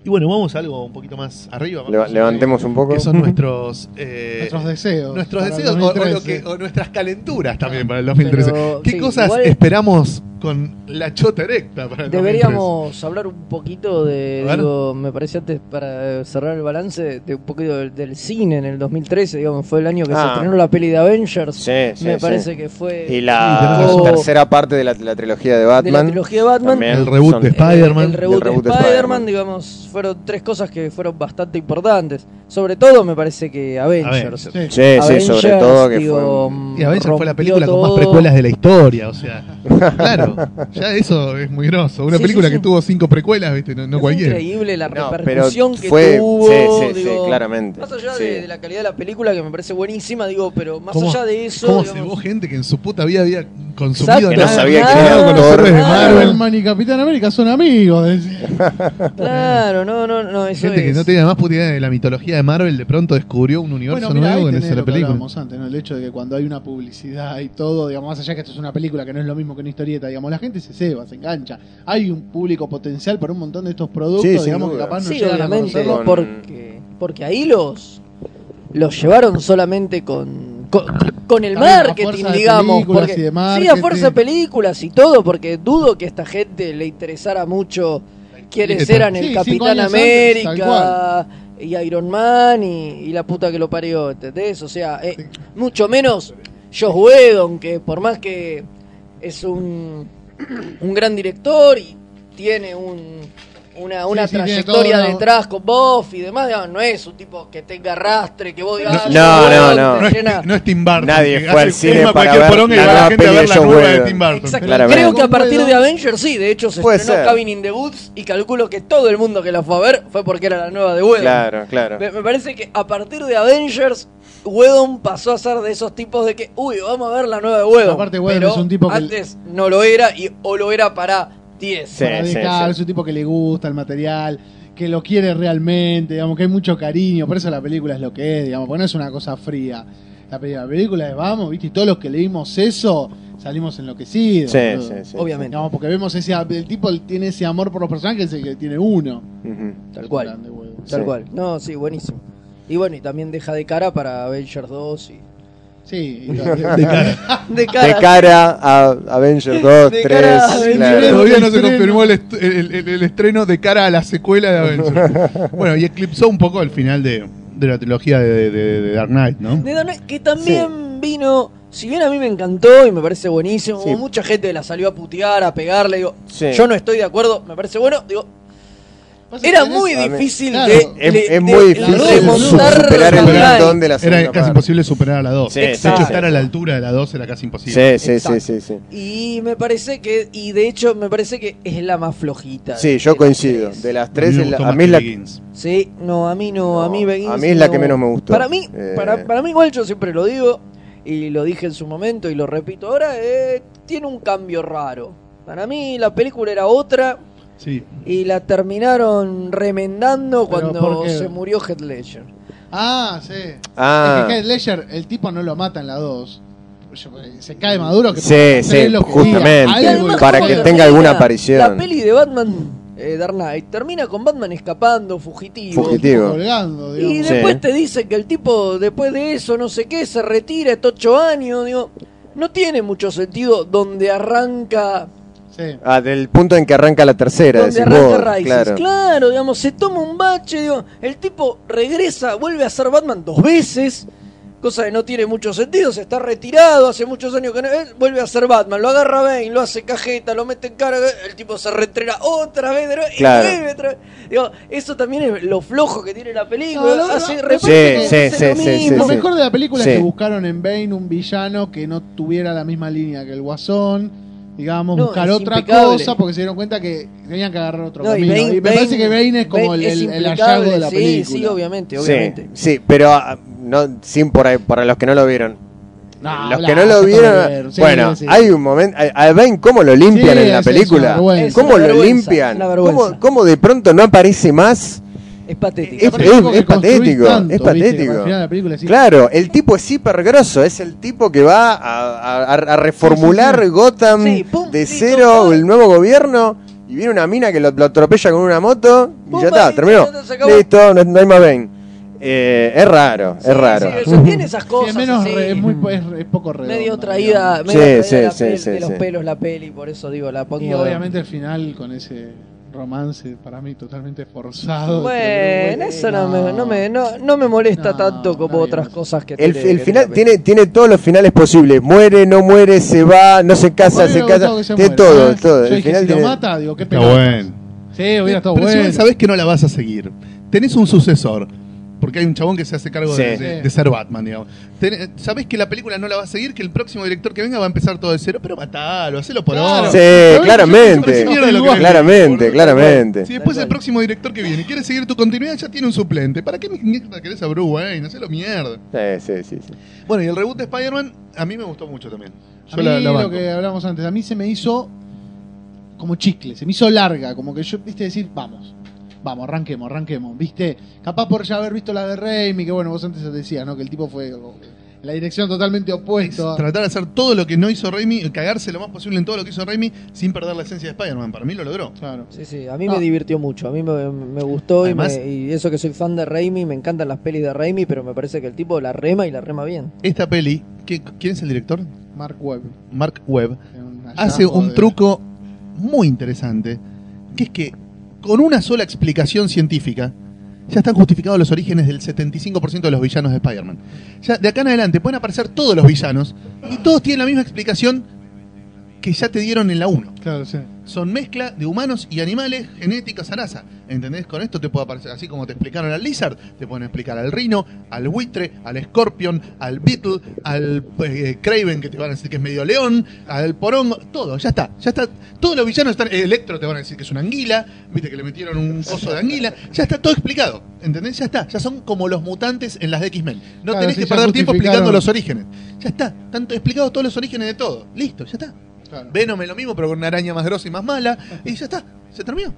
C: y bueno, vamos a algo un poquito más arriba.
D: Le-
C: vamos a-
D: levantemos un poco.
C: Que son nuestros, eh,
B: nuestros deseos.
C: nuestros
B: para el
C: deseos o- o, lo
B: 2013.
C: que- o nuestras calenturas también para el 2013.
E: Pero,
C: ¿Qué
E: sí,
C: cosas
E: igual
C: esperamos con la chota erecta para el 2013?
E: Deberíamos hablar un poquito de,
C: A ver.
E: digo, me parece antes para eh, cerrar el balance, de un poquito del, del cine en el 2013, digamos, fue el año que
D: Ah.
E: se estrenó la peli de Avengers.
D: Sí, sí,
E: me
D: sí.
E: parece que fue
D: Y
C: Sí,
D: la
C: tenés razón.
D: tercera parte de la, la trilogía de
E: de la
D: Batman.
E: trilogía de Batman.
D: También
C: El reboot
D: son-
C: de Spider- Spider-Man.
E: El, reboot
D: El reboot
E: de
D: de
E: Spider-Man,
D: Spider-Man.
E: digamos, fueron tres cosas que fueron bastante importantes. Sobre todo, me parece que Avengers.
C: Avengers.
B: Sí.
D: Sí, sí,
E: Avengers,
D: sobre todo que
E: digo,
D: fue.
C: Y Avengers fue la
E: rompió
C: película con más
E: todo.
C: precuelas de la historia, o sea.
E: [LAUGHS]
C: Claro, ya eso es muy grosso. Una
E: Sí,
C: película
E: sí,
C: que
E: sí.
C: tuvo cinco precuelas, ¿viste? No, no
E: Fue
C: cualquiera.
E: increíble la
D: No, pero
E: repercusión que
D: fue.
E: tuvo.
D: sí, sí,
E: digo,
D: sí, claramente.
E: Más allá
D: Sí.
E: de, de la calidad de la película, que me parece buenísima, digo, pero más
C: ¿Cómo-
E: allá de eso.
C: ¿Cómo se
E: digamos,
C: vio gente que en su puta vida había
E: Exacto.
C: consumido
D: Que no
C: nada?
D: sabía quién
C: Nada,
D: era
C: con los
D: Thor.
C: héroes de Marvel.
D: Claro.
B: Batman y Capitán América son amigos. decía.
E: Claro, no, no, no, eso
C: Gente que
E: es.
C: no tenía más puta idea de la mitología de Marvel, de pronto descubrió un universo
B: Bueno, mira, ahí
C: nuevo en
B: tenés
C: esa
B: lo que
C: película.
B: hablábamos antes, ¿no? El hecho de que cuando hay una publicidad y todo, digamos, más allá que esto es una película que no es lo mismo que una historieta, digamos, la gente se ceba, se engancha. Hay un público potencial para un montón de estos productos,
D: Sí, sin
B: digamos, que
D: duda.
B: capaz no
E: sí,
B: llegan a
E: obviamente,
B: conocerlo.
D: Con-
E: porque, porque ahí los, los llevaron solamente con, con, con el
B: También a
E: marketing,
B: fuerza de
E: digamos.
B: películas
E: Porque,
B: y de
E: sí, a fuerza de
B: marketing.
E: películas y todo, porque dudo que a esta gente le interesara mucho quiénes
C: Sí,
E: eran el
B: Este, cinco
E: Capitán
B: años antes, tal
E: América y Iron Man y, y la puta que lo parió, ¿entendés? O sea, eh, mucho menos Josh Whedon, que por más que es un, un gran director y tiene un, una, una
B: sí, tiene
E: trayectoria
B: todo, no.
E: detrás con Buff y demás, digamos, no es un tipo que tenga arrastre, que vos digas,
D: No,
E: "Ah,
D: no,
E: Whedon
D: no.
E: te
C: No es,
E: llena".
C: no es Tim Burton.
D: Nadie
C: que
D: fue al
C: hace
D: cine
C: tema
D: para
C: cualquier
D: ver
C: poronga y
D: la
C: va
D: nueva
C: gente a
D: peli de
C: ver la
D: Joe
C: nueva de
D: Whedon.
C: Tim Burton.
E: Exacto.
D: Claramente.
E: Creo que a
B: Con
E: partir
B: Whedon.
E: de Avengers sí, de hecho se
D: Puede
E: estrenó
D: ser.
E: Cabin in the Woods y calculo que todo el mundo que la fue a ver fue porque era la nueva de Whedon.
D: Claro, claro.
E: Me, me parece que a partir de Avengers, Whedon pasó a ser de esos tipos de que, uy, vamos a ver la nueva de Whedon.
B: Aparte, Whedon
E: Pero
B: es un tipo que-
E: antes no lo era y o lo era para 10.
D: Sí.
B: para dedicar, es un tipo que le gusta el material, que lo quiere realmente, digamos, que hay mucho cariño, por eso la película es lo que es, digamos, porque no es una cosa fría. La película, la película es vamos, viste, y todos los que leímos eso salimos enloquecidos.
D: Sí,
B: boludo.
D: sí, sí.
E: Obviamente,
B: Digamos, porque vemos ese, el tipo tiene ese amor por los personajes que tiene uno.
D: Ujú.
E: tal cual.
B: Grande, boludo.
E: Tal
D: Sí.
E: cual. No, sí, buenísimo. Y bueno, y también deja de cara para Avengers 2 y...
B: Sí,
E: De
D: [LAUGHS] De cara a Avengers 2,
E: De
D: 3.
E: cara a
D: claro.
B: Avengers.
C: Todavía no se
B: Estreno.
C: confirmó el, est- el- el- el estreno de cara a la secuela
D: [LAUGHS]
C: de Avengers. Bueno, y eclipsó un poco el final de, de la trilogía de, de- de Dark Knight, ¿no?
E: De Don- que también vino, si bien a mí me encantó y me parece buenísimo,
D: Sí.
E: como mucha gente la salió a putear, a pegarle, digo,
D: Sí.
E: yo no estoy de acuerdo, me parece bueno, digo,
B: Pasa
E: [LAUGHS] era
B: que tenés-
E: muy
D: a mí-
E: difícil
B: Claro.
E: de,
D: Es,
E: de- de
D: es muy difícil
B: dos,
E: remontar
D: su- superar el
E: la
D: montón
E: line.
D: de la segunda
C: Era casi
D: parte.
C: imposible superar a la 2.
D: Sí,
C: de
E: sí,
C: hecho,
E: sí.
C: estar a la altura de la 2 era casi imposible.
D: Sí, sí, sí,
E: Exacto.
D: sí, sí.
E: Y me parece que, y de hecho me parece que es la más flojita.
D: Sí,
E: de-
D: yo
E: de las
D: coincido.
E: tres.
D: De las
C: A mí
D: tres,
C: me
D: es la-
C: gustó
D: a
C: más
D: mí
C: que
D: es la,
C: Begins.
E: Sí, no, a mí no,
D: No,
E: a mí Begins
D: a mí es la
E: no.
D: que menos me gustó.
E: Para mí,
D: Eh.
E: para, para mí igual yo siempre lo digo y lo dije en su momento y lo repito ahora, eh, tiene un cambio raro. Para mí la película era otra
C: Sí.
E: y la terminaron remendando
B: ¿Pero
E: cuando
B: por qué?
E: se murió Heath Ledger.
B: Ah, sí.
D: Ah.
B: Es que Heath Ledger, el tipo no lo mata en la 2. Se cae maduro que
D: Sí,
B: se
D: sí,
B: lo que
D: justamente.
B: diga.
E: Y
B: Algo
E: además,
D: Para
B: hizo.
E: ¿cómo
D: que
E: termina?
D: tenga alguna
E: La
D: aparición.
E: peli de Batman, eh, Dark Knight, termina con Batman escapando, fugitivo.
D: Fugitivo.
B: Colgando,
E: Y
B: digamos.
D: Sí.
E: después te dicen que el tipo, después de eso, no sé qué, se retira, está ocho años, digo, no tiene mucho sentido donde arranca,
B: Sí.
D: Ah, del punto en que arranca la tercera,
E: donde
D: decís
E: arranca
D: vos.
E: Rises. Claro.
D: Claro.
E: digamos, se toma un bache, digo, el tipo regresa, vuelve a ser Batman dos veces, cosa que no tiene mucho sentido, se está retirado, hace muchos años que no es, vuelve a ser Batman, lo agarra Bane, lo hace cajeta, lo mete en cara, el tipo se retrena otra vez, de nuevo, y
D: Claro.
E: vuelve otra vez. Digo, eso también es lo flojo que tiene la película,
B: No, no, no,
E: hace
B: me
E: repite
D: parece
E: que
D: Sí,
E: hace
D: sí,
E: lo
D: sí, sí,
E: mismo.
B: Lo mejor de la película
D: Sí.
B: es que buscaron en Bane un villano que no tuviera la misma línea que el Guasón, digamos,
E: No,
B: buscar
E: es
B: otra
E: impecable.
B: cosa porque se dieron cuenta que tenían que agarrar otro
E: No, y
B: camino. Y,
E: Bane-
B: me parece
E: Bane-
B: que Bane es como
E: Bane
B: el,
E: es
B: el- el
E: impecable,
B: hallazgo de la
E: sí,
B: película.
E: Sí, obviamente,
D: Sí,
E: obviamente.
D: sí, pero ah, no, sin por ahí- para los que no lo vieron.
B: No,
D: los
B: bla,
D: que no lo
B: se puede
D: vieron.
B: ver, sí,
D: bueno,
B: sí.
D: hay un momento. A ven cómo lo limpian
B: Sí,
D: en la
B: es- es una
D: película.
B: vergüenza.
E: Es
D: ¿Cómo
E: una
D: lo
E: vergüenza,
D: limpian?
E: una vergüenza.
D: ¿Cómo, cómo de pronto no aparece más?
E: Es patético.
D: Es-
B: Aparte, digo que
D: es
B: construís
D: patético, es
B: viste, que
D: patético.
B: al final de la película decís,
D: Claro, el tipo es hipergroso, es el tipo que va a, a- a- a reformular
B: Sí, sí,
D: Gotham
E: Sí, pum,
D: de
E: listo,
D: cero,
E: pum.
D: el nuevo gobierno, y viene una mina que lo, lo atropella con una moto, y
E: Pum,
D: ya
E: listo,
D: está, terminó.
E: ya se acabó.
D: Listo, no, no hay más Bane. Eh, es raro,
E: Sí,
D: es raro.
E: sí, eso, tiene esas
B: sí,
E: cosas.
B: es, menos
E: así.
B: re- es, muy, es, es poco redondo.
E: medio traída,
D: Sí,
E: medio traída
D: sí,
E: de la
D: sí,
E: piel,
D: sí,
E: de los
D: sí.
E: pelos la peli, por eso digo, la pongo.
B: Y obviamente el final con ese romance para mí totalmente forzado.
E: Bueno, eso no me, no me, no, no me molesta
B: No,
E: tanto como
B: nadie
E: otras
B: más.
E: cosas que
D: El,
E: tiene-
D: el
E: que
D: final
E: la peli.
D: tiene, tiene todos los finales posibles. Muere, no muere, se va, no se casa, se casa. Tiene todo, todo. El final
B: Ah, si
D: tiene...
B: lo mata, digo, qué
C: Está
B: pelotas.
C: bueno.
B: Sí, hubiera estado
C: Pero si
B: bueno.
C: bien sabés que no la vas a seguir. Tenés un sucesor. Porque hay un chabón que se hace cargo de,
D: Sí.
C: de- de ser Batman, digamos. Ten- sabés que la película no la va a seguir, que el próximo director que venga va a empezar todo de cero, pero matalo, hacelo por
B: Claro.
C: ahora.
D: Sí, claramente. Claramente, claramente.
C: Si después el próximo director que viene quiere seguir tu continuidad, ya tiene un suplente. ¿Para qué mierda querés a Bruce Wayne? Hacelo mierda.
D: Sí, sí, sí, sí.
C: Bueno, y el reboot de Spider-Man a mí me gustó mucho también.
B: A
C: Yo
B: mí
C: la, la
B: lo
C: banco.
B: que hablamos antes, a mí se me hizo como chicle, se me hizo larga, como que yo, viste, decir, vamos, vamos, arranquemos, arranquemos, viste, capaz por ya haber visto la de Raimi, que bueno, vos antes decías, ¿no? Que el tipo fue como que en la dirección totalmente
C: Es
B: opuesta.
C: tratar de hacer todo lo que no hizo Raimi, cagarse lo más posible en todo lo que hizo Raimi sin perder la esencia de Spider-Man. Para mí lo logró.
B: Claro.
E: Sí, sí, a mí
B: No.
E: me divirtió mucho, a mí me, me gustó y, me-
C: Además-
E: y eso que soy fan de Raimi, me encantan las pelis de Raimi, pero me parece que el tipo la rema y la rema bien.
C: Esta peli, ¿qué- ¿quién es el director?
B: Mark Webb.
C: Mark Webb.
B: un
C: Hace
B: hallazgo
C: un
B: de-
C: truco muy interesante, que es que con una sola explicación científica ya están justificados los orígenes del 75% de los villanos de Spider-Man. Ya de acá en adelante pueden aparecer todos los villanos y todos tienen la misma explicación que ya te dieron en la 1.
B: Claro, sí.
C: son mezcla de humanos y animales genéticos a raza. ¿Entendés? Con esto te puede aparecer, así como te explicaron al lizard, te pueden explicar al rino, al buitre, al scorpion, al beetle, al eh, craven, que te van a decir que es medio león, al porongo, todo, ya está, ya está. Todos los villanos están, eh, electro te van a decir que es una anguila, viste que le metieron un coso de anguila, ya está todo explicado, ¿entendés? Ya está, ya son como los mutantes en las de X-Men. No
B: Claro,
C: tenés
B: sí,
C: que
B: ya
C: perder tiempo explicando
B: justificaron.
C: los orígenes. Ya está, tanto explicados todos los orígenes de todo. Listo, ya está.
B: Claro.
C: Venom es lo mismo, pero con una araña más grosa y más mala. Y ya está, se terminó.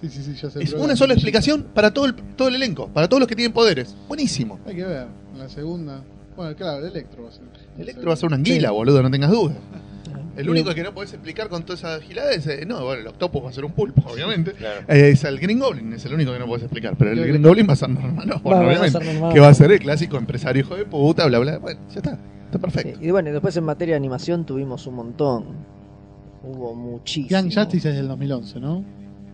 B: Sí, sí, sí, ya se
C: Es
B: probó.
C: una sola explicación para todo el, todo el elenco, para todos los que tienen poderes. Buenísimo.
B: Hay que ver, en la segunda. Bueno, claro, el Electro va a ser.
C: Electro va a ser una anguila, boludo, no tengas dudas. El
E: Bien.
C: único que no podés explicar con toda esa agilidad es. eh, no, bueno, el octopus va a ser un pulpo, obviamente.
D: claro.
C: Eh, es el Green Goblin, es el único que no podés explicar. Pero el
B: Creo que-
C: Green Goblin va a ser normal, no, bueno,
E: va a
C: obviamente.
E: ser normal.
C: Que va a ser el clásico empresario hijo de puta, bla, bla. Bueno, ya está, está perfecto.
E: Sí, Y bueno, y después en materia de animación tuvimos un montón. Hubo muchísimo.
B: Young Justice es del 2011, ¿no?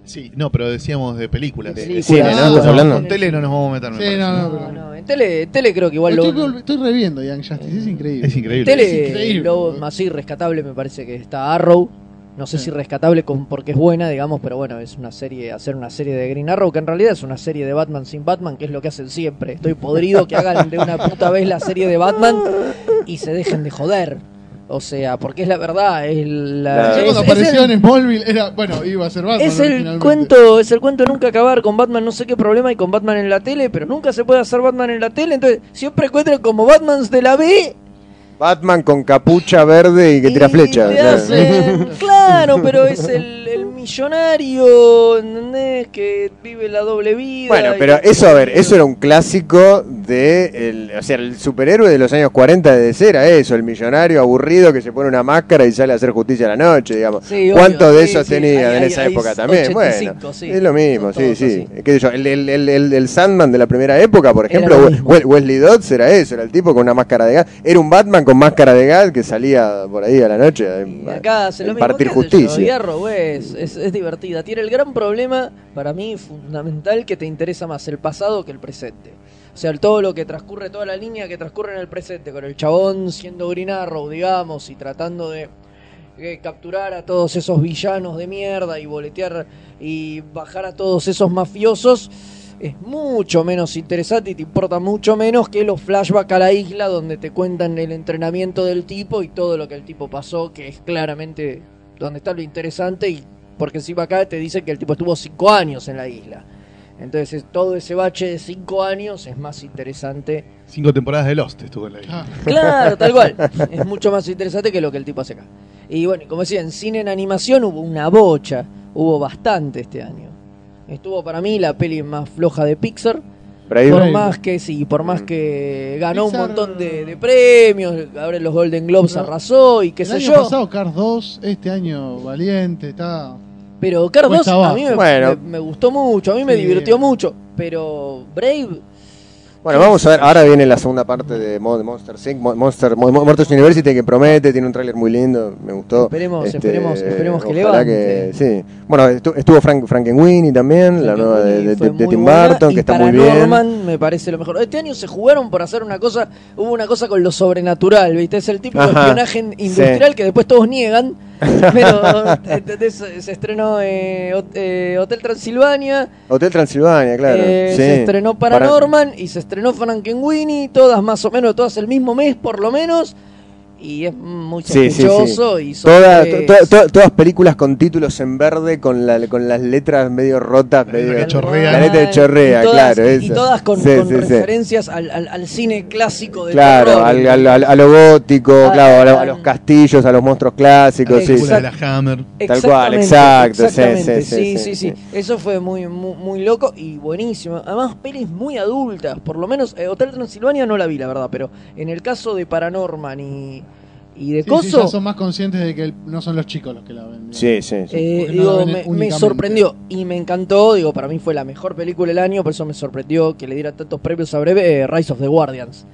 C: Sí, no, pero decíamos de películas.
E: De
C: De-
E: películas.
D: Cine, ¿no? Estamos
E: Ah,
D: hablando.
C: Con tele no nos vamos a meter, me
B: Sí,
C: parece,
B: no,
C: ¿no?
B: no.
E: No, no, en tele, en tele creo que igual
B: Lo
E: lo,
B: estoy, vol- estoy reviendo Young Justice, es increíble.
C: Es increíble.
E: en
B: Es
E: tele
B: increíble,
E: lo
B: boludo.
E: más sí, rescatable me parece que está Arrow. No sé
B: Sí.
E: si rescatable con, porque es buena, digamos, pero bueno, es una serie, hacer una serie de Green Arrow, que en realidad es una serie de Batman sin Batman, que es lo que hacen siempre. Estoy podrido que hagan de una puta vez la serie de Batman y se dejen de joder. O sea, porque es la verdad, es la...
D: Claro.
B: Ya
E: es-
B: cuando
E: es el-
B: apareció en Smallville era, bueno, iba a ser Batman.
E: es el
B: originalmente.
E: cuento, es el cuento de nunca acabar con Batman, no sé qué problema hay con Batman en la tele, pero nunca se puede hacer Batman en la tele, entonces siempre encuentran como Batmans de la B
D: Batman con capucha verde y que tira
E: y
D: flechas.
E: te
D: claro. [LAUGHS]
E: hacen- claro, pero es el, el millonario, ¿entendés? Que vive la doble vida.
D: Bueno,
E: y-
D: pero eso, a ver, eso era un clásico de, el, o sea, el superhéroe de los años 40 de DC era eso, el millonario aburrido que se pone una máscara y sale a hacer justicia a la noche, digamos.
E: Sí, obvio,
D: ¿Cuántos de
E: sí,
D: esos
E: sí,
D: tenían
E: hay-
D: en
E: hay-
D: esa
E: hay
D: época también?
E: 85,
D: bueno,
E: sí.
D: es lo mismo,
E: Son
D: sí,
E: todos
D: sí.
E: así.
D: Qué sé yo, el, el- el- el- el Sandman de la primera época, por
E: Era
D: ejemplo,
E: lo
D: We-
E: mismo.
D: We- Wesley Dodds era eso, era el tipo con una máscara de gas, era un Batman con máscara de gas que salía por ahí a la noche a,
E: Y acá se
D: a
E: lo mismo,
D: impartir
E: qué sé yo,
D: justicia.
E: y Arrow es, es- es divertida. Tiene el gran problema, para mí, fundamental, que te interesa más el pasado que el presente. O sea, el- todo lo que transcurre, toda la línea que transcurre en el presente, con el chabón siendo Green Arrow, digamos, y tratando de eh, capturar a todos esos villanos de mierda y boletear y bajar a todos esos mafiosos, es mucho menos interesante y te importa mucho menos que los flashbacks a la isla donde te cuentan el entrenamiento del tipo y todo lo que el tipo pasó, que es claramente donde está lo interesante y porque encima acá te dicen que el tipo estuvo cinco años en la isla. Entonces es- todo ese bache de cinco años es más interesante.
C: Cinco temporadas de Lost estuvo en la
B: Ah,
C: isla.
E: [LAUGHS] Claro, tal cual. Es mucho más interesante que lo que el tipo hace acá. Y bueno, y como decía, en cine en animación hubo una bocha, hubo bastante este año. Estuvo para mí la peli más floja de Pixar.
D: Brave.
B: Brave.
E: Por más que sí, por más
D: Mm.
E: que ganó
B: Pixar-
E: un montón de, de premios, ahora en los Golden Globes
B: No.
E: arrasó y qué
B: el
E: sé
B: año
E: yo.
B: pasado Cars 2, este año Valiente, está...
E: Pero Cars 2
B: Cuesta
E: a
B: abajo.
E: mí me,
D: Bueno.
E: me- me gustó mucho, a mí me
B: Sí.
E: divirtió mucho. Pero Brave,
D: Bueno, vamos a ver, ahora viene la segunda parte de Mon- Monster Inc. Mon- Monster, Mon- Mon- Monsters University que promete, tiene un tráiler muy lindo, me gustó. Este,
E: Esperemos, esperemos- esperemos que
D: ojalá que-
E: levante.
D: sí. Bueno, estu- estuvo Frank, Frankenweenie también, la nueva de, de-
E: fue
D: de- de
E: muy
D: Tim
E: buena,
D: Burton,
E: y
D: que está muy bien.
E: Paranorman me parece lo mejor. Este año se jugaron por hacer una cosa, hubo una cosa con lo sobrenatural, ¿viste? Es el típico
D: Ajá,
E: espionaje industrial que después todos niegan.
D: [LAUGHS]
E: Pero ¿entendés? se estrenó eh, Hot- eh, Hotel Transilvania,
D: Hotel Transilvania, claro.
E: eh,
D: sí.
E: se estrenó
D: Para-
E: Paranorman y se estrenó Frankenweenie, todas más o menos, todas el mismo mes por lo menos. Y es muy
D: Sí, sí, sí.
E: sospechoso y son
D: Toda- to-
E: tres-
D: to- to- todas películas con títulos en verde, con, la, con las letras medio rotas,
C: letra
D: medio...
C: que chorrea.
D: La letra que chorrea,
E: Y todas-
D: claro,
E: Y
D: esa.
E: todas con,
D: Sí,
E: con
D: sí, sí.
E: referencias Al, al- al cine clásico de
D: Claro,
E: terror.
D: al, al- al- a lo gótico,
E: Ah,
D: claro, a, lo- a
E: ah,
D: los castillos, a los monstruos clásicos, sí.
C: Película
E: Exacto.
C: de la Hammer.
D: tal cual, exacto, sí,
E: exactamente.
D: sí, sí, sí,
E: sí. Eso fue muy, muy, muy loco y buenísimo. Además, pelis muy adultas. Por lo menos, eh, Hotel Transilvania no la vi, la verdad, pero en el caso de Paranorman y, y de
B: Sí, sí,
E: Coso,
B: ya son más conscientes de que el- no son los chicos los que la ven. digamos.
D: Sí, sí, sí.
E: Eh,
B: Porque no
E: digo,
B: la ven
E: me, me
B: únicamente.
E: sorprendió y me encantó. Digo, para mí fue la mejor película del año, por eso me sorprendió que le diera tantos premios a breve eh, Rise of the Guardians.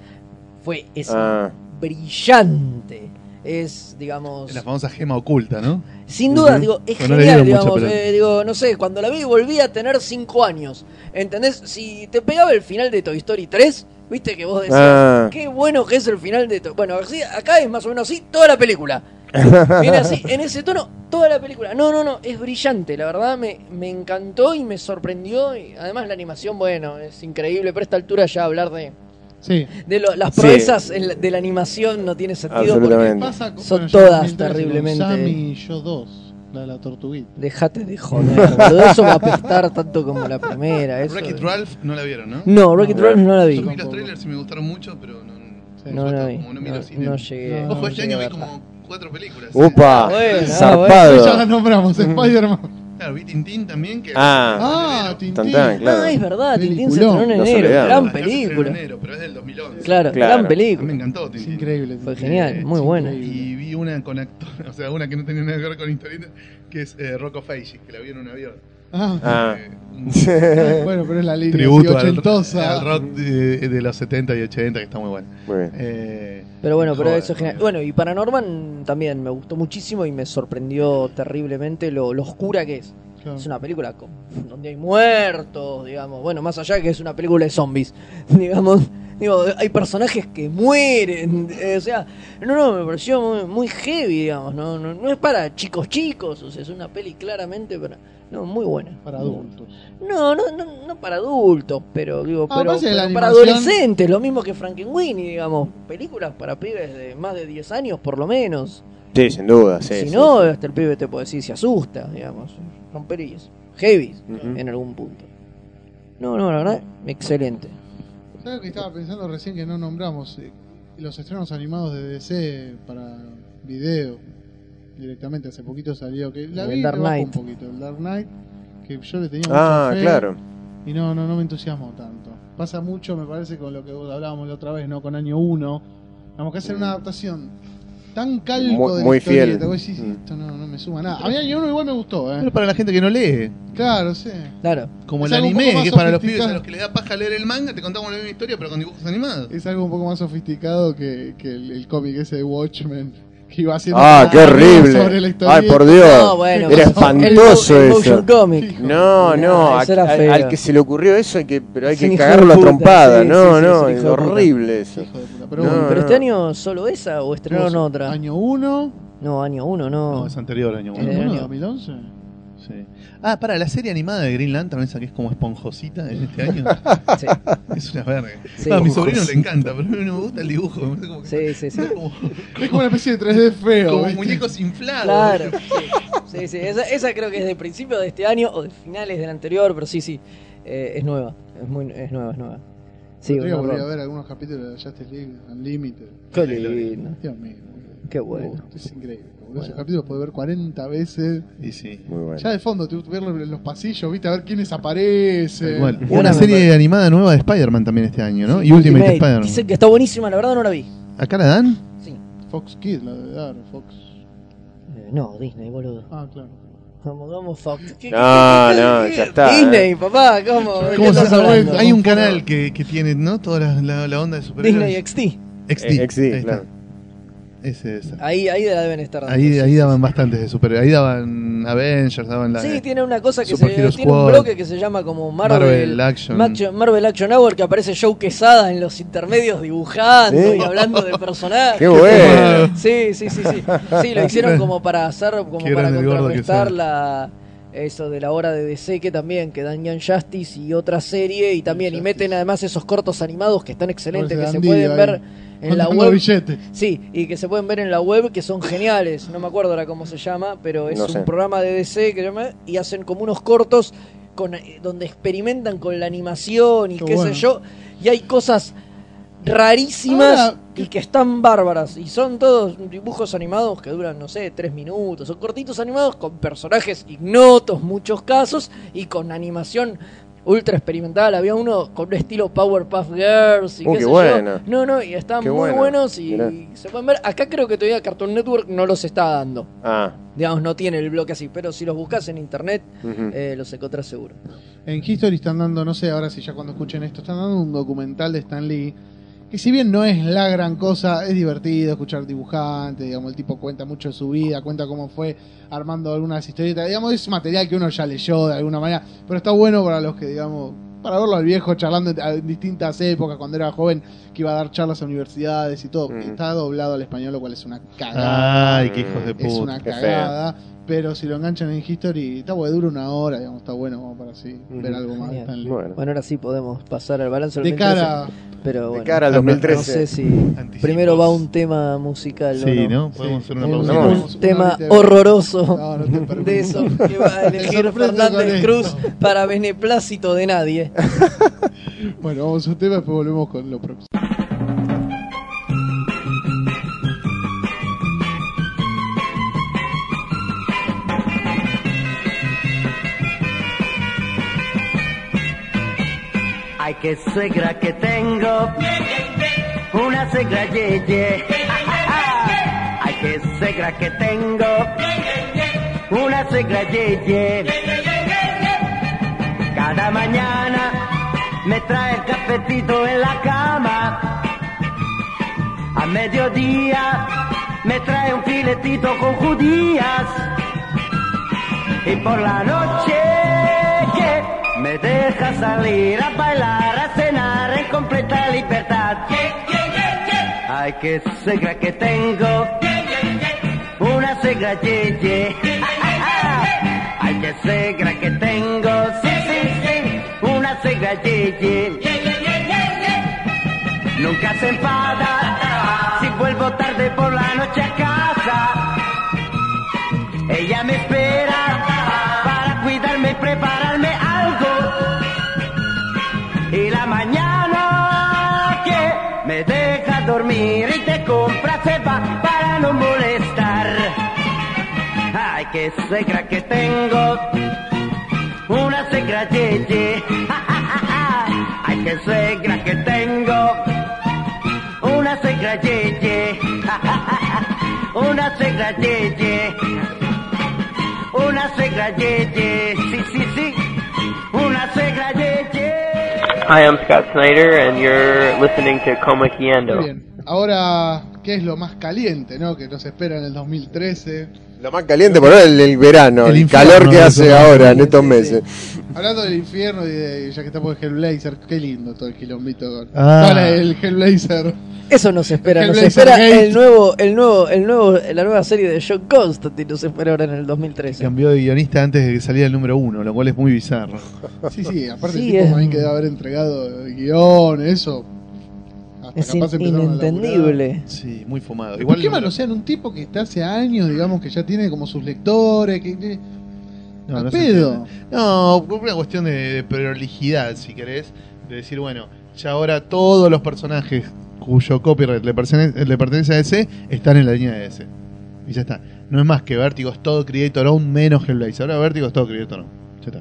E: Fue es
D: Ah.
E: brillante. Es, digamos.
C: Es la famosa gema oculta, ¿no?
E: Sin duda,
C: Ujú.
E: digo, es
C: Bueno, le
E: genial,
C: dieron
E: digamos.
C: mucha pelota.
E: eh, digo, no sé, cuando la vi volví a tener 5 años. ¿Entendés? Si te pegaba el final de Toy Story 3, viste que vos decías,
D: Ah.
E: qué bueno que es el final de Toy Bueno, así- acá es más o menos así toda la
C: [LAUGHS]
E: película. Viene así, en ese tono, toda la película. No, no, no, es brillante, la verdad me, me encantó y me sorprendió. Y además la animación, bueno, es increíble, pero a esta altura ya hablar de,
B: Sí.
E: de lo- las
D: Sí.
E: proezas en la- de la animación no tiene sentido. porque
D: Absolutamente.
B: Pasa con-
E: Son
B: ya
E: todas
B: 2013 con
E: terriblemente-
B: Sammy y yo dos, la de la tortuguita.
E: Dejate de joder, boludo. Eso va a apestar tanto como la primera. Eso...
C: Wreck-It Ralph no la vieron, ¿no?
E: No, Rocket Ralph no la vi.
C: Yo vi
E: No,
C: los trailers y me gustaron mucho, pero no.
E: No
C: yo
E: la
C: estaba
E: vi.
C: como no miro
E: No,
C: cine.
E: no llegué.
C: Ojo,
E: no llegué
C: este año
E: a
C: vi
E: verla.
C: como cuatro películas.
D: Upa,
E: Ah, Bueno,
C: Ah.
D: zarpado.
B: Ya la nombramos, Spider-Man.
C: Claro, vi Tintín también. Que
D: Ah,
B: Ah, Tintín.
D: tan, tan, claro.
E: Ah, es verdad, Tintín se
B: Peliculón.
E: estrenó en
D: No
E: enero.
D: sabía.
E: Gran
C: Acá se estrenó en
E: película.
C: enero, pero es del 2011.
D: Claro.
E: Claro, gran
C: A mí Ah, Me
E: película.
C: encantó
B: Es
C: Tintín.
B: increíble.
E: Fue
B: Tintín.
E: genial, muy
B: Es
E: buena.
B: increíble.
C: Y vi una con actor, [LAUGHS] o sea, una que no tenía nada que ver con historieta, que es eh, Rock of Ages, que la vi en un avión. [LAUGHS]
B: Ah,
D: Ah.
C: Eh, un
B: bueno, pero es la línea
C: tributo
B: así
C: al,
B: ochentosa.
C: al rock de, de los 70 y 80, que está muy bueno.
D: Muy bien.
C: Eh,
E: Pero bueno, pero
C: joder,
E: eso es genial.
C: joder.
E: Bueno, y Paranorman también me gustó muchísimo y me sorprendió terriblemente lo, lo oscura que es.
B: Claro.
E: Es una película con- donde hay muertos, digamos. Bueno, más allá que es una película de zombies, [LAUGHS] digamos. Digo, hay personajes que mueren. eh, o sea, no, no, me pareció muy, muy heavy, digamos. No, no, no es para chicos chicos. O sea, es una peli claramente para. No, muy buena.
B: Para adultos.
E: No, no, no, no para adultos, pero digo,
B: Ah,
E: pero,
B: pasa que la
E: pero para
B: animación-
E: adolescentes, lo mismo que Frankenweenie, digamos, películas para pibes de más de 10 años por lo menos.
D: Sí, sin duda, sí.
E: si
D: sí,
E: no,
D: sí.
E: hasta el pibe te puede decir, se asusta, digamos, son pelis heavy
D: Ujú.
E: en algún punto. No, no, la verdad, excelente.
B: ¿Sabes que estaba pensando recién que no nombramos? Eh, Los estrenos animados de DC para video directamente. Hace poquito salió que la
E: El
B: vi y
E: Dark
B: le bajó
E: Knight.
B: un poquito. El Dark Knight, que yo le tenía mucha
D: Ah,
B: fe
D: claro.
B: y no, no, no me entusiasmó tanto. Pasa mucho, me parece, con lo que vos hablábamos la otra vez, ¿no? Con año 1. Vamos que hacer una adaptación tan calco
D: Mm. Muy-
B: de la
D: muy
B: historieta.
D: fiel.
B: Vos decís,
D: Mm.
B: esto no, no me suma nada. A mí año 1 igual me gustó,
C: Pero
B: ¿eh?
C: para la gente que no lee,
B: Claro, sí.
E: Claro.
C: como
B: Es
C: el
B: algo un poco
C: anime,
B: más
C: que es para los pibes
B: sofisticado.
C: a los que le da paja leer el manga, te contamos la misma historia, pero con dibujos animados.
B: Es algo un poco más sofisticado que, que el, el cómic ese de Watchmen. Que iba haciendo.
D: Ah, qué
B: sobre la
D: horrible.
B: historieta.
D: Ay, por Dios.
E: No, bueno,
D: Era
E: el-
D: espantoso
E: el, mo- el
D: eso.
E: motion comic.
D: No, no,
E: No,
D: a-
E: eso era
D: a-
E: feo.
D: al que se le ocurrió eso, hay que, pero hay
E: [LAUGHS] Es un
D: que
E: hijo
D: cagarlo
E: de
D: a
E: puta,
D: trompada.
E: sí,
D: No,
E: sí, sí,
D: no,
E: es un
D: es
E: hijo de puta.
D: horrible eso.
B: Hijo de puta. Pero
D: No,
B: bueno,
E: Pero este año solo esa o estrenaron
B: Vos,
E: otra?
B: Año 1.
E: No, año uno no.
C: No, es anterior año.
E: Eh,
B: ¿Año
C: bueno.
B: 1
E: año.
B: 2011?
C: Sí. Ah, para, la serie animada de Green Lantern, esa que es como esponjosita en este [LAUGHS] año,
E: Sí,
C: es una verga.
E: Sí.
C: No, a mi sobrino le encanta, pero a mí no me gusta el dibujo. me parece como que-
E: sí, sí.
C: [LAUGHS]
E: sí.
C: como,
B: Es como una especie de 3D feo.
C: [LAUGHS] como
B: ¿viste?
C: muñecos inflados.
E: Claro, sí, sí, sí. Esa, esa creo que es de principio de este año o de finales del anterior, pero sí, sí, Eh, es nueva, es, muy, es nueva, es nueva. Sí,
B: Podría
E: un
B: volver a
E: horror.
B: ver algunos capítulos de Justice League Unlimited.
E: Qué lindo,
B: Dios mío. boludo.
E: qué bueno.
B: Uf, es increíble. boludo. Esos
E: Bueno.
B: capítulos puedes ver 40 veces.
C: Y sí.
D: Muy bueno.
B: Ya de fondo, te verlos en los pasillos, viste, a ver quiénes aparecen.
C: Igual.
E: Una
C: Eh, Una
E: me
C: serie
E: parece.
C: animada nueva de Spider-Man también este año, ¿no? Y Ultimate, Spider-Man.
E: Dicen que está buenísima, la verdad no la vi.
C: ¿Acá la dan?
E: Sí.
B: Fox Kids, la de dar, Fox.
E: Eh, no, Disney, boludo.
B: Ah, claro.
E: Vamos, vamos, Fox. ¿Qué-
D: No, no, ya está.
E: Disney, papá, ¿cómo? ¿De
C: ¿Cómo
E: qué
C: se
E: estás
C: llama?
E: hablando?
C: Hay un canal que, que tiene, ¿no? Toda la, la- la onda de
E: Disney
C: superhéroes.
E: XT.
C: XD.
D: Eh, XD,
C: Ahí está.
D: claro.
C: Ese es.
E: Ahí, ahí de la deben estar. dando.
C: Ahí, ahí daban bastantes de superhéroes. Ahí daban Avengers, daban la.
E: Sí, tiene una cosa que se
C: Super Hero
E: tiene un
C: Squad.
E: bloque que se llama como Marvel,
C: Marvel Action.
E: Macho- Marvel Action Hour que aparece Joe Quesada en los intermedios dibujando
D: ¿Sí?
E: y hablando de personajes.
D: Qué bueno.
E: Sí, sí, sí, sí. Sí, lo hicieron como para hacer, como
C: Qué
E: para
C: grande el gordo que
E: contrarrestar
C: sea.
E: la eso de la hora de DC que también que dan Young Justice y otra serie y también y
B: Justice.
E: meten además esos cortos animados que están excelentes que
B: Ese
E: se
B: Andy
E: pueden
B: ahí,
E: ver en la
B: contando
E: web
B: billetes.
E: Sí, y que se pueden ver en la web, que son geniales. No me acuerdo ahora cómo se llama, pero es
D: No
E: un
D: sé.
E: programa de DC que se llama y hacen como unos cortos con, eh, donde experimentan con la animación y
B: Qué
E: qué,
B: bueno.
E: sé yo. Y hay cosas rarísimas
B: Ahora,
E: y que están bárbaras. Y son todos dibujos animados que duran, no sé, tres minutos. Son cortitos animados con personajes ignotos, muchos casos, y con animación ultra experimental. Había uno con un estilo Powerpuff Girls y
D: Uh,
E: qué,
D: qué
E: sé
D: bueno.
E: yo. No, no, y están
D: Qué
E: muy
D: bueno.
E: buenos y
D: Mirá.
E: se pueden ver. Acá creo que todavía Cartoon Network no los está dando.
D: Ah,
E: Digamos, no tiene el bloque así, pero si los buscas en internet,
D: ujú.
E: eh, los encontrás seguro.
B: En History están dando, no sé ahora si ya cuando escuchen esto, están dando un documental de Stan Lee. Que si bien no es la gran cosa, es divertido escuchar dibujante, digamos, el tipo cuenta mucho de su vida, cuenta cómo fue armando algunas historietas, digamos, es material que uno ya leyó de alguna manera, pero está bueno para los que, digamos, para verlo al viejo charlando en- en distintas épocas, cuando era joven, que iba a dar charlas a universidades y todo,
D: Mm.
B: está doblado al español, lo cual es una cagada.
C: Ay, qué hijos de puta.
B: Es una
D: qué feo.
B: cagada, pero si lo enganchan en History, está bueno, dura una hora, digamos, está bueno como para así
D: Ujú.
B: ver algo más de
E: Genial.
B: Stan Lee.
D: Bueno.
E: Bueno, ahora sí podemos pasar al balance del
B: De
E: 2013,
B: cara,
E: pero
D: de
E: bueno,
D: cara al
C: no- no
D: 2013.
E: no sé si
C: Anticipos.
E: primero va un tema musical o no.
C: Sí, ¿no? Podemos hacer una
B: Sí.
C: pausa.
D: No,
C: Vamos.
D: no.
E: Un tema
B: Una horita de- [LAUGHS]
E: horroroso
B: no, no te permito.
E: [LAUGHS] de eso que va a
B: [LAUGHS]
E: elegir
B: sorprendo con
E: Fernández
B: esto.
E: Cruz para beneplácito de nadie.
B: Bueno, vamos a un tema y después volvemos con lo próximo.
F: Ay, qué suegra que tengo. Una suegra yeye. Ay, qué suegra que tengo. Una suegra yeye. Cada mañana me trae el cafetito en la cama. A mediodía me trae un filetito con judías y por la noche que me deja salir a bailar, a cenar en completa libertad. Ay, qué suegra que tengo, una suegra ye, ye. Ay, qué suegra que tengo, sí, sí, sí, una suegra ye, ye. Nunca se enfada si vuelvo tarde por la noche a casa. Ella me espera para cuidarme y prepararme algo. Y la mañana que me deja dormir y te compra cepa para no molestar. Ay, qué suegra que tengo. Una suegra yeye. [LAUGHS] Ay, qué suegra que tengo. Una suegra yeye. [LAUGHS] Una suegra yeye. Una suegra yeye, sí, sí, sí. Una suegra yeye.
G: Hi, I'm Scott Snyder, and you're listening to Comiquiendo.
B: Muy bien. Ahora, ¿qué es lo más caliente, no? Que nos espera en el 2013.
D: Lo más caliente por ahora es el, el verano,
C: El
D: el,
C: infierno,
D: calor que
C: eso,
D: hace
C: ¿no?
D: ahora en
E: Sí,
D: estos
E: sí.
D: meses.
B: Hablando del infierno y de, ya que estamos en Hellblazer, qué lindo todo el quilombito con
C: Ah.
B: con el Hellblazer.
E: Eso nos espera, nos
B: Hellblazer
E: espera
B: Gate.
E: el nuevo, el nuevo, el nuevo, la nueva serie de John Constantine nos espera ahora en el 2013.
C: Cambió de guionista antes de que saliera el número uno, lo cual es muy bizarro.
B: Sí, sí, aparte
E: Sí,
B: el tipo
E: es-
B: también que debe haber entregado el guión, eso. Hasta
E: Es
B: capaz
E: in-
B: empezaron a laburar.
E: inentendible.
C: Sí, muy fumado.
B: Igual qué
C: no-
B: malo sean un tipo que está hace años, digamos, que ya tiene como sus lectores, que... que-
C: no,
B: al
C: no se
B: pedo.
C: entiende. No, por una cuestión de, de prolijidad, si querés. De decir, bueno, ya ahora todos los personajes cuyo copyright le pertenece, le pertenece a ese están en la línea de ese. Y ya está. No es más que Vértigo es todo Creator Own menos Hellblazer. Ahora Vértigo es todo Creator Own. Ya está.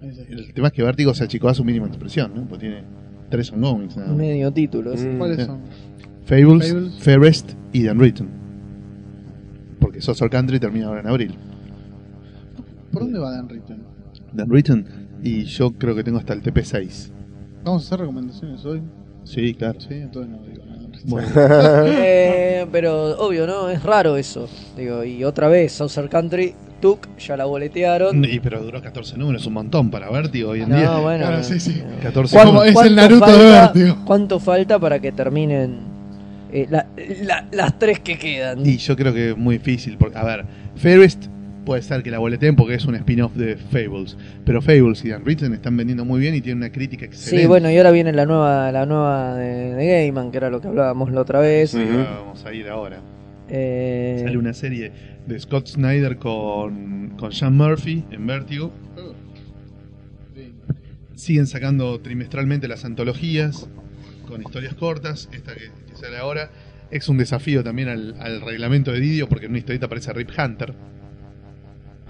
C: El tema es que Vértigo se achicó a su mínima expresión, ¿no? Pues tiene tres ongoings. nada más.
E: Medio título. sí.
D: Mm.
C: eh.
B: ¿Cuáles son?
C: Fables,
B: Fables.
C: Fairest y The Unwritten. Porque Social Country termina ahora en abril.
B: ¿Por dónde va Dan Ritten?
C: The Unwritten y yo creo que tengo hasta el TP6.
B: ¿Vamos a hacer recomendaciones hoy?
C: Sí, claro.
B: Sí, entonces no digo nada. [LAUGHS]
C: Bueno,
E: Eh, pero obvio, ¿no? Es raro eso. Digo, y otra vez, Southern Country, Tuk, ya la boletearon.
C: y- pero duró 14 números, un montón para Vértigo hoy en día.
E: No, bueno. Eh.
B: Claro, sí, sí.
C: 14
B: ¿Cuándo-
C: números.
B: es el
E: ¿Cuánto
B: Naruto de
E: falta-
B: Vértigo.
E: ¿Cuánto falta para que terminen eh, la- la- las tres que quedan?
C: Y yo creo que es muy difícil. Porque, a ver, Fairest puede ser que la boleteen porque es un spin-off de Fables. Pero Fables y The Unwritten están vendiendo muy bien y tienen una crítica excelente.
E: Sí, bueno, y ahora viene la nueva, la nueva de, de Gaiman, que era lo que hablábamos la otra vez.
C: Sí,
D: Ujú.
C: Vamos a ir ahora.
E: Eh,
C: Sale una serie de Scott Snyder con, con Sean Murphy en Vértigo. Siguen sacando trimestralmente las antologías con historias cortas. Esta que, que sale ahora es un desafío también al, al reglamento de Didio porque en una historieta aparece Rip Hunter,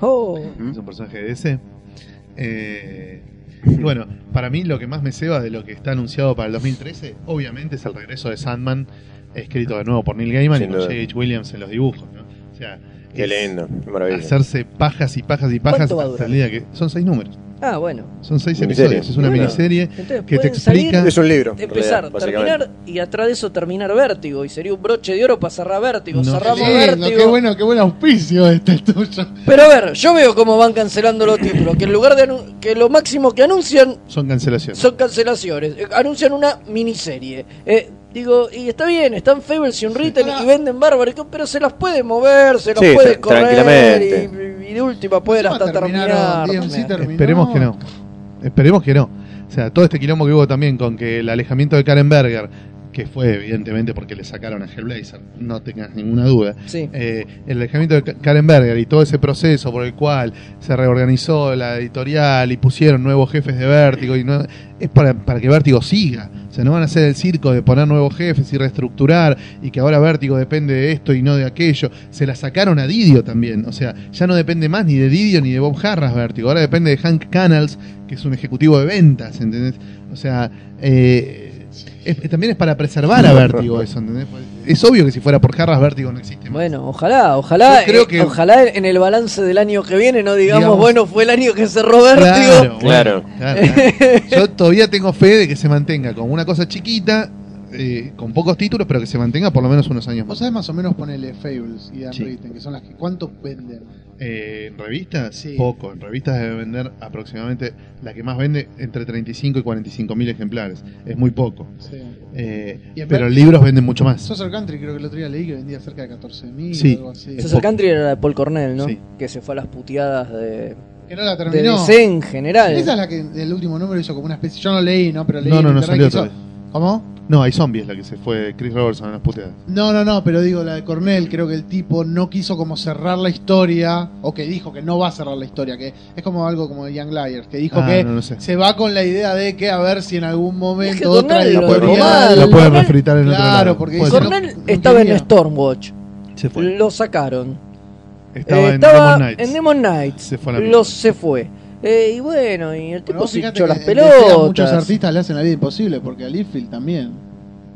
E: oh,
D: Mm.
C: que es un personaje de DC. Eh, y bueno, para mí lo que más me ceba de lo que está anunciado para el 2013, obviamente, es el regreso de Sandman, escrito de nuevo por Neil Gaiman
D: Sin
C: y con
D: duda.
C: J.H. Williams en los dibujos. ¿no? O sea,
D: Qué
C: es-
D: lindo, qué maravilla.
C: hacerse pajas y pajas y pajas
E: ¿Cuánto va a
C: hasta el
E: durar?
C: día que son seis números,
E: ah, bueno.
C: son seis
D: Miniserie.
C: episodios, es una
E: Bueno.
C: miniserie
E: Entonces
C: que te
E: pueden
C: explica
E: salir,
D: Es un libro. en
E: empezar,
D: realidad,
E: terminar y atrás de eso terminar Vértigo. Y sería un broche de oro para cerrar Vértigo.
C: No,
E: Cerramos
C: qué
B: Lindo,
E: Vértigo.
B: qué bueno, qué buen auspicio este el tuyo.
E: Pero a ver, yo veo cómo van cancelando los títulos. Que en lugar de anu- que lo máximo que anuncian
C: son cancelaciones.
E: son cancelaciones. Eh, anuncian una miniserie. Eh, digo, y está bien, están Fables y Unwritten
B: Ahora-
E: y venden Bárbaro, pero se las puede mover, se las
D: Sí,
E: puede
D: tra-
E: correr.
D: tranquilamente.
E: Y, y de última pueden
B: Encima
E: hasta terminar.
B: terminaron, DMC
E: también.
B: terminó.
C: Esperemos que no, esperemos que no. O sea, todo este quilombo que hubo también con que el alejamiento de Karen Berger, que fue evidentemente porque le sacaron a Hellblazer, no tengas ninguna duda,
E: Sí.
C: eh, el alejamiento de Ka- Karen Berger y todo ese proceso por el cual se reorganizó la editorial y pusieron nuevos jefes de Vértigo y nue- es para, para que Vértigo siga. O sea, no van a hacer el circo de poner nuevos jefes y reestructurar y que ahora Vértigo depende de esto y no de aquello. Se la sacaron a Didio también. O sea, ya no depende más ni de Didio ni de Bob Harras Vértigo. Ahora depende de Hank Canals, que es un ejecutivo de ventas, ¿entendés? O sea, eh, es- es- también es para preservar a Vértigo eso, ¿entendés? Es obvio que si fuera por Harras Vértigo no existe más.
E: Bueno, ojalá, ojalá,
C: Yo creo
E: eh,
C: que-
E: ojalá en el balance del año que viene no digamos,
C: Digamos-
E: bueno, fue el año que cerró Vértigo.
C: bueno,
D: Claro.
C: claro, claro. Yo todavía tengo fe de que se mantenga con una cosa chiquita, eh, con pocos títulos, pero que se mantenga por lo menos unos años
B: Vos
C: más.
B: sabés más o menos ponele Fables y Dan
C: Sí.
B: Ritten, que son las que cuántos venden.
C: Eh, ¿En revistas?
B: Sí.
C: Poco. En revistas debe vender aproximadamente, la que más vende, entre 35 y 45 mil ejemplares. Es muy poco.
B: Sí.
C: Eh,
B: Y en
C: pero
B: ver-
C: libros venden mucho más.
B: Social Country creo que el otro día leí que vendía cerca de 14.000
C: Sí.
B: o algo así.
C: Es
E: César
C: poco.
E: Country era la de Paul Cornell, ¿no?
C: Sí.
E: Que se fue a las puteadas de,
B: Que no la
E: de
B: terminó.
E: DC en general.
B: Esa es la que el último número hizo como una especie. Yo no leí, ¿no? Pero leí
C: No,
B: en
C: no, no
B: internet
C: salió
B: que
C: otra
B: hizo-
C: vez.
B: ¿Cómo?
C: No, hay zombies la que se fue Chris Robertson en las puteadas.
B: No, no, no, pero digo, la de Cornell, creo que el tipo no quiso como cerrar la historia, o que dijo que no va a cerrar la historia, que es como algo como de Young Liars, que dijo
C: Ah,
B: que
C: no lo sé.
B: se va con la idea de que a ver si en algún momento
E: Es que
B: otra
E: Cornell lo
D: puede
B: editorial-
E: Ah,
C: La
E: el
C: pueden
E: Cornell-
C: refritar en otro
B: Claro,
C: lado.
B: porque Eh,
C: Puede ser.
B: dice-
E: Cornell
B: no
E: estaba en
B: quería.
E: Stormwatch,
C: se fue.
E: lo sacaron.
C: Estaba,
E: Eh,
C: en Demon Knights.
E: en Demon Knights,
C: Se fue a la
E: lo
C: mierda.
E: se fue. Eh, y bueno, y el tipo
B: Bueno, vos
E: se
B: fijate
E: echó
B: que
E: las
B: en DC a Muchos
E: pelotas.
B: artistas le hacen la vida imposible, porque a Leaffield también.
C: Eh.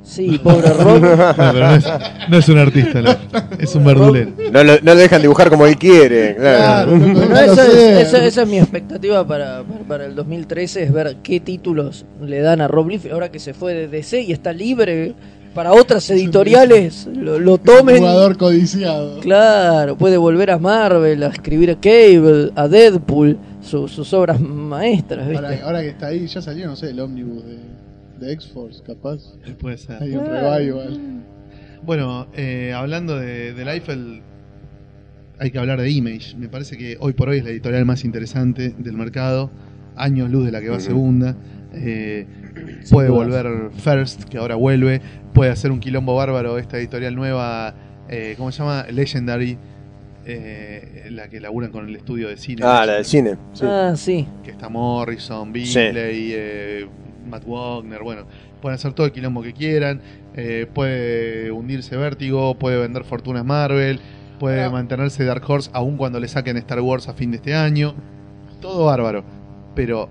E: Sí, pobre Rob.
C: No, pero no, es, no es un artista, no. es un verdulero.
D: No lo, no lo dejan dibujar como él quiere. Claro.
C: [LAUGHS]
B: Claro, no,
E: Bueno,
B: no lo
E: esa,
B: sé.
E: es, esa- esa es mi expectativa para, para, para el 2013, es ver qué títulos le dan a Rob Liefeld ahora que se fue de DC y está libre para otras editoriales lo, lo tomen.
B: Jugador codiciado.
E: Claro, puede volver a Marvel, a escribir a Cable, a Deadpool, su- sus obras maestras, ¿viste?
B: Ahora, ahora que está ahí, ya salió, no sé, el ómnibus de, de X-Force, capaz.
C: Puede ser.
B: Hay un revival.
C: Bueno, eh, hablando de, del Eiffel, hay que hablar de Image. Me parece que hoy por hoy es la editorial más interesante del mercado. Años luz de la que va segunda. Eh, puede
E: dudas.
C: volver First, que ahora vuelve. Puede hacer un quilombo bárbaro esta editorial nueva. eh, ¿Cómo se llama? Legendary. eh, la que laburan con el estudio de cine.
D: [LAUGHS] Ah, la del cine. sí.
E: Ah, sí.
C: Que está Morrison, Bingley, eh, Matt Wagner, bueno, pueden hacer todo el quilombo que quieran, eh, puede hundirse Vértigo, puede vender fortunas Marvel, puede mantenerse Dark Horse aun cuando le saquen Star Wars a fin de este año, todo bárbaro, pero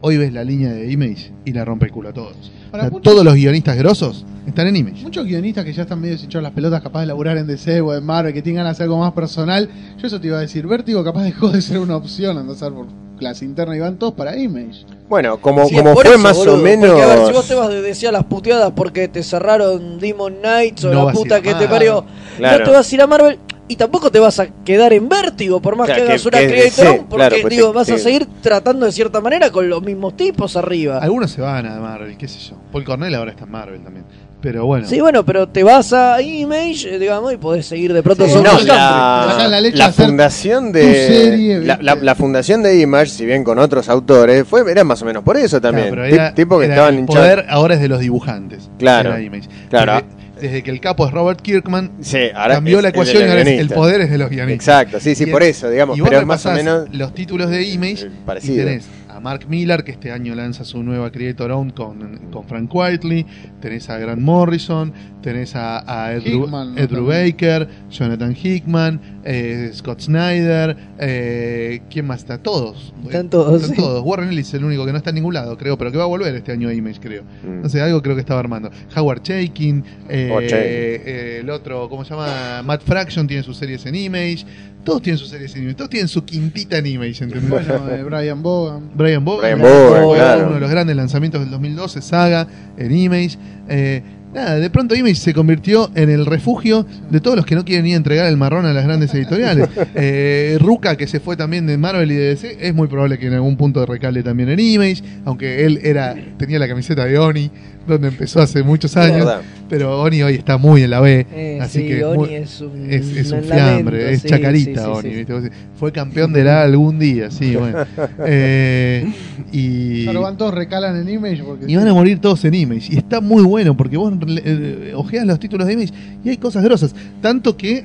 C: hoy ves la línea de Image y la rompe el culo a todos.
B: Ahora,
C: O sea,
B: muchos-
C: todos los guionistas grosos están en Image.
B: Muchos guionistas que ya están medio hinchados las pelotas, capaz de laburar en DC o en Marvel, que tengan hacer algo más personal. Yo eso te iba a decir, Vértigo capaz dejó de ser una opción, andás a ver por clase interna y van todos para Image.
D: Bueno, como,
E: Sí,
D: como
E: por
D: fue
E: eso,
D: más
E: boludo,
D: o menos.
E: Porque, a ver, si vos te vas de decir las puteadas porque te cerraron Demon Knights o
C: No
E: la
C: vas a ir
E: puta
C: a
E: que te
C: Marvel.
E: parió,
D: Claro.
E: no te vas a ir a Marvel y tampoco te vas a quedar en vértigo por más
D: Claro,
E: que hagas
D: que-
E: una
D: que es
E: Creator
D: DC,
E: porque,
D: claro, pues
E: digo,
D: te-
E: vas a
D: te-
E: seguir tratando de cierta manera con los mismos tipos arriba.
C: Algunos se van a Marvel, qué sé yo. Paul Cornell ahora está en Marvel también. Pero bueno,
E: Sí, bueno, pero te vas a Image, eh, digamos, y podés seguir de pronto
B: Sí,
E: sobre
D: Eh, No,
E: el
B: Te
D: la,
B: sacan la leche
D: la
B: a hacer
D: fundación de
B: tu serie,
D: la,
B: ¿viste?
D: la- la fundación de Image, si bien con otros autores, fue era más o menos por eso también.
C: Claro, pero
D: Tip-
C: era-
D: tipo que
C: era
D: estaban
C: el
D: hinchados.
C: poder ahora es de los dibujantes.
D: Claro,
C: era Image.
D: claro.
C: Desde, desde que el capo es Robert Kirkman,
D: Sí, ahora
C: cambió
D: es
C: la
D: el de los
C: ecuación y ahora es el
D: guionistas.
C: poder es de los guionistas.
D: Exacto, sí, sí,
C: Y
D: por
C: en-
D: eso, digamos,
C: Y vos
D: pero es más o
C: repasás
D: menos
C: los títulos de Image
D: eh,
C: y
D: parecido.
C: tenés a Mark Miller, que este año lanza su nueva Creator Own con, con Frank Whiteley, tenés a Grant Morrison, tenés a, a Ed, Ru-
B: Hickman, ¿no?
C: Ed Ru
B: También.
C: Baker, Jonathan Hickman, eh, Scott Snyder, eh, ¿quién más está? Todos.
E: Están todos,
C: Están
E: sí.
C: todos. Warren Ellis es el único que no está en ningún lado, creo, pero que va a volver este año a Image, creo.
D: Mm.
C: No sé, algo creo que estaba armando. Howard Chaykin, eh,
D: Howard Chaykin.
C: eh, el otro, ¿cómo se llama? Matt Fraction tiene sus series en Image. Todos tienen sus series en Image. Todos tienen su quintita en Image, ¿entendés? [LAUGHS]
B: Bueno, eh, Brian Bogan.
C: Brian
D: Brian
C: Bogan,
D: Bogan,
C: fue
D: claro.
C: uno de los grandes lanzamientos del 2012, Saga, en Image. Eh, nada, de pronto Image se convirtió en el refugio de todos los que no quieren ir a entregar el marrón a las
D: [LAUGHS]
C: grandes editoriales. Eh, Ruca, que se fue también de Marvel y de DC, es muy probable que en algún punto recale también en Image, aunque él era tenía la camiseta de Oni, donde empezó hace muchos
D: Es
C: años,
D: verdad.
C: pero Oni hoy está muy en la B,
E: Eh,
C: así
E: sí,
C: que es
E: Oni
C: muy-
E: Mm, es un,
C: es, es un
E: lamento,
C: fiambre, es
E: sí,
C: chacarita
E: sí, sí,
C: Oni,
E: sí, sí.
C: ¿viste? Vos decís, Fue campeón de la A algún
E: [LAUGHS]
C: día, sí, bueno. Eh, y,
B: Claro, van todos recalan en Image porque...
C: y van a morir todos en Image. Y está muy bueno porque vos eh, ojeas los títulos de Image y hay cosas grosas. Tanto que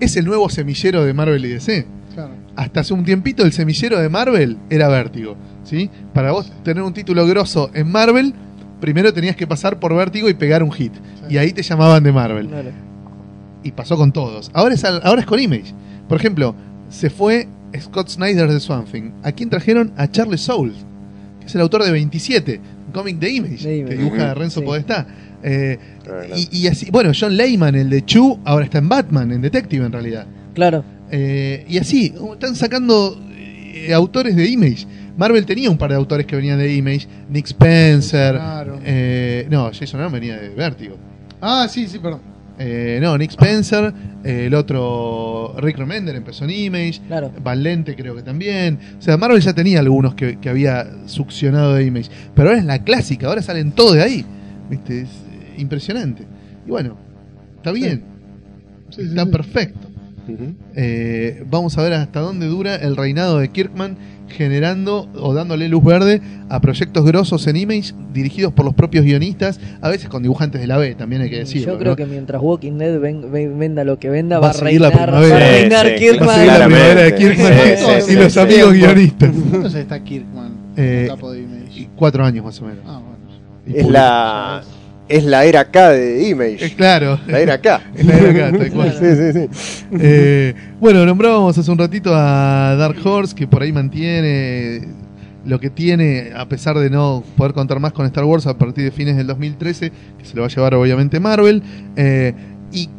C: es el nuevo semillero de Marvel y DC.
B: Claro.
C: Hasta hace un tiempito el semillero de Marvel era Vértigo, ¿sí? Para vos tener un título grosso en Marvel, primero tenías que pasar por Vértigo y pegar un hit. Y ahí te llamaban de Marvel
E: Claro.
C: y pasó con todos. Ahora es, al- ahora es con Image. Por ejemplo, se fue Scott Snyder de Swamp Thing. ¿A quién trajeron? A Charlie Soule, que es el autor de 27, un cómic de Image,
E: De
C: que
E: Image.
C: dibuja
D: Ujú.
C: Renzo
E: Sí.
C: Podestá. Eh,
D: Claro, claro.
C: y, y así, bueno, John Layman, el de Chu, ahora está en Batman, en Detective en realidad.
E: Claro.
C: Eh, y así, están sacando eh, autores de Image. Marvel tenía un par de autores que venían de Image, Nick Spencer.
E: Ah.
B: Claro.
C: eh, no, Jason Aaron venía de Vértigo.
B: Ah, sí, sí,
C: [LAUGHS]
B: perdón.
C: Eh, no, Nick Spencer, eh, el otro Rick Remender empezó en Image,
E: Claro.
C: Valente creo que también. O sea, Marvel ya tenía algunos que, que había succionado de Image, pero ahora es la clásica, ahora salen todos de ahí. ¿Viste? Es eh, impresionante. Y bueno, está bien,
B: Sí, sí,
C: está
B: sí.
C: perfecto.
D: Ujú.
C: Eh, vamos a ver hasta dónde dura el reinado de Kirkman generando o dándole luz verde a proyectos grosos en Image dirigidos por los propios guionistas, a veces con dibujantes de la B, también hay que decirlo.
E: Yo creo
C: Eh, ¿no?
E: que mientras Walking Dead ven- ven- venda lo que venda,
C: Va
E: va,
C: a
E: a
C: seguir la
E: reinar,
C: primavera.
E: va a
C: Sí,
E: reinar
D: sí,
E: Kirkman.
C: Va a seguir la
D: Claramente.
C: primavera de Kirkman
B: Sí, sí,
C: y los
B: sí.
C: amigos guionistas.
B: Entonces está Kirkman,
C: Eh,
B: el capo de Image.
C: Y cuatro años más o menos.
B: Ah, bueno.
C: Y
D: Es
C: público,
D: la
C: ¿sabes?
D: es la era K de
C: Eh,
D: Image.
C: claro.
D: La era
C: [LAUGHS]
D: K.
C: Es la era acá, tal cual.
D: Sí, sí, sí.
C: [LAUGHS] Eh, bueno, nombrábamos hace un ratito a Dark Horse, que por ahí mantiene lo que tiene, a pesar de no poder contar más con Star Wars a partir de fines del 2013, que se lo va a llevar obviamente Marvel. eh, y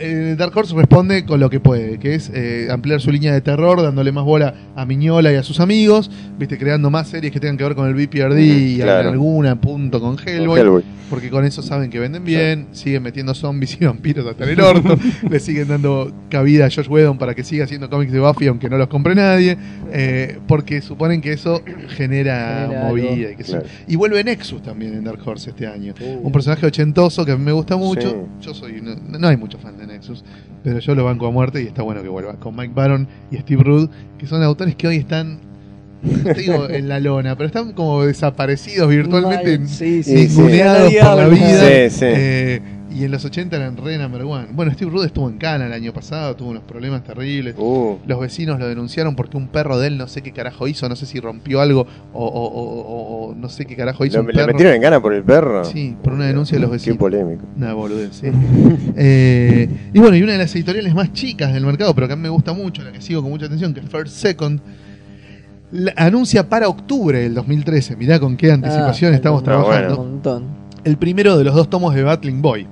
C: eh, Dark Horse responde con lo que puede, que es eh, ampliar su línea de terror, dándole más bola a Miñola y a sus amigos, viste, creando más series que tengan que ver con el BPRD y
D: claro.
C: alguna punto con Hellboy,
D: Hellboy.
C: porque con eso saben que venden bien, siguen metiendo zombies y vampiros hasta en el orto, le siguen dando cabida a Josh Whedon para que siga haciendo cómics de Buffy aunque no los compre nadie, eh, porque suponen que eso genera,
E: Genera algo.
C: movida. Y, que
D: Claro.
C: y vuelve Nexus también en Dark Horse este año.
D: Uh.
C: Un personaje ochentoso que a mí me gusta mucho.
D: Sí.
C: Yo soy no, no hay mucho fan de Nexus, pero yo lo banco a muerte y está bueno que vuelva. Con Mike Baron y Steve Rudd, que son autores que hoy están, [LAUGHS] no te digo en la lona, pero están como desaparecidos virtualmente,
E: Mal, sí, sí.
D: sí.
C: ninguneados por la
E: Nadie habla.
C: vida.
D: Sí, sí.
C: Eh, y en los 80 eran re number one. Bueno, Steve Rudd estuvo en Cana el año pasado, tuvo unos problemas terribles.
D: Uh,
C: Los vecinos lo denunciaron porque un perro de él no sé qué carajo hizo, no sé si rompió algo o, o- o- o- o no sé qué carajo hizo.
D: lo-
C: un
D: ¿Le
C: perro.
D: metieron en gana por el perro?
C: Sí, por una denuncia de los
D: Qué
C: vecinos.
D: polémico.
C: Una boludez, sí. Eh, y bueno, y una de las editoriales más chicas del mercado, pero que a mí me gusta mucho, la que sigo con mucha atención, que es First Second, la- anuncia para octubre del 2013, mirá con qué anticipación
E: Ah,
C: estamos
E: un
C: trabajando,
E: montón.
C: el primero de los dos tomos de Battling Boy,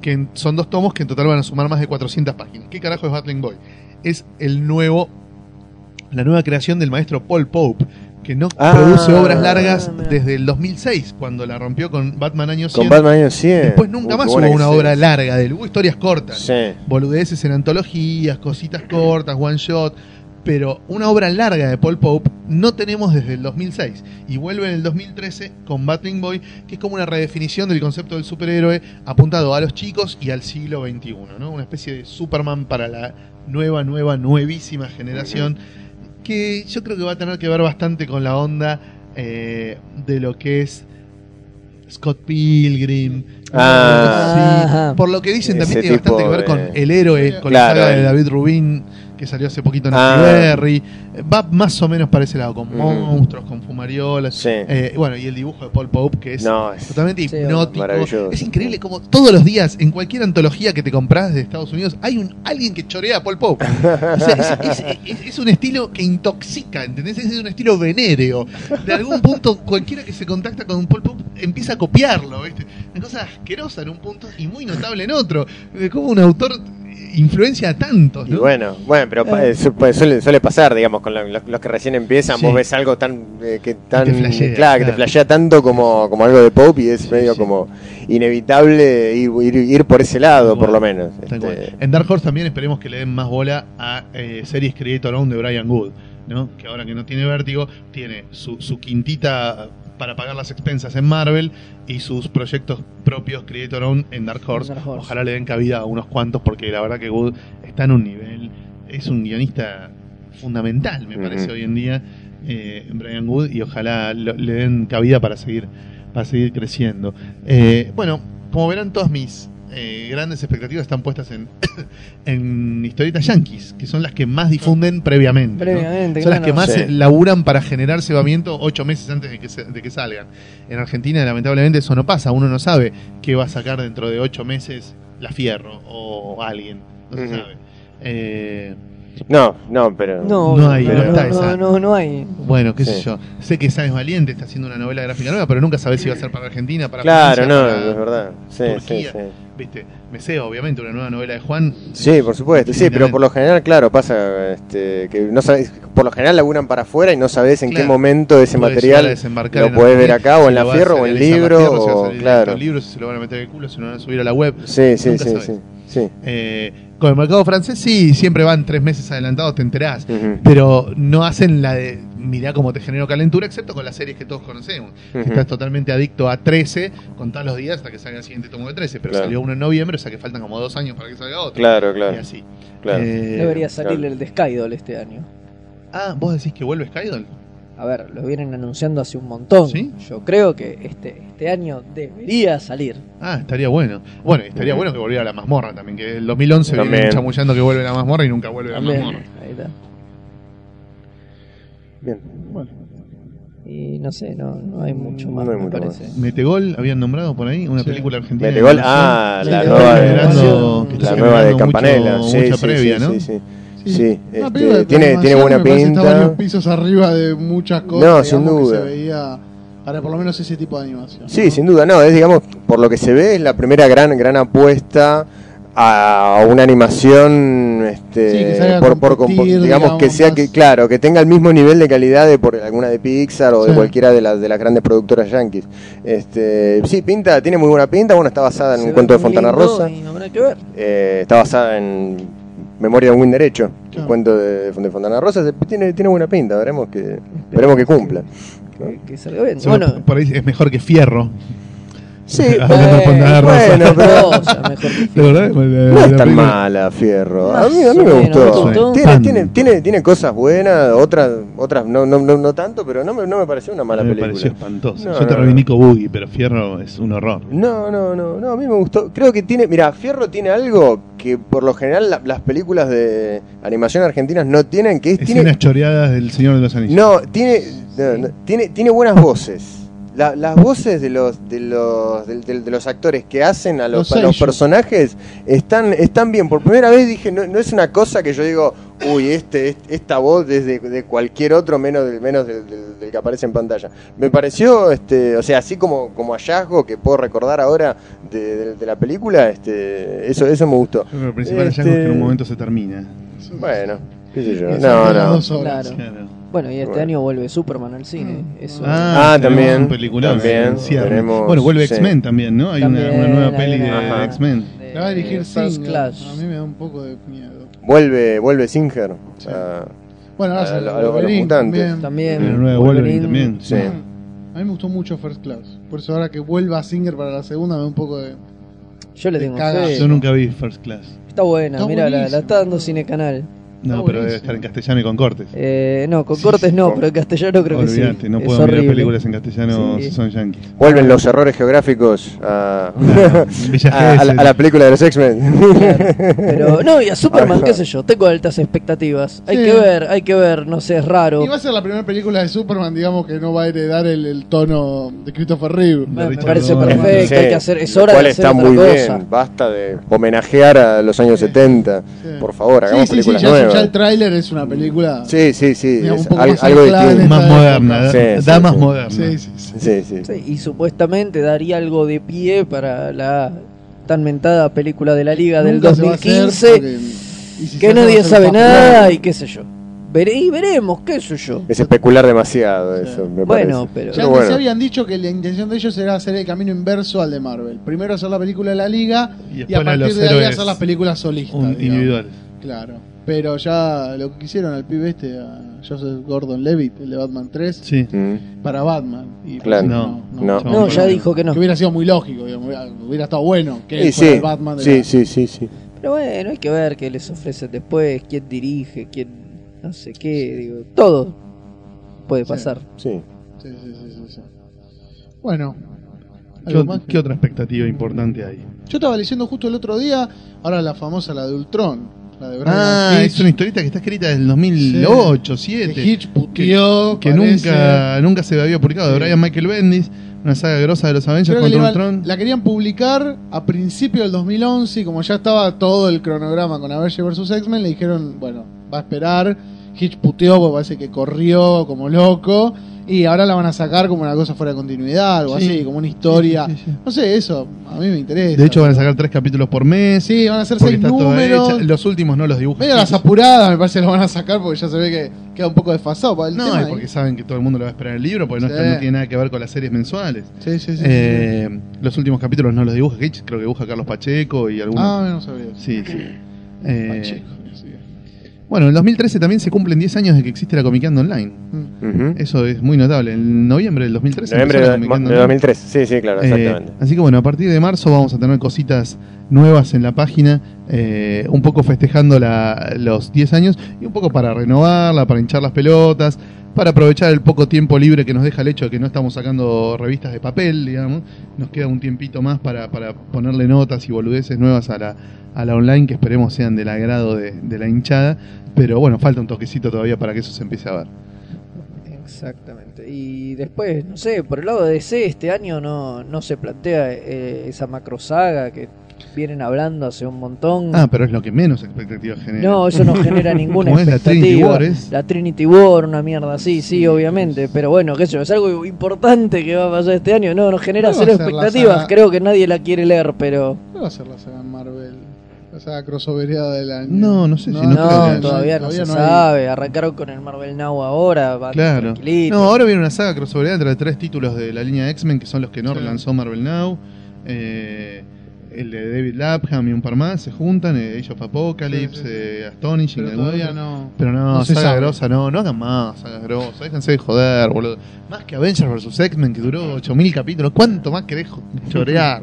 C: que en- son dos tomos que en total van a sumar más de 400 páginas. ¿Qué carajo es Battling Boy? Es el nuevo, la nueva creación del maestro Paul Pope, que no
D: Ah,
C: produce obras largas
E: mirá.
C: desde el 2006, cuando la rompió con Batman Año
D: Con
C: 100.
D: Batman año 100.
C: Después nunca
D: Uh,
C: más
D: qué
C: hubo
D: buena que
C: una
D: sea.
C: obra larga de él, hubo historias cortas,
D: Sí.
C: boludeces en antologías, cositas cortas, one shot, pero una obra larga de Paul Pope no tenemos desde el 2006 y vuelve en el 2013 con Battling Boy, que es como una redefinición del concepto del superhéroe apuntado a los chicos y al siglo XXI, ¿no? Una especie de Superman para la nueva, nueva, nuevísima generación que yo creo que va a tener que ver bastante con la onda eh, de lo que es Scott Pilgrim.
D: Ah.
C: Sí,
E: Ajá.
C: por lo que dicen también
D: Ese
C: tiene bastante que
D: tipo
C: ver con
D: de-
C: el héroe, con
D: Claro,
C: la saga de
D: el-
C: David Rubin que salió hace poquito en
D: Ah.
C: Berry. Va más o menos para ese lado, con
D: Ujú.
C: monstruos, con fumariolas.
D: Sí.
C: Eh, bueno, y el dibujo de Paul Pope, que es
D: No, es-
C: totalmente
E: Sí,
C: hipnótico.
D: maravilloso.
C: Es increíble como todos los días, en cualquier antología que te compras de Estados Unidos, hay un alguien que chorea a Paul Pope. O sea, es, es- es- es un estilo que intoxica, ¿entendés? Es un estilo venéreo. De algún punto, cualquiera que se contacta con un Paul Pope empieza a copiarlo, ¿viste? Una cosa asquerosa en un punto y muy notable en otro. De cómo un autor eh, influencia a tantos,
D: Y
C: ¿no?
D: bueno, bueno, pero pa- eh, su- pues, suele, suele pasar, digamos, con la- los, los que recién empiezan,
C: Sí.
D: vos ves algo tan, eh, que tan
C: te
D: claro,
C: flashea,
D: que
C: claro.
D: te flashea tanto como, como algo de pop y es medio
C: sí.
D: como inevitable ir, ir, ir por ese lado,
C: Tal
D: por
C: cual,
D: lo menos.
C: Tal cual.
D: Este,
C: En Dark Horse también esperemos que le den más bola a eh, series Creator Own de Brian Good, ¿no? Que ahora que no tiene vértigo, tiene su, su quintita para pagar las expensas en Marvel y sus proyectos propios Creator Own en Dark Horse.
E: Dark Horse.
C: Ojalá le den cabida a unos cuantos porque la verdad que Good está en un nivel, es un guionista fundamental, me parece,
D: Ujú.
C: hoy en día, eh, Brian Good, y ojalá lo- le den cabida para seguir, para seguir creciendo. Eh, bueno, como verán, todas mis eh, grandes expectativas están puestas en, [COUGHS] en historietas yankees, que son las que más difunden previamente. ¿no?
E: Previamente,
C: Son las
E: claro.
C: que más
D: Sí.
C: eh, laburan para generar cebamiento ocho meses antes de que, se- de que salgan. En Argentina, lamentablemente, eso no pasa. Uno no sabe qué va a sacar dentro de ocho meses la Fierro o alguien. No se
D: Ujú.
C: sabe. Eh,
D: no, no, pero.
E: No,
C: No
E: no,
C: hay,
E: no,
C: pero
E: no,
C: está
E: no,
C: esa.
E: no, no hay.
C: bueno, qué sé
D: Sí.
C: yo. Sé que Sáenz Valiente está haciendo una novela gráfica nueva, pero nunca sabes si va a ser para Argentina, para
D: Claro,
C: Francia,
D: no,
C: para-
D: es verdad. Sí, sí,
C: Turquía.
D: sí.
C: Viste, Meseo, obviamente, una nueva novela de Juan.
D: Sí, por supuesto, sí, pero por lo general, claro, pasa este, que no sabes, por lo general laburan para afuera y no sabés en
C: Claro.
D: qué momento ese
C: Puede llegar a
D: material
C: desembarcar
D: lo
C: en
D: podés ver
C: Argentina,
D: acá o
C: si
D: en la
C: lo va a
D: fierro
C: hacer
D: o en
C: Elisa
D: libro,
C: Martierro, si va a
D: o,
C: salir directo
D: claro.
C: al libro, si se lo van a meter el culo, si lo van a subir a la web.
D: Sí, sí,
C: Nunca
D: sí,
C: sabes.
D: sí, sí.
C: Eh, con el mercado francés sí, siempre van tres meses adelantados, te enterás.
D: Ujú.
C: Pero no hacen la de mirá cómo te genero calentura, excepto con las series que todos conocemos. Si
D: Ujú.
C: estás totalmente adicto a 13, contás los días hasta que salga el siguiente tomo de 13. Pero
D: Claro.
C: salió uno en noviembre, o sea que faltan como dos años para que salga otro.
D: Claro,
C: Y
D: claro,
C: así.
D: claro.
C: Eh,
E: Debería salir
D: claro.
E: el de Skydoll este año.
C: Ah, vos decís que vuelve Skydoll.
E: A ver, lo vienen anunciando hace un montón.
C: ¿Sí?
E: Yo creo que este, este año debería salir.
C: Ah, estaría bueno. Bueno, y estaría
D: Ujú.
C: bueno que volviera la mazmorra también, que el 2011 vienen
D: También.
C: chamullando que vuelve la mazmorra y nunca vuelve la
E: También.
C: mazmorra.
E: Ahí está.
D: Bien.
E: Y no sé, no, no hay mucho más,
D: No hay
E: me
D: mucho
E: parece.
C: Metegol habían nombrado por ahí, una
B: Sí.
C: película argentina. de
D: Metegol,
C: animación.
D: ah,
E: Sí,
D: la
E: que
D: nueva
E: está
D: de,
E: generando- que
D: la
E: está
D: nueva de
C: generando
D: Campanella,
C: mucho-
D: sí,
C: mucha
D: sí,
C: previa,
D: sí,
C: ¿no?
D: sí, sí. Sí,
B: Una película
D: este,
B: de
D: tiene, tiene
B: animación
D: buena
B: me parece que Está
D: pinta.
B: varios pisos arriba de muchas cosas.
D: No, sin
B: digamos,
D: duda.
B: Que se veía para por lo menos ese tipo de animación.
D: Sí, sin duda, no, es digamos, por lo que se ve, es la primera gran gran apuesta a una animación este,
B: Sí, que salga a
D: por, por
B: competir,
D: compo- digamos,
B: digamos,
D: que sea
B: más-
D: que claro que tenga el mismo nivel de calidad de por alguna de Pixar o
B: Sí.
D: de cualquiera de las de las grandes productoras yankees este sí pinta tiene muy buena pinta bueno está basada en
E: Se
D: un
E: ve
D: cuento de
E: muy
D: Fontana
E: lindo
D: Rosa
E: y no habrá que ver.
D: eh, está basada en Memoria de un Buen Derecho,
B: Claro.
D: un cuento de, de Fontana Rosa. se- Tiene, tiene buena pinta, veremos que, veremos que cumpla.
E: Que, que salga bien.
C: Se me-
E: Bueno, eh,
C: Por ahí es mejor que Fierro.
D: Sí,
C: Hablando de Fontana Rosa.
D: Eh, [LAUGHS] bueno,
E: [LAUGHS]
D: pero
E: cosa, mejor que-
C: ¿De verdad? La-
D: no
C: la
D: es tan
C: película-
D: mala, Fierro. A mí, a
E: Más
D: mí
E: o
D: me
E: menos,
C: me gustó.
D: gustó. Tiene,
C: Tan.
D: tiene, tiene, tiene cosas buenas, otras, otras no, no, no, no tanto, pero no me, no me pareció una mala
C: me
D: película.
C: pareció espantosa.
D: No,
C: Yo te
D: no,
C: reivindico Boogie, pero Fierro es un horror.
D: No, no, no, no, a mí me gustó. Creo que tiene, mira, Fierro tiene algo que por lo general la- las películas de animación argentinas no tienen, que es, tiene,
C: Escenas choreadas del Señor de los Anillos.
D: No, tiene, no, no, tiene, tiene buenas voces. La- las voces de los, de los, del- del- de los actores que hacen a los,
B: Los
D: a los
B: seiyuu.
D: personajes están, están bien. Por primera vez dije, no, no es una cosa que yo digo, uy, este, est- esta voz desde de cualquier otro menos del, menos del, del- del que aparece en pantalla. Me pareció, este, o sea, así como, como hallazgo que puedo recordar ahora de, de- de la película, este, eso, eso me gustó.
C: Yo creo que el principal
D: Este-
C: hallazgo es que en un momento se termina.
D: Bueno, qué sé yo.
B: Que salga
D: No,
B: a las
D: no.
B: dos horas.
E: Claro.
C: Claro.
E: Bueno, y este
D: Bueno.
E: año vuelve Superman al cine. Eso.
D: Ah,
C: tenemos
D: también,
C: Un peliculón,
D: también,
C: en cierre.
D: tenemos-
C: bueno, vuelve
D: sí.
C: X-Men también, ¿no? Hay una- una,
E: También
C: nueva
E: hay
C: peli de
E: una-
D: Ajá.
C: X-men.
E: de
B: La va a dirigir
E: Eh, First
B: Singer.
E: Clash.
B: A mí me da un poco de miedo.
D: Vuelve, vuelve Singer.
B: Sí.
D: Ah,
B: Bueno, ahora
D: A
B: sale
D: lo- a lo- a los
B: Wolverine
D: mutantes.
E: También.
C: La nueva de Wolverine también. sí.
D: Sí.
B: A mí me gustó mucho First Class. Por eso ahora que vuelva Singer para la segunda me da un poco de...
E: Yo le
B: Te
E: tengo
B: cagas.
E: fe.
C: Yo nunca vi First Class.
E: Está buena,
B: Está
E: mira, la,
B: buenísimo.
E: la está dando Cine Canal.
C: No,
B: Está
C: pero debe
B: buenísimo.
C: estar en castellano y con cortes.
E: Eh, no, con cortes no,
D: con-
E: pero en castellano creo que
C: Olvídate,
E: sí.
C: no
E: Es
C: puedo
E: horrible.
C: mirar películas en castellano
E: Sí.
C: si son yankees.
B: [LAUGHS]
D: Vuelven los errores geográficos a,
C: Claro, [LAUGHS] Villa
D: a- a la,
C: Gesell.
D: a la película de los X-Men.
E: Claro. [LAUGHS] Pero no,
B: [LAUGHS]
E: y a Superman, qué sé yo, tengo altas expectativas. Hay
B: Sí.
E: que ver, hay que ver, no sé, es raro.
B: Y va a ser la primera película de Superman, digamos, que no va a heredar el, el tono de Christopher Reeve.
E: Bueno, me
C: Richard
E: parece
C: Donner.
D: [LAUGHS]
E: perfecto,
D: Sí,
E: hay que hacer, es
D: lo
E: hora
D: cual
E: de hacer
D: está
E: otra
D: muy
E: cosa.
D: bien. Basta de homenajear a los años
B: Sí.
D: 70.
B: Sí.
D: Por favor,
B: Sí,
D: hagamos
B: sí, sí,
D: películas
B: ya, ya
D: nuevas.
B: el tráiler es una película...
D: sí, sí, sí.
B: Digamos,
D: es
B: un poco
D: al-
B: más
D: algo
B: anclada en
D: distinto.
B: esta
C: Más
B: época.
C: moderna,
D: Sí,
C: da,
D: sí,
C: da más
D: sí.
C: moderna.
B: Sí, sí, sí.
D: Sí, sí.
E: Sí, y supuestamente daría algo de pie para la tan mentada película de la Liga del
B: Nunca se va a
E: 2015,
B: hacer porque- y si se
E: que
B: hace va a
E: nadie
B: ser
E: sabe
B: papelón.
E: nada y qué sé yo. Veré, y veremos, qué sé yo.
D: Es especular demasiado eso, me
E: Bueno,
D: parece.
E: pero...
B: Ya
D: Pero
B: antes
D: bueno.
B: habían dicho que la intención de ellos era hacer el camino inverso al de Marvel. Primero hacer la película de la Liga
C: Y
B: y,
C: después
B: a
C: la de
B: partir
C: los
B: de ahí
C: héroes.
B: hacer las películas solistas.
C: Un
B: digamos.
C: individual.
B: Claro. Pero ya lo que quisieron al pibe este, a Joseph Gordon Levitt, el de Batman 3,
C: Sí.
D: Mm.
B: para Batman. Y pues,
D: Claro.
B: no,
C: No,
D: no.
E: No, ya dijo que no.
B: Que hubiera sido muy lógico, digamos, hubiera, hubiera estado bueno que él
D: Y
B: fuera
D: sí,
B: el Batman de
D: sí,
B: la-
D: sí, sí, sí.
E: Pero bueno, hay que ver qué les ofrecen después, quién dirige, quién no sé qué, digo, todo puede
B: Sí.
E: pasar.
D: sí.
B: sí, sí, sí, sí, sí. Bueno.
C: ¿Qué,
B: ¿algo
C: o-
B: más?
C: qué otra expectativa importante hay?
B: Yo estaba leyendo justo el otro día, ahora la famosa, la de Ultron. La de Brian
C: Ah,
B: Hitch.
C: es una historieta que está escrita del 2008, 2007.
B: Que Hitch puteó,
C: que
B: parece.
C: nunca, nunca se había publicado. De
B: Sí.
C: Brian Michael Bendis, una saga grosa de los Avengers
B: Creo que le
C: contra
B: iba-
C: Ultron.
B: la querían publicar a principio del 2011 y como ya estaba todo el cronograma con Avengers vs. X-Men, le dijeron, bueno, va a esperar. Hitch puteó porque parece que corrió como loco y ahora la van a sacar como una cosa fuera de continuidad, algo
C: Sí.
B: así, como una historia.
C: Sí, sí, sí.
B: No sé, eso a mí me interesa.
C: De hecho, van a sacar tres capítulos por mes.
B: sí, van a hacer
C: porque
B: seis
C: está toda
B: números.
C: hecha. Los últimos no los dibujan.
B: Medio las apuradas me parece que lo van a sacar porque ya se ve que queda un poco desfasado para el
C: No,
B: tema.
C: y porque saben que todo el mundo lo va a esperar el libro, porque no,
B: Sí.
C: está- no tiene nada que ver con las series mensuales.
B: Sí, sí, sí.
C: Eh, Los últimos capítulos no los dibuja Hitch, creo que dibuja Carlos Pacheco y
B: sí.
C: algunos.
B: Ah, no sabía. eso.
C: Sí, sí. Eh,
B: Pacheco, sí.
C: bueno, en 2013 también se cumplen 10 años de que existe la Comic Con Online.
B: Mm.
D: Ujú.
C: Eso es muy notable. En noviembre del 2013.
D: Noviembre
C: empezó la
D: de,
C: Comic Con
D: de
C: Online.
D: 2003. Sí, sí, claro,
C: Eh,
D: exactamente.
C: así que bueno, a partir de marzo vamos a tener cositas nuevas en la página, eh, un poco festejando la- los 10 años y un poco para renovarla, para hinchar las pelotas, para aprovechar el poco tiempo libre que nos deja el hecho de que no estamos sacando revistas de papel, digamos. Nos queda un tiempito más para, para ponerle notas y boludeces nuevas a la, a la online que esperemos sean del agrado de, de la hinchada. Pero bueno, falta un toquecito todavía para que eso se empiece a ver.
E: Exactamente. Y después, no sé, por el lado de DC, este año no, no se plantea eh, esa macro saga que vienen hablando hace un montón.
C: Ah, pero es lo que menos expectativas genera.
E: no, eso no genera ninguna
C: ¿Cómo es? La
E: expectativa.
C: Trinity War, ¿es?
E: La Trinity War, una mierda así, sí, obviamente. Pero bueno, qué sé yo, es algo importante que va a pasar este año. No, no genera
B: No va
E: cero
B: a ser la
E: expectativas.
B: saga-
E: Creo que nadie la quiere leer, pero
B: ¿Qué va a hacer la saga Marvel? O sea, crossovereada del año.
C: No, no sé si
E: No,
C: No, creo que-
E: todavía no
B: todavía
E: se
B: hay.
E: sabe. Arrancaron con el Marvel Now ahora. Va
C: Claro.
E: tranquilito.
C: No, ahora viene una saga crossover entre tres títulos de la línea X-Men que son los que no
B: Sí.
C: lanzó Marvel Now. eh, el de David Lapham y un par más se juntan. eh, Age of
B: Sí,
C: Apocalypse,
B: sí, sí.
C: eh, Astonishing.
B: Pero
C: alguna
B: todavía
C: otra.
B: no.
C: Pero no,
B: No se
C: saga
B: sabe.
C: grosa, no, no hagan más sagas grosas, déjense de joder, boludo. Más que Avengers vs. X-Men que duró 8000 capítulos, ¿cuánto más querés jo-
B: [LAUGHS]
C: chorear?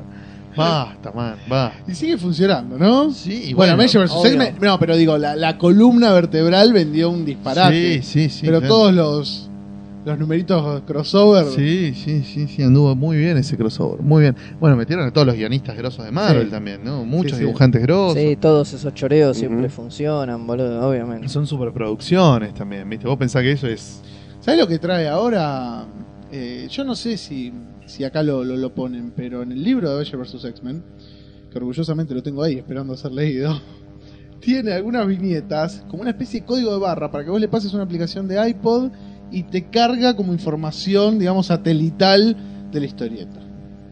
C: basta, man, basta.
B: Y sigue funcionando, ¿no?
C: Sí, y
B: bueno,
C: bueno,
B: Avengers vs.
E: obvio.
B: X-Men. No, pero digo, la, la columna vertebral vendió un disparate.
C: Sí, sí, sí.
B: pero
C: claro.
B: todos los, los numeritos crossover.
C: Sí, sí, sí, sí, anduvo muy bien ese crossover, muy bien. Bueno, metieron a todos los guionistas grosos de Marvel
B: Sí.
C: también, ¿no? Muchos
B: Sí, sí.
C: dibujantes grosos.
E: Sí, todos esos choreos siempre
D: Ujú.
E: funcionan, boludo, obviamente.
C: Son superproducciones también, ¿viste? Vos pensás que eso es...
B: ¿Sabes lo que trae ahora? Eh, yo no sé si, si acá lo, lo, lo ponen, pero en el libro de Avengers vs. X-Men, que orgullosamente lo tengo ahí esperando a ser leído, [LAUGHS] tiene algunas viñetas, como una especie de código de barra, para que vos le pases una aplicación de iPod y te carga como información, digamos, satelital de la historieta.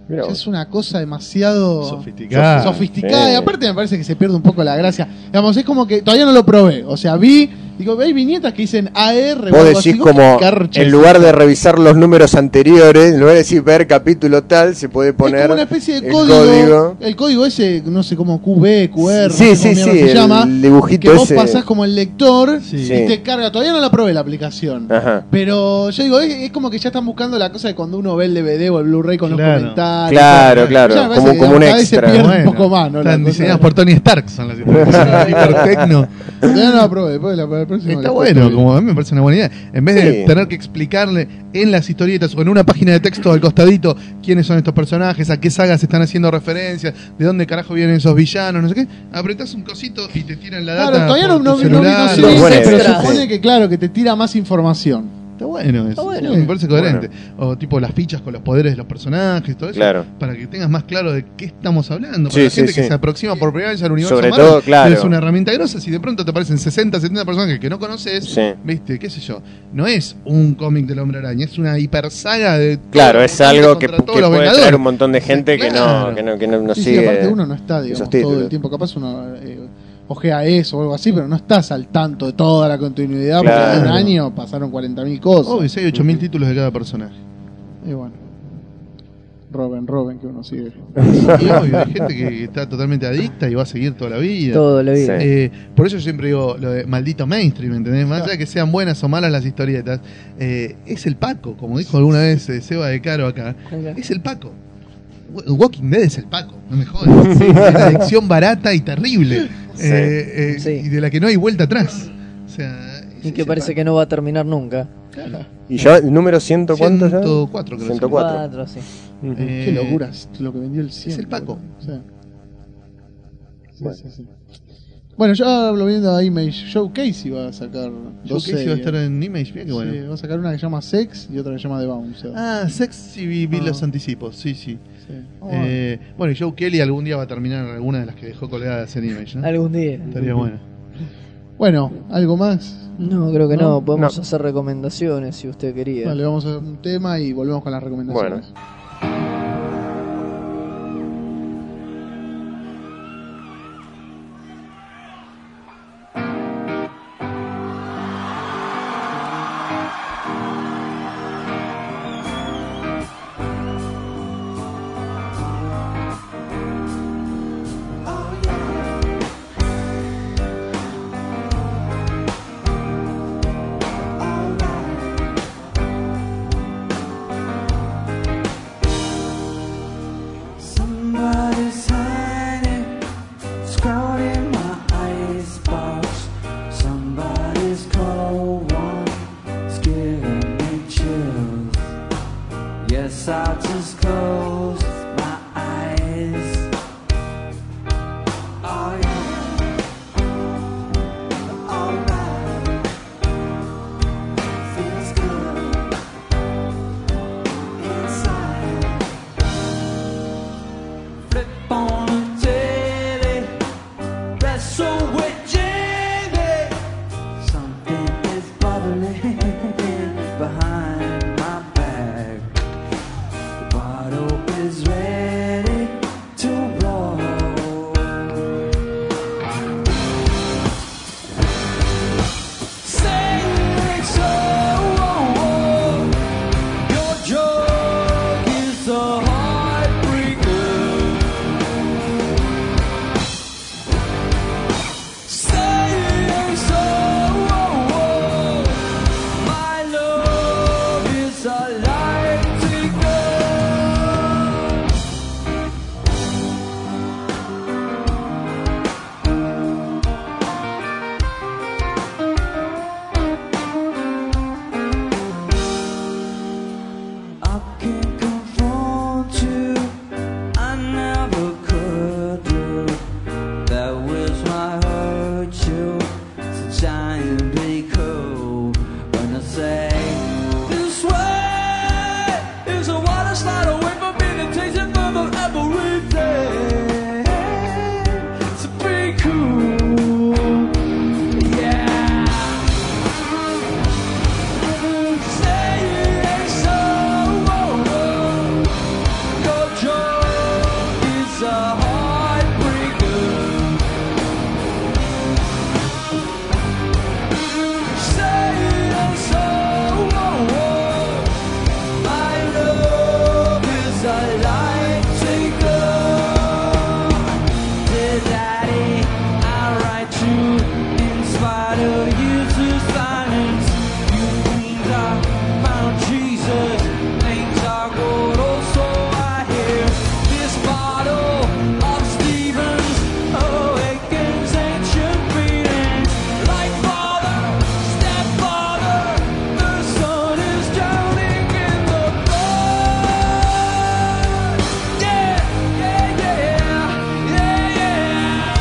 D: Mirá
B: Ya
D: vos.
B: es una cosa demasiado
C: Sofisticado.
B: sofisticada.
D: Sí.
B: Y aparte me parece que se pierde un poco la gracia. Digamos, es como que todavía no lo probé. O sea, vi, digo, hay viñetas que dicen AR. o
D: Vos
B: Pues algo
D: decís
B: así,
D: como,
B: qué garcha
D: en
B: es
D: lugar de revisar los números anteriores, en lugar de decir ver capítulo tal, se puede
B: Es
D: poner...
B: como una especie de
D: el
B: código,
D: código.
B: El código ese, no sé cómo QB, QR,
D: sí,
B: no sé
D: sí,
B: cómo mierda
D: sí, el
B: se llama. Que
D: dibujito
B: vos
D: ese.
B: pasás como el lector
C: Sí.
B: y
D: Sí.
B: te carga. Todavía no la probé la aplicación.
D: Ajá.
B: Pero yo digo, es, es como que ya están buscando la cosa de cuando uno ve el DVD o el Blu-ray con
C: Claro.
B: los comentarios.
D: Claro,
B: Ya me
D: claro,
B: parece
D: como,
B: que
D: como un
B: cada vez se
D: extra.
B: pierde. un poco más, ¿no?
C: Están
B: La cosa-
C: diseñadas por Tony Stark, son las
B: [LAUGHS]
C: historias. hipertecno.
B: Todavía no la probé. después la- para el próximo
C: Está
B: la
C: bueno,
B: cuento.
C: como a mí me parece una buena idea. En vez de
D: Sí.
C: tener que explicarle en las historietas o en una página de texto al costadito quiénes son estos personajes, a qué sagas están haciendo referencias, de dónde carajo vienen esos villanos, no sé qué, apretás un cosito y te tiran la data.
B: Claro, todavía no,
C: por tu
B: no, no, no,
C: celular.
B: se
D: Los
B: dice,
D: buenos
B: pero
E: extras.
B: supone que claro, que te tira más información.
C: Está bueno eso.
E: bueno.
C: Me parece coherente. O tipo las fichas con los poderes de los personajes, todo eso.
D: Claro.
C: Para que tengas más claro de qué estamos hablando. Para
D: Sí,
C: la gente
D: sí,
C: que
D: sí.
C: se aproxima por primera vez al universo
D: Sobre
C: Marvel,
D: todo, claro.
C: Es una herramienta grosa. Si de pronto te aparecen 60, 70 personajes que no conoces,
D: Sí.
C: viste, qué sé yo. No es un cómic del Hombre Araña, es una hipersaga de.
D: Claro, es algo que,
C: contra todos
D: que
C: los
D: puede
C: Vengadores.
D: traer un montón de gente que no,
C: Claro.
D: que no, que no, no
B: Sí, sí,
D: sigue.
B: aparte uno no está, digamos,
D: esos
B: todo el
D: títulos.
B: tiempo. Capaz uno eh, ojea eso o algo así, pero no estás al tanto de toda la continuidad. Porque
D: Claro.
B: en un año pasaron 40.000 cosas.
C: Obvio, si hay 8000 títulos de
D: [LAUGHS]
C: cada personaje.
B: Y bueno. Robin, Robin, que uno sigue.
C: Y obvio, hay gente que está totalmente adicta y va a seguir toda la vida.
E: Todo lo
D: Sí.
E: vida.
C: Eh, por eso yo siempre digo lo de maldito mainstream, ¿entendés? Más allá de que sean buenas o malas las historietas, eh, es el Paco, como dijo alguna vez eh, Seba de Caro acá, es el Paco. Wa- Walking Dead es el Paco, no
D: [LAUGHS]
C: me jodas. Es una adicción barata y terrible,
D: Sí.
C: eh, eh,
E: Sí.
C: y de la que no hay vuelta atrás. O sea,
E: Y que parece que no va a terminar nunca.
D: ¿Y ya el número ciento cuánto ya?
C: 104, creo que
D: 104. Cuatro.
E: Cuatro, sí.
C: es. Eh,
B: Qué locura es lo que vendió el 100.
C: el Paco.
B: boludo. O sea. Sí,
D: Bueno.
B: sí, sí. Bueno, yo hablo viendo a Image Showcase y va a sacar.
C: Joe
B: dos
C: Casey va a
B: series.
C: estar en Image, mira que bueno.
B: Sí, va a sacar una que se llama Sex y otra que se llama The Bounce.
C: Ah, sexy vi, vi
B: Ah.
C: los anticipos, sí, sí.
B: Sí. Vamos a ver.
C: Eh, bueno, y Joe Kelly algún día va a terminar en alguna de las que dejó colgadas en Image, ¿no?
E: Algún día.
C: Estaría bueno.
B: Bueno, ¿algo más?
E: No, creo que no.
B: No,
E: Podemos
D: no.
E: hacer recomendaciones si usted quería.
B: Vale, vamos a hacer un tema y volvemos con las recomendaciones.
D: Bueno.
H: right to go. Dear Daddy, I write to inspire you to silence. You queens are Mount Jesus, names are gold. Also, I hear this bottle of Stevens awakens ancient feelings. Like father, stepfather, the son is drowning in the blood. Yeah, yeah, yeah, yeah, yeah.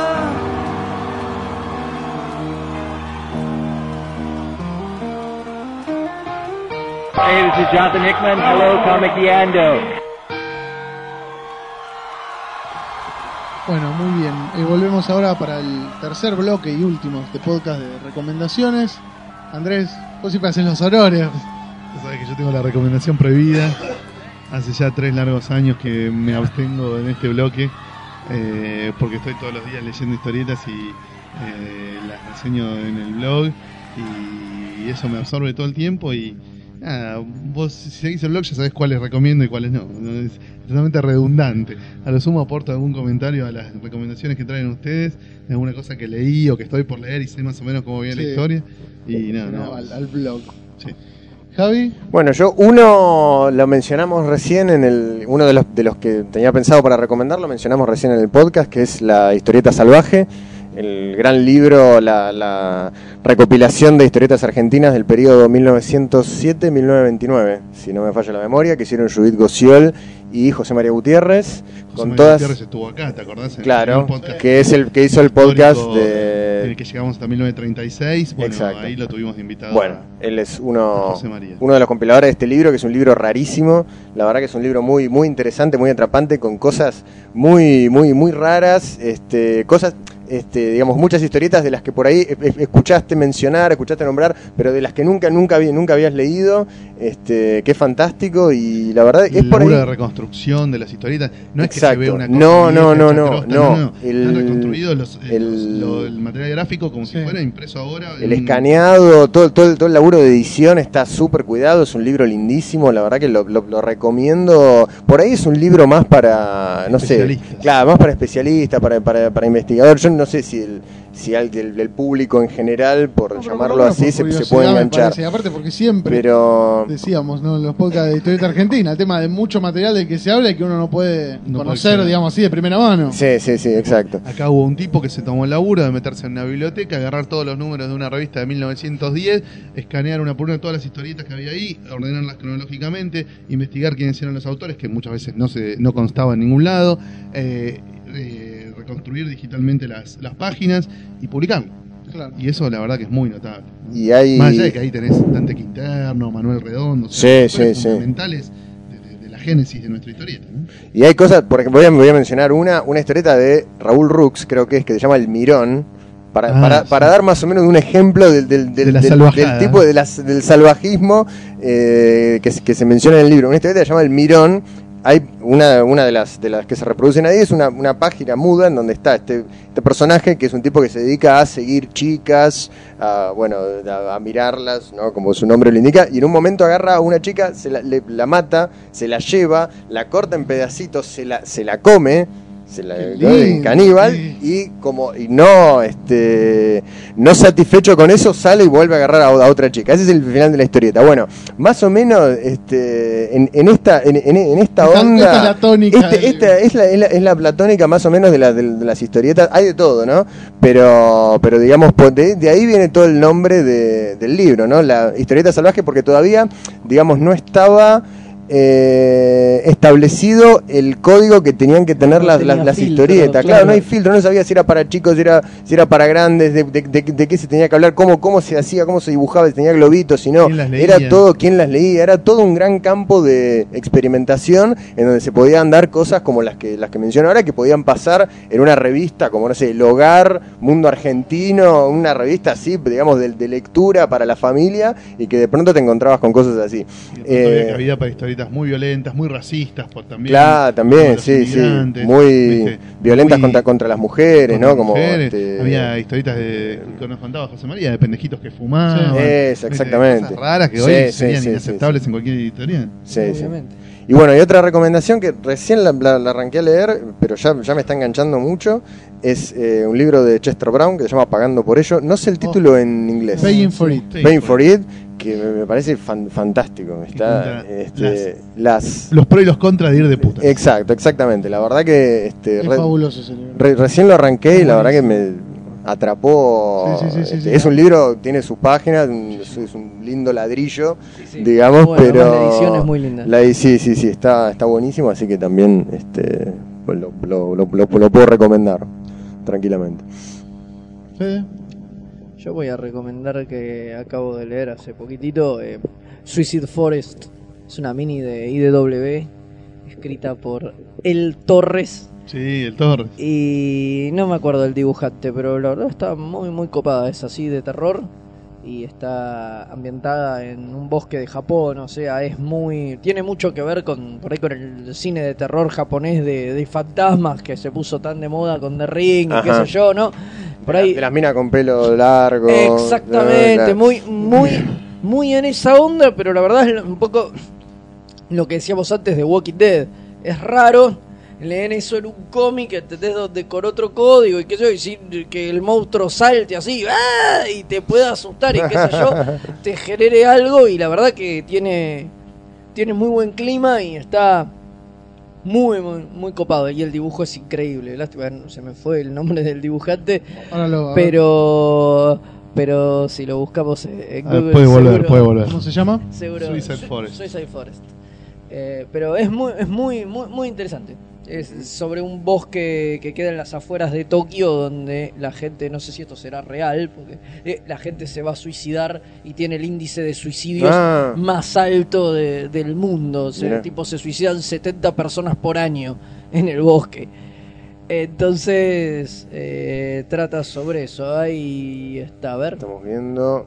H: Taker.
G: Hey, this is Jonathan Hickman. Hello, Comiciando.
B: Bueno, muy bien. Eh, volvemos ahora para el tercer bloque y último de este podcast de recomendaciones. Andrés, vos siempre haces los honores.
C: Vos sabés que yo tengo la recomendación prohibida. Hace ya tres largos años que me abstengo en este bloque. eh, porque estoy todos los días leyendo historietas y eh, las reseño en el blog. Y eso me absorbe todo el tiempo. Y nada, vos si seguís el blog ya sabés cuáles recomiendo y cuáles no. No, Es totalmente redundante. A lo sumo aporto algún comentario a las recomendaciones que traen ustedes. De alguna cosa que leí o que estoy por leer y sé más o menos cómo viene
B: Sí.
C: la historia. Y nada,
B: No,
C: nada
B: al,
C: más.
B: al blog.
C: Sí.
B: Javi,
D: Bueno, yo uno lo mencionamos recién en el uno de los de los que tenía pensado para recomendar lo mencionamos recién en el podcast que es la historieta salvaje, el gran libro, la, la recopilación de historietas argentinas del periodo 1907-1929, si no me falla la memoria, que hicieron Judith Gociol y José María Gutiérrez
C: José
D: con
C: María
D: todas
C: Gutiérrez estuvo acá, ¿te acordás? En
D: claro,
C: el podcast
D: que es el que hizo el podcast
C: histórico Eh, en
D: de
C: el que llegamos hasta 1936. Bueno,
D: Exacto.
C: ahí lo tuvimos de invitado.
D: Bueno,
C: a-
D: él es uno,
C: José María.
D: uno de los compiladores de este libro, que es un libro rarísimo. La verdad que es un libro muy, muy interesante, muy atrapante, con cosas muy, muy, muy raras, este, cosas, este, digamos, muchas historietas de las que por ahí e- e- escuchaste mencionar, escuchaste nombrar, pero de las que nunca, nunca, vi- nunca habías leído, este, que es fantástico y la verdad es
C: el
D: por
C: laburo de
D: ahí.
C: reconstrucción de las historietas. No es
D: Exacto.
C: que se ve una
D: No,
C: y
D: no,
C: hecha
D: no,
C: otra
D: no,
C: hosta,
D: no. El-
C: Han reconstruido los- eh,
D: el-
C: los- lo- el material gráfico como
B: Sí.
C: si fuera impreso ahora.
D: El
B: Mm.
C: en-
D: escaneado, todo, todo, todo el laburo de edición está súper cuidado, es un libro lindísimo, la verdad que lo, lo- lo recomiendo. Por ahí es un libro más para, no sé,
C: Especialistas.
D: claro, más para especialistas, para, para, para investigadores. Yo no sé si el, si al- el, el público en general, por
B: No, pero
D: llamarlo
B: por lo
D: así,
B: menos
D: se,
B: por
D: se puede
B: curiosidad, me
D: enganchar.
B: parece. Aparte porque siempre
D: Pero
B: decíamos, ¿no? En los podcasts de historieta argentina, el tema de mucho material del que se habla y que uno no puede
C: No
B: conocer,
C: puede ser.
B: digamos así, de primera mano.
D: sí, sí, sí, exacto.
C: Acá hubo un tipo que se tomó el laburo de meterse en una biblioteca, agarrar todos los números de una revista de 1910, escanear una por una todas las historietas que había ahí, ordenarlas cronológicamente, investigar quiénes eran los autores, que muchas veces no se no constaba en ningún lado, eh, eh, reconstruir digitalmente las, las páginas y publicar.
B: Claro.
C: Y eso la verdad que es muy notable. ¿no?
D: Y hay
C: Más allá de que ahí tenés Dante Quinterno, Manuel Redondo,
D: Sí,
C: son autores
D: sí, sí.
C: fundamentales de, de- de la génesis de nuestra historieta. ¿no?
D: Y hay cosas, por ejemplo, voy a, voy a mencionar una, una historieta de Raúl Rux, creo que es, que se llama El Mirón, para,
C: Ah,
D: para,
C: sí.
D: para dar más o menos un ejemplo del, del, del-
C: De la
D: del-
C: salvajada.
D: del tipo de las- del salvajismo eh, que, se- que se menciona en el libro. Una historieta que se llama El Mirón. Hay una, una de, las, de las que se reproducen ahí, es una, una página muda en donde está este, este personaje que es un tipo que se dedica a seguir chicas, a, bueno, a, a mirarlas, ¿no? como su nombre lo indica, y en un momento agarra a una chica, se la, le- la mata, se la lleva, la corta en pedacitos, se la, se la come, se la
B: Qué
D: ¿no? el
B: lindo,
D: caníbal,
B: sí.
D: y como y no este no satisfecho con eso, sale y vuelve a agarrar a, a otra chica. Ese es el final de la historieta. Bueno, más o menos este, en, en esta, en, en- en esta
B: Esta-
D: onda.
B: esta es la tónica
D: este-
B: del
D: esta
B: libro.
D: es la, es la- es la platónica más o menos de, la- de- de las historietas. Hay de todo, ¿no? Pero, pero digamos, pues, de, de ahí viene todo el nombre de- del libro, ¿no? La historieta salvaje, porque todavía, digamos, no estaba. eh, establecido el código que tenían que tener
B: No
D: las,
B: tenía
D: las- las
B: filtro,
D: historietas. Claro,
B: claro.
D: no hay filtro, no sabía si era para chicos, si era, si era para grandes, de, de- de- de qué se tenía que hablar, cómo, cómo se hacía, cómo se dibujaba, si tenía globitos, si no.
C: ¿Quién las leía?
D: Era todo quién las leía, era todo un gran campo de experimentación en donde se podían dar cosas como las que, las que menciono ahora, que podían pasar en una revista como, no sé, El Hogar, Mundo Argentino, una revista así, digamos, de, de lectura para la familia y que de pronto te encontrabas con cosas así.
C: Y de pronto
D: Eh,
C: había cabida para historietas muy violentas, muy racistas por también.
D: Claro,
C: Como
D: también,
C: los
D: sí, sí.
C: inmigrantes,
D: Muy
C: ¿viste?
D: violentas
C: Muy-
D: contra, contra las mujeres,
C: contra
D: ¿no? Como
C: mujeres.
D: este,
C: Había historietas de, que nos contaba José María, de pendejitos que fumaban.
D: Es,
C: ¿viste?
D: exactamente.
C: Cosas raras que
D: Sí, sí,
C: hoy serían
D: sí,
C: inaceptables en cualquier editorial.
D: sí, sí.
E: obviamente.
D: Y bueno, y otra recomendación que recién la, la- la arranqué a leer, pero ya, ya me está enganchando mucho, es eh, un libro de Chester Brown que se llama Pagando por ello. No sé el título en inglés.
B: Paying for it.
C: Sí,
D: Paying
C: por-
D: Oh. for it, que me me parece fan- fantástico. Está,
C: cuenta
D: este, las...
C: Los pros y los contras de ir de puta.
D: Exacto, exactamente. La verdad que este,
B: Qué
D: re-
B: fabuloso ese libro.
D: Re- recién lo arranqué y la verdad que me atrapó.
B: Sí, sí, sí, sí,
D: Este,
B: sí.
D: es un libro, tiene su página, un- es un lindo ladrillo,
E: Sí, sí.
D: digamos,
E: Bueno,
D: pero.
E: además La edición es muy linda.
D: la edi- sí, sí, sí, está, está buenísimo, así que también este, lo, lo- lo- lo- lo puedo recomendar tranquilamente.
B: Fede.
E: Yo voy a recomendar que acabo de leer hace poquitito eh, Suicide Forest. Es una mini de IDW escrita por El Torres.
C: Sí, el Torres.
E: Y no me acuerdo del dibujante, pero la verdad está muy muy copada. Es así de terror y está ambientada en un bosque de Japón. O sea, es muy. Tiene mucho que ver con por ahí con el cine de terror japonés de, de fantasmas que se puso tan de moda con The Ring y qué
D: Ajá.
E: sé yo, ¿no? Por ahí.
D: De las minas con pelo largo.
E: Exactamente,
D: la-
E: muy, muy, muy en esa onda, pero la verdad es un poco lo que decíamos antes de Walking Dead. Es raro leer eso en un cómic, ¿entendés? Donde con otro código y qué sé yo, y sin que el monstruo salte así ¡ah! y te pueda asustar y qué sé yo, te genere algo y la verdad que tiene, tiene muy buen clima y está muy, muy, muy copado. Y el dibujo es increíble. Lástima, que se me fue el nombre del dibujante,
B: Ahora lo. a ver.
E: pero pero si lo buscamos eh, en
C: Ah,
E: Google
C: puede volver,
E: seguro,
C: puede volver.
B: ¿Cómo se llama?
E: seguro-
C: Suicide
E: Su-
C: Forest.
E: Suicide Forest. Eh, pero es muy es muy muy muy interesante. Es sobre un bosque que queda en las afueras de Tokio donde la gente, no sé si esto será real, porque eh, la gente se va a suicidar y tiene el índice de suicidios
D: Ah,
E: más alto de- del mundo. O sea,
D: Mirá.
E: tipo, se suicidan 70 personas por año en el bosque. Entonces, eh, trata sobre eso. Ahí está, a ver.
D: estamos viendo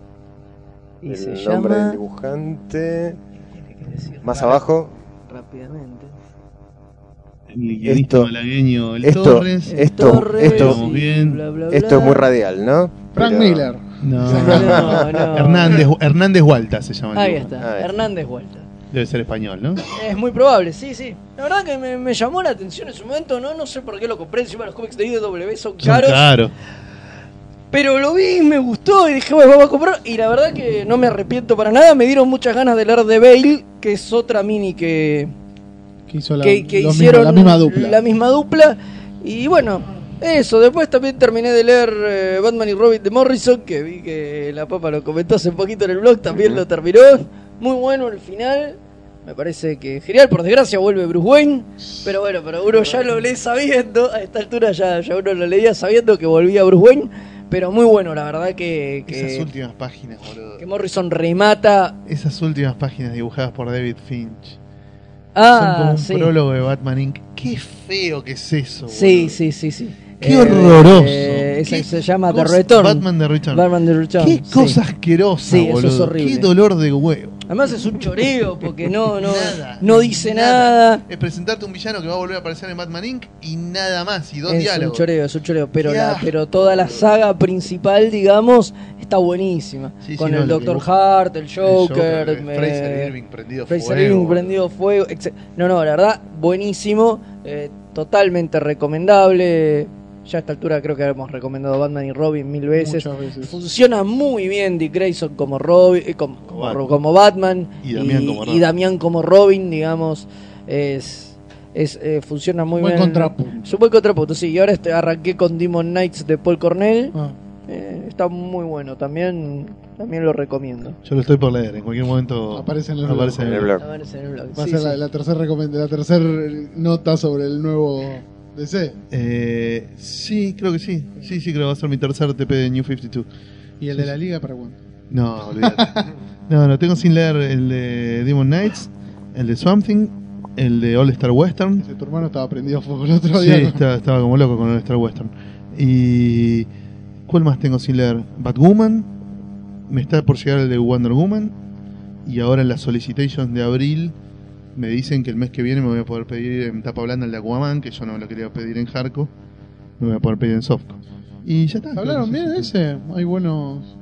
E: Y
D: el
E: se
D: nombre del
E: llama.
D: dibujante.
E: Tiene que decir
D: Más
E: rap-
D: abajo.
E: Rápidamente.
C: El guionista
D: Esto-
C: malagueño, el
D: esto- eh,
C: Torres.
E: El
D: Esto-
E: Torres
D: esto-
E: y
C: bien.
E: bla, bla,
D: Esto es
E: bla.
D: muy radial, ¿no?
B: Frank
D: Pero-
B: Miller.
D: [LAUGHS]
C: No.
E: No, [LAUGHS] no.
C: Hernández, Hernández Hualta se llama. el
E: Ahí
C: tipo.
E: está,
D: Ahí.
E: Hernández Vuelta.
C: Debe ser español, ¿no?
E: Es muy probable, sí, sí. La verdad que me, me llamó la atención en su momento, no no sé por qué lo compré. Encima los cómics de IDW son caros.
C: Claro.
E: Pero lo vi y me gustó y dije, bueno, vamos a comprar. Y la verdad que no me arrepiento para nada. Me dieron muchas ganas de leer The Veil, que es otra mini que,
B: Que hizo la,
E: que, que
B: lo mismo,
E: hicieron.
B: la misma dupla.
E: la misma dupla. Y bueno, eso. Después también terminé de leer eh, Batman y Robin de Morrison, que vi que la papa lo comentó hace poquito en el blog. También lo terminó. Muy bueno el final. Me parece que genial. Por desgracia vuelve Bruce Wayne. Pero bueno, pero uno ya lo lee sabiendo. A esta altura ya, ya uno lo leía sabiendo que volvía Bruce Wayne. Pero muy bueno, la verdad que,
C: Esas
E: que,
C: últimas páginas, boludo.
E: que Morrison remata.
C: Esas últimas páginas dibujadas por David Finch. Son como
E: Ah,
C: un
E: sí.
C: prólogo de Batman Inc. Qué feo que es eso,
E: Sí,
C: boludo.
E: sí, sí, sí.
C: Qué
E: Eh,
C: horroroso.
E: eh, esa
C: Qué
E: que se llama The
C: cosa-
E: Return.
C: Batman de Return.
E: Batman The Return.
C: Qué
E: sí.
C: cosa asquerosa,
E: Sí, eso es
C: boludo.
E: horrible.
C: Qué dolor de huevo.
E: Además es un choreo porque no, no,
C: Nada.
E: no dice nada.
C: Es presentarte un villano que va a volver a aparecer en Batman Inc. y nada más, y dos
E: es
C: diálogos.
E: un choreo, es un choreo, pero
C: Qué
E: la,
C: asco,
E: pero toda la saga principal, digamos, está buenísima.
C: Sí, sí,
E: Con
C: no,
E: el
C: lo
E: Doctor
C: dibujo-
E: Hart, el
C: El
E: Joker, eh,
C: Fraser Irving prendido
E: Fraser
C: fuego.
E: Irving prendido fuego. etc. No, no, la verdad, buenísimo, eh, totalmente recomendable. Ya a esta altura creo que hemos recomendado Batman y Robin mil veces.
B: Muchas veces.
E: Funciona muy bien Dick Grayson como Robin, eh, como, como
C: Batman.
E: Ro- como Batman
C: Y Damián como
E: y
C: Robin.
E: Damián como Robin, digamos, es, es eh, funciona muy
B: Buen
E: bien.
B: contrapunto.
E: Es un buen contrapunto, sí. Y ahora este, arranqué con Demon Knights de Paul Cornell.
B: Ah.
E: Eh, está muy bueno. También, también lo recomiendo.
C: Yo lo estoy por leer, en cualquier momento
B: Aparece en el
C: aparece
B: blog.
D: En el blog.
E: A ver, es en el blog.
B: Va a
E: Sí,
B: ser
E: sí.
B: la, la tercera recomen- la tercer nota sobre el nuevo DC.
C: Eh, sí, creo que sí. Sí, sí, creo que va a ser mi tercer TP de New 52.
B: Y el de la liga para cuándo.
C: No, olvídate. no, no, tengo sin leer el de Demon Knights, el de Something, el de All Star Western.
B: Ese tu hermano estaba prendido a fuego el otro
C: Sí,
B: día. con-
C: estaba, estaba como loco con el Star Western. ¿Y cuál más tengo sin leer? Batwoman. Me está por llegar el de Wonder Woman. Y ahora en las solicitations de abril me dicen que el mes que viene me voy a poder pedir en tapa blanda el de Aquaman, que yo no me lo quería pedir en Jarco. Me voy a poder pedir en Softco. Y ya está.
B: ¿Hablaron bien de ese? Hay buenos.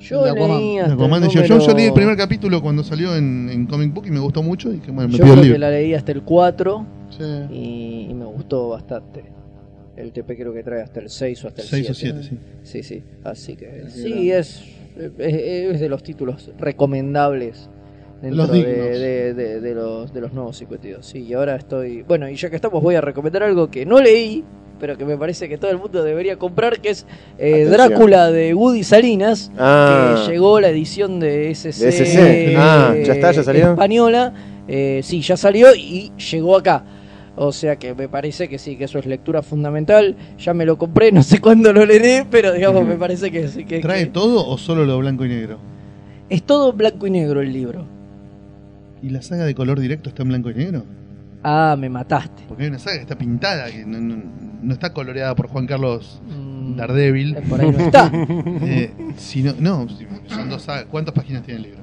E: Yo
B: la Aquaman.
E: leí hasta
C: Aquaman
E: el
C: de Jeff
E: número-
C: Jones. Yo leí el primer capítulo cuando salió en, en Comic Book y me gustó mucho. Y que bueno, me
E: Yo
C: pido el
E: creo que
C: libro.
E: la leí hasta el 4
B: Sí.
E: y, y me gustó bastante. El TP creo que trae hasta el 6 o hasta el
C: 6 o
E: 7.
C: 7, sí.
E: Sí, sí. Así que sí, es, es, es de los títulos recomendables dentro
B: Los
E: de,
B: dignos.
E: de- de- de los, de los nuevos 52. Sí, y ahora estoy... Bueno, y ya que estamos voy a recomendar algo que no leí, pero que me parece que todo el mundo debería comprar, que es eh,
D: Atención.
E: Drácula de Woody Salinas
D: Ah,
E: que llegó la edición de SC,
D: De SC. Ah, ¿ya está? ¿Ya salió?
E: española. Eh, sí, ya salió y llegó acá. O sea que me parece que sí, que eso es lectura fundamental. Ya me lo compré, no sé cuándo lo leeré, pero digamos, me parece que sí. Que,
C: ¿Trae
E: que-
C: todo o solo lo blanco y negro?
E: Es todo en blanco y negro el libro.
C: ¿Y la saga de color directo está en blanco y negro?
E: Ah, me mataste.
C: Porque hay una saga que está pintada, que no, no- no está coloreada por Juan Carlos
E: Mm,
C: Daredevil.
E: Por ahí no está.
C: Eh, sino, no, si- son dos sagas. ¿Cuántas páginas tiene el libro?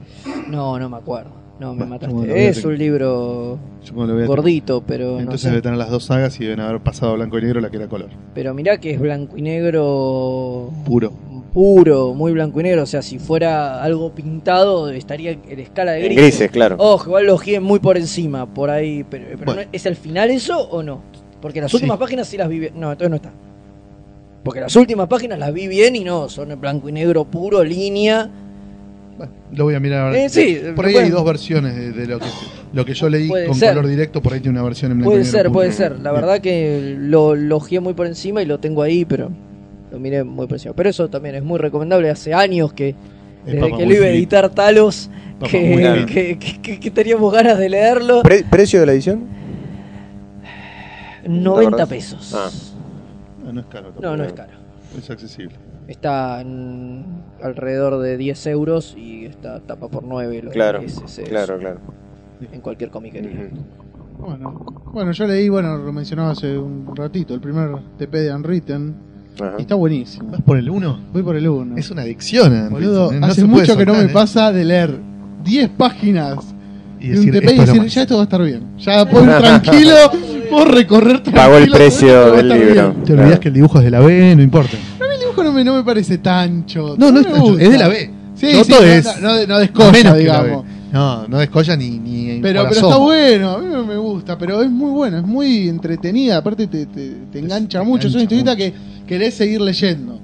E: No, no me acuerdo. No, me
C: Bueno, yo me lo
E: mataste.
C: voy a
E: Es un libro
C: Yo como lo voy a-
E: gordito, pero no
C: Entonces
E: sé.
C: debe tener las dos sagas y deben haber pasado a blanco y negro la que era color.
E: Pero mirá que es blanco y negro
C: Puro.
E: puro, muy blanco y negro. O sea, si fuera algo pintado, estaría en escala de
D: en
E: grises.
D: grises, claro.
E: Ojo, igual lo giren muy por encima, por ahí. Pero, pero
C: Bueno.
E: no- ¿es el final eso o no? Porque las
C: Sí.
E: últimas páginas sí las vi bien. No, entonces no está. Porque las últimas páginas las vi bien y no, son en blanco y negro puro, línea.
C: Bueno, lo voy a mirar ahora.
E: Eh, sí,
C: por ahí
E: bueno.
C: hay dos versiones de, de lo, que, lo que yo leí
E: Puede
C: con
E: ser.
C: color directo. Por ahí tiene una versión en blanco y
E: Puede
C: negro.
E: ser,
C: puro.
E: puede ser. La
C: Bien.
E: verdad que lo, lo gié muy por encima y lo tengo ahí, pero lo miré muy por encima. Pero eso también es muy recomendable. Hace años que,
C: Es
E: desde
C: Papa
E: que lo
C: Will
E: iba a
C: Smith.
E: editar Talos,
C: Papa
E: que,
C: Will
D: Smith.
E: que, que- que- que teníamos ganas de leerlo.
D: Pre- ¿Precio de la edición?
E: 90
D: acordás?
E: pesos.
D: Ah.
C: Ah, no es caro. tampoco.
E: No, no es caro.
C: Es accesible.
E: Está en alrededor de 10 euros y está tapa por 9. Lo que
D: Claro,
E: es, es- es
D: claro, claro.
E: En cualquier comiquería.
D: Ujú.
B: Bueno. bueno, yo leí, bueno, lo mencionaba hace un ratito, el primer TP de Unwritten.
D: Ajá.
B: Y está buenísimo.
C: ¿Vas por el 1?
B: Voy por el 1.
C: Es una adicción, Andrés,
B: Boludo,
C: ¿eh? No
B: hace
C: se puede
B: mucho que no me
C: soltar, ¿eh?
B: pasa de leer 10 páginas
C: Y
B: de un
C: decir,
B: TP
C: "Esto
B: y
C: es lo
B: decir,
C: más".
B: ya esto va a estar bien. Ya puedo
C: [LAUGHS]
B: ir tranquilo, puedo recorrer tranquilo.
D: Pagó el precio
B: esto va a
D: del
B: estar
D: libro.
B: bien.
C: Te olvidas
D: Claro.
C: que el dibujo es de la B, no importa.
B: A mí el dibujo no me, no me parece tan choto.
C: No, no, es,
B: me
C: tancho,
B: gusta.
C: es de la B.
B: Sí,
C: Choto
B: sí, no- no,
C: es.
B: no, de- no descolla,
C: menos que la
B: digamos.
C: B. No, no descolla ni. ni
B: Pero,
C: por
B: pero
C: asomo.
B: está bueno, a mí me- me gusta, pero es muy buena, es muy entretenida, aparte te, te, te engancha
C: Te
B: mucho, es una
C: engancha
B: historieta que querés seguir leyendo.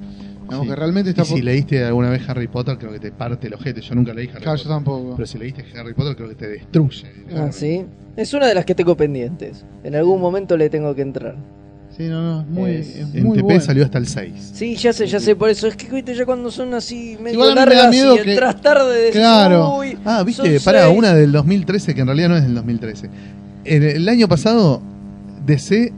B: Digamos
C: Sí.
B: que realmente está
C: Y si
B: po-
C: leíste alguna vez Harry Potter, creo que te parte el ojete. Yo nunca leí Harry
B: Claro, Ah, yo
C: Potter.
B: tampoco.
C: Pero si leíste Harry Potter, creo que te destruye.
E: Ah, sí. Es una de las que tengo pendientes. En algún momento le tengo que entrar.
B: Sí, no, no, es muy,
E: Es-
B: es
C: En
B: muy
C: TP
B: bueno.
C: salió hasta el 6.
E: Sí, ya sé, ya sé, por eso es que viste ya cuando son así medio
B: Igual a mí me da
E: largas
B: miedo
E: y
B: que-
E: entras tarde decís,
B: Claro.
E: "Uy,
C: Ah, viste,
E: son
C: para
E: seis".
C: una del 2013, que en realidad no es del 2013. En el año pasado, DC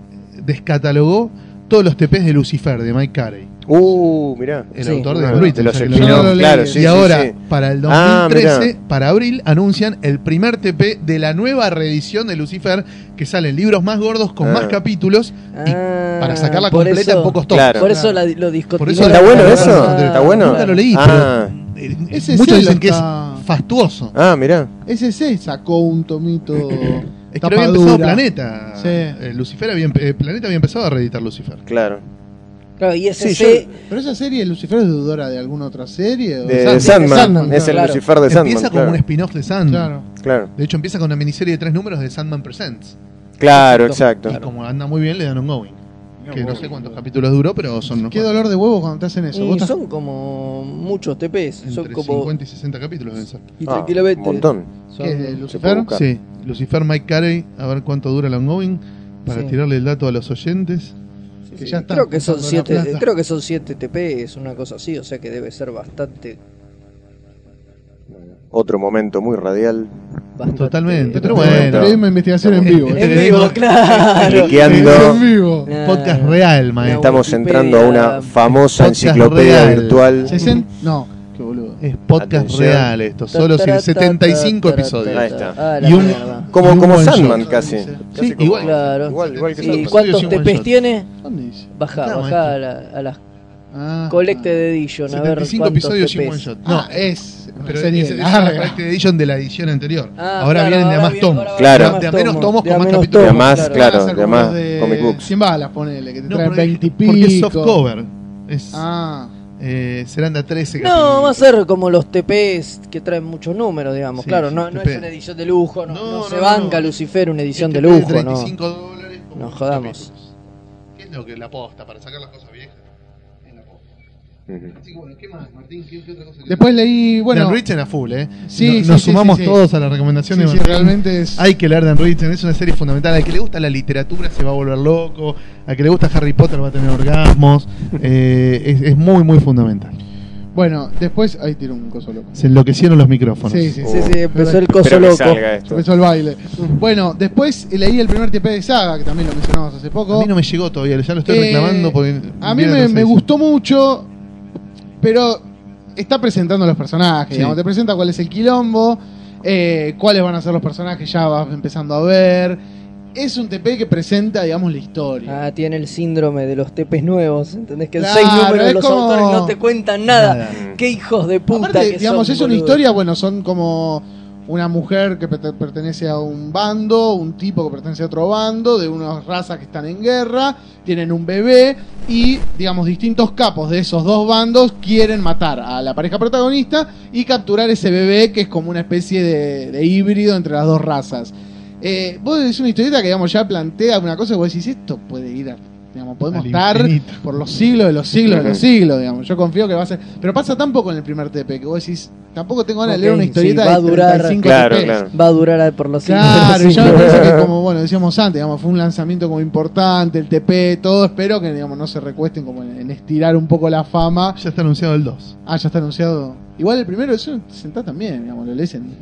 C: descatalogó todos los TPs de Lucifer, de Mike Carey,
D: Uh, mirá.
C: el
E: Sí.
C: autor de
D: Bueno,
C: Brutal.
D: te los
C: ya que
D: eliminó,
B: no lo leí.
D: claro, sí,
C: y
D: sí,
C: ahora,
D: sí.
C: para el
D: Ah,
C: 2013, para abril, anuncian el primer TP de la nueva reedición de Lucifer, que salen libros más gordos con
D: Ah.
C: más capítulos y
E: Ah,
C: para sacarla
E: por
C: completa
E: eso-
C: en pocos tomos.
D: Claro.
E: Por eso la- lo
C: Por
E: discutimos.
C: eso
D: ¿Está bueno
C: la-
D: eso?
C: la-
D: ¿Está bueno?
C: Nunca lo leí,
D: Ah,
C: pero eh,
B: Ese
C: muchos
B: sí lo
C: dicen que es
B: está-
C: fastuoso.
D: ah mirá.
B: SC sacó un tomito. [LAUGHS]
C: Es que lo había empezado
B: tapadura.
C: Planeta.
B: Sí.
C: Eh, Lucifer había, empe- eh, Planeta había empezado a reeditar Lucifer.
D: Claro.
E: Claro, y ese
D: Sí,
E: C-
B: Pero esa serie, Lucifer, es deudora de alguna otra serie. o-
D: De, de
E: Sandman.
D: Sandman.
E: Sandman,
D: Es el
E: claro.
D: Lucifer de Sandman.
C: empieza como
D: claro.
C: un spin-off de Sandman.
B: Claro.
D: claro,
C: De hecho, empieza con una miniserie de tres números de Sandman Presents.
D: claro, exacto.
C: Y como anda muy bien, le dan un going. Que no sé cuántos capítulos duró, pero son unos
B: Qué
C: cuantos.
B: dolor de huevos cuando te hacen eso.
E: y
B: Vos estás-
E: son como muchos TPs, son
C: Entre
E: como
C: 50 y 60 capítulos deben ser.
E: y
D: Ah,
E: tranquilamente.
D: un montón.
E: son-
B: ¿Qué es de
D: Se puede
B: Lucifer?
D: buscar.
C: Sí, Lucifer Mike Carey, a ver cuánto dura el ongoing para
E: Sí.
C: tirarle el dato a los oyentes.
B: que ya están
E: creo que son
B: usando la
E: siete,
B: plata.
E: creo que son 7 TPs, una cosa así, o sea que debe ser bastante
D: Otro momento muy radial.
E: bastante
C: Totalmente, pero
B: Bueno,
C: bueno.
B: pero ahí me investigación en vivo. [LAUGHS]
E: En vivo,
D: [LAUGHS]
E: claro.
D: Cliqueando.
B: En vivo.
E: Nah.
C: Podcast real,
E: La
C: maestro.
D: Estamos entrando a una famosa
C: Podcast
D: enciclopedia
C: real.
D: virtual.
C: [LAUGHS]
B: Sesen- No, qué boludo.
C: Es podcast
D: Atención.
C: real esto, solo
E: Ta, ta, ta,
C: 75
E: ta, ta,
C: episodios.
E: ta,
D: Ahí está.
E: ta. Ah, la
C: Y un-
E: mierda.
C: Y
D: Como,
C: un
D: como
C: one
D: Sandman
C: shot.
D: casi.
B: Sí,
D: Casi como-
C: igual.
E: Claro.
D: Igual, igual que
C: Sí,
E: ¿Y
D: Sandman.
C: cuál-
E: cuántos
C: Estudio sin
E: TPs tiene?
B: ¿Dónde dice?
E: Bajá,
C: No,
E: bajá a la, a la
B: Ah,
E: Collected
B: ah.
E: Edition, a ver
C: 75
E: cuántos
C: episodios sin
E: TPs.
C: one shot. No,
B: No, es una
C: pero
B: serie
C: es, es una [LAUGHS]
B: larga.
C: collected edition de la edición anterior.
E: Ah,
C: ahora
E: claro,
C: vienen de a
E: ahora
C: más
E: viene-
C: tomos.
E: ahora
D: Claro.
E: viene
C: De a menos tomos
E: de
C: con
E: a
C: más
E: menos
C: capítulos.
D: De a más,
E: tomos,
D: claro.
B: Van a ser
D: de
B: como
D: más
B: los de
D: comic books.
B: 100 balas, ponele, que te
C: No,
B: traen
C: porque-
B: 20 y pico.
C: porque es soft cover. Es,
B: Ah,
C: eh, serán de a 13
E: No, va a
C: capítulos.
E: ser como los TPs que traen muchos números, digamos.
C: Sí,
E: claro,
C: sí,
E: no, no
C: TP.
E: es una edición de lujo, no,
C: No,
E: no
C: no,
E: se
C: no,
E: banca
C: no.
E: Lucifer una edición
C: Este
E: de
C: trae
E: lujo, no.
C: 35 dólares por
E: Nos
C: dos
E: jodamos.
C: capítulos. ¿Qué es lo que la posta? Para sacar las cosas viejas. Es la posta.
D: Ujú.
C: Así que bueno, ¿qué más, Martín? ¿Qué, qué otra cosa? que-
B: después leí, bueno,
C: Dan Ritzen a full, ¿eh?
B: Sí,
C: No-
B: sí,
C: nos
B: sí,
C: sumamos
B: sí, sí.
C: todos a la recomendación
B: sí,
C: de
B: sí,
C: Martín.
B: realmente es
C: Hay que leer Dan Ritzen, es una serie fundamental. Al que le gusta la literatura se va a volver loco. Al que le gusta Harry Potter va a
B: [LAUGHS]
C: tener orgasmos. Eh, es, es muy, muy fundamental.
B: bueno, después ahí tiro un coso loco.
C: Se enloquecieron los micrófonos.
B: Sí, sí, sí.
E: Sí, sí, empezó el coso
D: Espero que
E: loco.
D: salga esto.
B: Empezó el baile. Bueno, después leí el primer TP de Saga, que también lo mencionamos hace
C: A
B: poco.
C: mí no me llegó todavía, ya lo estoy
B: Eh,
C: reclamando porque.
B: A mí
C: vieron
B: me,
C: los
B: me
C: seis.
B: gustó mucho, pero está presentando los personajes.
C: Sí.
B: digamos, te presenta cuál es el quilombo, eh, cuáles van a ser los personajes, ya vas empezando a ver. Es un TP que presenta, digamos, la historia.
E: Ah, tiene el síndrome de los TPs nuevos, ¿entendés? Que el
B: Claro,
E: seis números de
B: es
E: los
B: como-
E: autores no te cuentan nada.
C: Nada.
E: Qué hijos de puta
B: Aparte,
E: que
B: digamos,
E: son,
B: es una
E: boludo.
B: historia, bueno, son como una mujer que perte- pertenece a un bando, un tipo que pertenece a otro bando, de unas razas que están en guerra, tienen un bebé y, digamos, distintos capos de esos dos bandos quieren matar a la pareja protagonista y capturar ese bebé que es como una especie de, de híbrido entre las dos razas. Eh, vos es una historieta que, digamos, ya plantea una cosa que vos decís, esto puede ir a... Digamos, podemos
C: Al
B: estar
C: infinito.
B: por los siglos de los siglos de los
D: Ujú.
B: siglos, digamos. Yo confío que va a ser. Pero pasa tan poco en el primer TP que vos decís, tampoco tengo ganas de leer
E: Ok,
B: una
E: sí,
B: historieta
E: va a
B: de
E: durar-
B: 35
D: Claro,
B: TPs.
D: claro.
E: Va a durar a- por los siglos de los
B: Claro, y yo me
E: siglos.
B: parece
E: [LAUGHS]
B: que como bueno decíamos antes, digamos, fue un lanzamiento como importante, el TP, todo, espero que digamos no se recuesten como en, en estirar un poco la fama.
C: Ya está anunciado el 2.
B: Ah, ya está anunciado. Igual el primero, eso sentá también, digamos, lo lees en-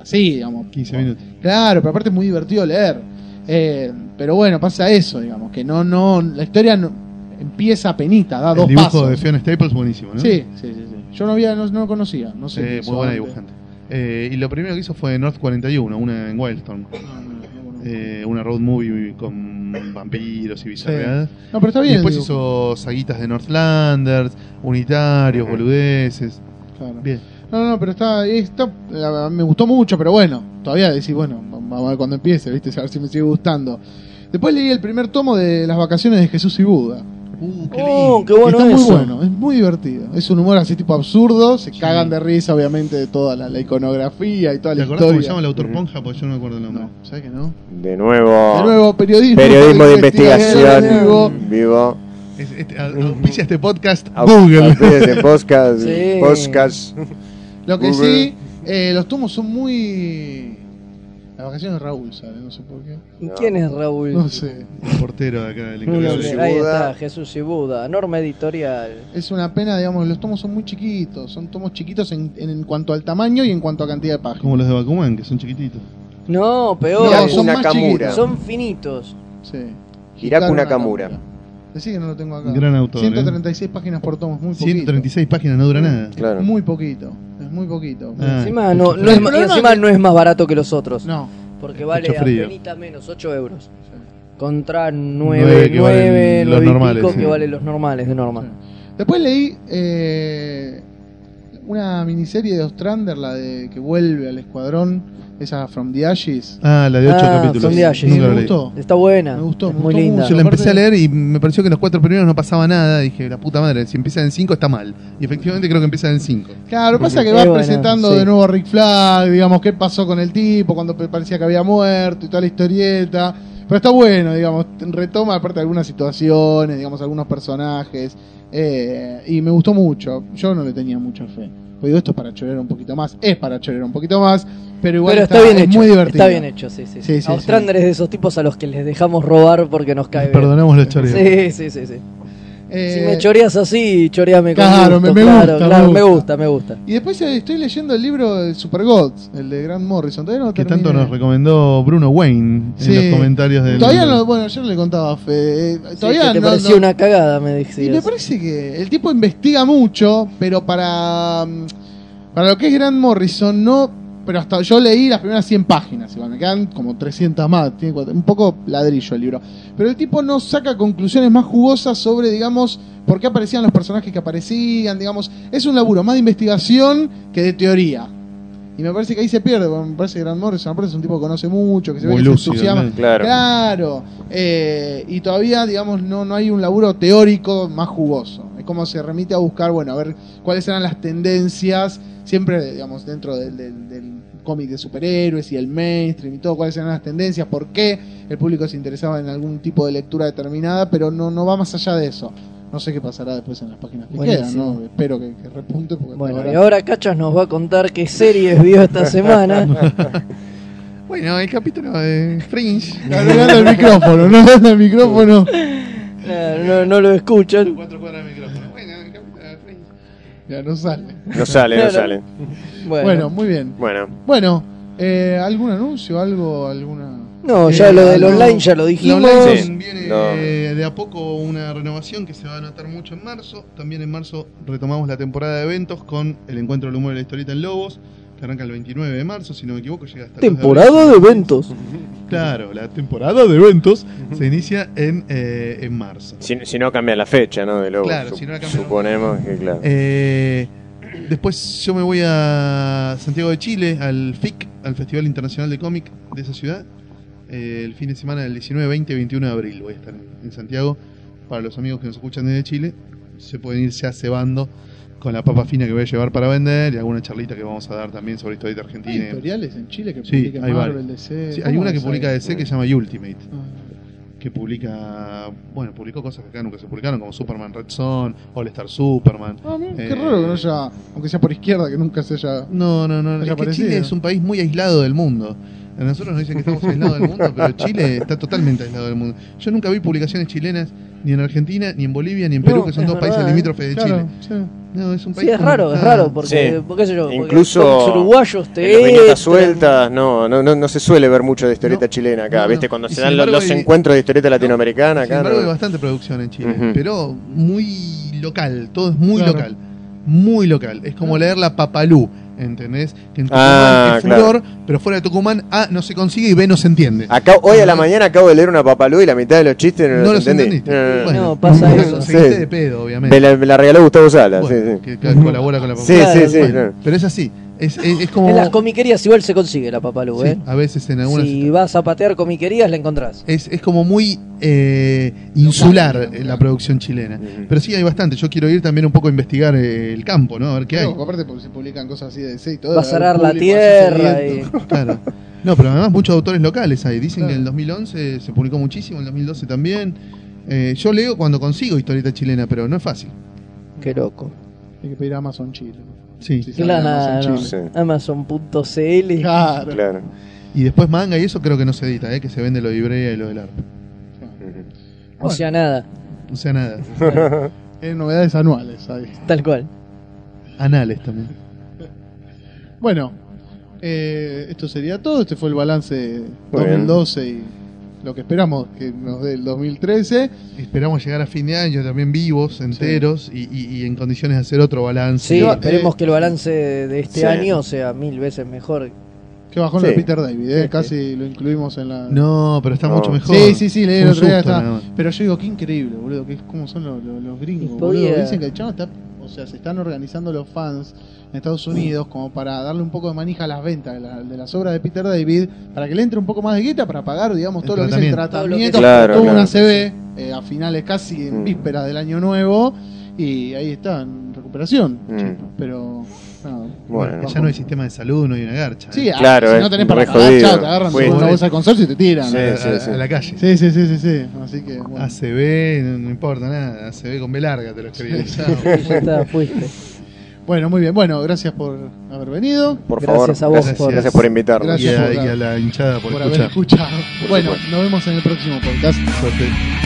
B: así, digamos.
C: 15 minutos.
B: Claro, pero aparte es muy divertido leer. Eh, pero bueno, pasa eso, digamos, que no, no, la historia no- empieza a penita, da
C: el
B: Ah, dos
C: dibujo
B: pasos.
C: de Fiona Staples, buenísimo, ¿no?
B: Sí, sí, sí, sí. Yo no había, no, no lo conocía, no sé.
C: Eh,
B: qué
C: muy
B: hizo
C: buena
B: antes.
C: dibujante. Eh, y lo primero que hizo fue North 41, una en Wildstorm.
B: Ah, No, no, no, no, no.
C: Eh, una road movie con vampiros y bizarreadas.
B: No, pero está
C: Y
B: bien.
C: después
B: el dibujo,
C: hizo saguitas de Northlanders, Unitarios,
D: Ujú.
C: boludeces.
B: claro.
C: Bien.
B: No, no, pero está, está- la verdad, me gustó mucho, pero bueno, todavía decís, bueno, vamos a ver cuando empiece, viste, a ver si me sigue gustando. Después leí el primer tomo de Las vacaciones de Jesús y Buda.
C: Uh, qué
E: Oh,
C: lindo.
E: qué bueno
B: está muy
E: eso.
B: bueno, es muy divertido. Es un humor así tipo absurdo, se cagan de risa, obviamente, de toda la, la iconografía y toda
C: ¿Te
B: la
C: acordás cómo se
B: historia.
C: llama el autor
D: Ujú.
C: ponja? Porque yo no me acuerdo el nombre.
B: No, ¿sabes que no?
D: De nuevo.
B: De nuevo, periodismo.
D: Periodismo de Mm.
B: de nuevo.
D: investigación. Vivo.
C: Es- este- a- auspicia este podcast
D: Au-
C: Google.
D: auspicios de podcast.
E: Sí.
D: podcast.
B: Lo que
D: Google.
B: sí, eh, los tomos son muy. Las vacaciones de Raúl, ¿sabes? No sé por qué.
E: ¿Quién es Raúl?
B: No sé.
C: El portero de acá del
E: Ok,
C: encargado
D: sé.
C: de-
E: Ahí
D: Buda.
E: está, Jesús y Buda, norma editorial.
B: Es una pena, digamos, los tomos son muy chiquitos. Son tomos chiquitos en, en cuanto al tamaño y en cuanto a cantidad de páginas.
C: Como los de Bakuman, que son chiquititos.
E: No, peor.
B: No,
D: Hiraku
B: son más
D: Nakamura.
B: chiquitos.
E: Son finitos.
B: Sí.
D: Hiraku
B: Hikaru
D: Nakamura.
B: Decí que no lo tengo acá.
C: Gran autor, ¿eh?
B: 136 páginas por tomo, es muy poquito.
C: 136 páginas, no dura nada.
D: Claro.
B: Muy poquito. Es muy poquito.
C: Ah,
E: Encima,
C: mucho
E: no,
C: frío.
E: no es,
B: El
E: ma-
B: problema
E: encima
B: es que-
E: no es más barato que los otros.
B: No.
E: Porque vale
C: Mucho frío.
E: apenas menos, 8 euros.
B: Sí.
E: Contra
C: Nueve
E: 9,
C: que
E: 9,
C: valen los normales, sí.
E: que valen los normales de norma.
B: Después leí eh, una miniserie de Ostrander, la de que vuelve al escuadrón, esa From the Ashes.
C: Ah, la de 8
E: Ah,
C: capítulos.
E: son de Ashes.
C: Nunca
B: Sí,
C: la
B: me
C: leí.
B: gustó.
E: Está buena.
B: Me gustó,
E: es
B: me
E: muy
B: gustó
E: linda.
B: mucho.
C: Yo la empecé
B: Aparte-
C: a leer y me pareció que los cuatro primeros no pasaba nada. Dije, la puta madre, si empieza en 5 está mal. Y efectivamente creo que empieza en 5.
B: Claro, pasa que
E: Eh,
B: va
E: bueno,
B: presentando
E: sí.
B: de nuevo a Rick Flag, digamos, qué pasó con el tipo cuando pe- parecía que había muerto y toda la historieta. Pero está bueno, digamos, retoma aparte algunas situaciones, digamos, algunos personajes. eh, y me gustó mucho. Yo no le tenía mucha fe. Pues digo, esto es para chorear un poquito más. Es para chorear un poquito más. Pero igual
E: Pero
B: está,
E: está, bien
B: es
E: hecho.
B: muy divertido.
E: Está bien hecho, sí, sí.
B: Sí,
E: sí,
B: sí,
E: Austrander es de esos tipos a los que les dejamos robar porque nos cae bien.
C: Perdonamos la chorea.
E: Sí, sí, sí, sí.
B: Eh,
E: Si me choreas así, choreame con
B: claro,
E: gusto,
B: me- me
E: claro,
B: gusta,
E: claro,
B: me
E: me
B: gusta.
E: gusta, me gusta.
B: y después eh, estoy leyendo el libro de Super Gods, el de Grant Morrison. Todavía no lo
C: Que
B: terminé.
C: tanto nos recomendó Bruno Wayne
B: Sí.
C: en los comentarios del.
B: Todavía no, bueno, ayer le contaba a Fede. eh,
E: Sí,
B: todavía
E: que te
B: no-
E: pareció
B: no-
E: una cagada, me decías.
B: Y me parece que el tipo investiga mucho, pero para, mm, para lo que es Grant Morrison, no. Pero hasta yo leí las primeras 100 páginas, igual, me quedan como 300 más, tiene cuatro- un poco ladrillo el libro. Pero el tipo no saca conclusiones más jugosas sobre, digamos, por qué aparecían los personajes que aparecían, digamos. Es un laburo más de investigación que de teoría. Y me parece que ahí se pierde, porque me parece que Grant Morrison aparte es un tipo que conoce mucho, que se
C: Muy
B: ve que se
C: lúcido,
B: entusiasma.
C: ¿no?
D: Claro.
B: Claro. Eh, y todavía, digamos, no, no hay un laburo teórico más jugoso. Es como se remite a buscar, bueno, a ver cuáles eran las tendencias, siempre, digamos, dentro del, del- del cómic de superhéroes y el mainstream y todo, cuáles eran las tendencias, por qué el público se interesaba en algún tipo de lectura determinada, pero no, no va más allá de eso. No sé qué pasará después en las páginas que
E: Buenísimo.
B: quedan, ¿no? Espero que, que repunte. Porque
E: Bueno,
B: ahora-
E: y
B: [LAUGHS]
E: ahora Cachas nos va a contar qué series
D: [LAUGHS]
E: vio esta semana.
C: Bueno, el capítulo de Fringe.
B: Adelante el micrófono, no adelante el micrófono.
E: Eh, no, no lo escuchan.
C: Cuatro cuadras de micrófono. Bueno, el capítulo de Fringe.
B: Ya no sale.
D: No sale, no
E: Claro.
D: sale.
E: Bueno,
B: Bueno, muy bien.
D: Bueno,
B: Bueno, eh, ¿algún anuncio? ¿Algo? ¿Alguna.?
E: no, ya
B: eh,
E: lo del
B: no.
E: online ya lo dijimos.
C: La online
D: Sí.
C: viene
D: No.
C: eh, de a poco una renovación que se va a notar mucho en marzo. También en marzo retomamos la temporada de eventos con el encuentro del humor de la historieta en Lobos, que arranca el 29 de marzo, si no me equivoco, llega hasta el 2 abril.
E: Temporada de eventos.
C: Claro, la temporada de eventos se inicia en, eh, en marzo.
D: si, si no cambia la fecha, ¿no? De Lobos.
C: Claro, si no la cambian-
D: Suponemos que, claro.
C: Eh, después yo me voy a Santiago de Chile, al FIC, al Festival Internacional de Cómic de esa ciudad. Eh, el fin de semana del 19, 20 y 21 de abril voy a estar en- en Santiago. Para los amigos que nos escuchan desde Chile, se pueden ir ya cebando con la papa fina que voy a llevar para vender y alguna charlita que vamos a dar también sobre historieta
B: ¿Hay
C: argentina.
B: editoriales en Chile que
C: Sí,
B: publican
C: hay
B: Marvel,
C: varias.
B: DC?
C: Sí, hay
B: Ah, ¿Cómo
C: una que
B: es
C: publica
B: ahí?
C: DC que se llama Ultimate
B: Ah,
C: que publica, bueno, publicó cosas que acá nunca se publicaron, como Superman Red Son, All Star Superman.
B: Ah, mira, qué
C: Eh,
B: raro que no haya, aunque sea por izquierda, que nunca se haya.
C: No, no, no,
B: Haya
C: es que
B: aparecido.
C: Chile es un país muy aislado del mundo. A nosotros nos dicen que estamos aislados del mundo, pero Chile está totalmente aislado del mundo. Yo nunca vi publicaciones chilenas ni en Argentina, ni en Bolivia, ni en Perú,
E: No,
C: que son
E: es
C: dos
E: verdad,
C: países
E: ¿eh?
C: limítrofes de
B: Claro,
C: Chile.
B: sí.
C: No, es un país
E: Sí, es
C: como
E: raro, es
B: Ah.
C: está-
E: raro, porque,
D: Sí.
E: porque qué sé yo, porque
D: Incluso
E: los uruguayos
D: En las
E: te
D: viñetas
E: entran.
D: sueltas, no, no, no, no se suele ver mucho de historieta
C: No.
D: chilena acá,
C: No,
D: ¿viste?
C: no.
D: Cuando
C: Y
D: se
C: sin
D: dan los,
C: embargo,
D: los
C: hay-
D: encuentros de historieta latinoamericana
C: Sin
D: acá.
C: embargo, hay
D: no.
C: bastante producción en Chile,
D: Ujú.
C: pero muy local, todo es muy
B: Claro.
C: local. Muy local. Es como leer la Papalú, ¿entendés? Que en Tucumán
D: Ah,
C: es furor, pero fuera de Tucumán A no se consigue y B no se entiende.
D: Acá, hoy a la mañana acabo de leer una papalú y la mitad de los chistes Ah, no,
C: no los
D: entendí.
C: entendiste.
D: No, no, no.
C: Bueno,
E: No, pasa
C: lo
E: eso.
C: conseguiste
D: Sí.
C: de pedo,
D: Me
C: obviamente.
D: la, me la regaló Gustavo Sala,
C: Bueno,
D: sí, sí.
C: que ca- colabora con la
D: Sí,
C: Papalú.
D: sí, sí,
C: Bueno,
D: claro.
C: Pero es así. Es, es- es como.
E: En las comiquerías igual se consigue la papalú,
C: Sí,
E: ¿eh?
C: a veces en algunas.
E: Si vas a patear comiquerías la encontrás.
C: Es, es como muy eh, insular eh, la producción chilena.
D: Ujú.
C: Pero sí, hay bastante. Yo quiero ir también un poco a investigar eh, el campo, ¿no? A ver qué hay.
B: Pero, aparte, porque se publican cosas así de DC y todo.
E: Vas a arar
B: el
E: la
B: público
E: tierra
B: así
E: y...
B: sediento.
C: [LAUGHS] Claro. No, pero además muchos autores locales hay. Dicen
B: Claro.
C: que en el 2011 se publicó muchísimo, en el 2012 también. Eh, yo leo cuando consigo historieta chilena, pero no es fácil.
E: Qué loco.
B: Hay que pedir Amazon Chile.
C: Sí.
B: Sí, sí.
E: Claro.
D: Sí.
E: Amazon.cl.
B: Claro.
D: Claro.
C: Y después manga y eso creo que no se edita, ¿eh? que se vende lo de Ibrea y lo del ARP.
D: Ujú.
E: O sea, nada.
C: O
D: [LAUGHS]
C: sea, nada.
B: Eh, novedades anuales ahí.
E: Tal cual.
C: Anales también.
B: Bueno, eh, esto sería todo. Este fue el balance
D: bien.
B: 2012 y lo que esperamos que nos dé el 2013.
C: Esperamos llegar a fin de año también vivos, enteros y- y, y en condiciones de hacer otro balance. Este,
E: Sí,
B: no,
E: esperemos
B: eh,
E: que el balance de este
D: sí.
E: año sea mil veces mejor.
B: Que bajó
D: Sí.
B: de Peter David, eh,
E: Sí,
B: casi lo incluimos en la.
C: No, pero está
D: No.
C: mucho mejor.
B: Sí, sí, sí, leí el
C: Fue un
B: otro día.
C: susto,
B: estaba-
C: nada más.
B: Pero yo digo, qué increíble, boludo, que es como son los, los- los gringos,
E: Y
B: boludo.
E: podía-
B: Dicen que el chavo está, o sea, se están organizando los fans en Estados Unidos como para darle un poco de manija a las ventas de, la- de las obras de Peter David, para que le entre un poco más de guita para pagar, digamos,
C: El
B: todo lo que es el
C: tratamiento.
E: Todo lo que
B: tratamiento.
E: es-
D: Claro,
B: tuvo
D: claro.
B: una CB eh, a finales casi en
D: Mm.
B: vísperas del año nuevo y ahí está, en recuperación.
D: Mm.
B: Chip, Pero, nada.
D: Bueno.
C: Que ya no hay sistema de salud, no hay una garcha.
B: Sí,
C: ¿eh?
B: ah,
D: Claro,
B: si
D: eh,
B: no tenés para
D: re
B: pagar,
D: jodido.
B: chao, te agarran
D: Fuiste.
B: una bolsa de consorcio y te tiran.
D: Sí.
B: Sí.
C: a, a- a la calle.
B: Sí, sí, sí, sí, Así que, bueno.
C: ACB, no, no importa nada. ACB con B larga te lo
B: [LAUGHS]
C: escribí.
E: Y ya está, fuiste.
B: Bueno, muy bien. Bueno, gracias por haber venido.
D: Por favor,
E: Gracias a vos
C: gracias.
E: por
D: gracias por invitarnos.
C: Y
B: Gracias.
C: a, y a la hinchada por,
B: Por, haber
C: escuchar.
B: escuchado. Bueno, nos vemos en el próximo podcast.
C: Suerte.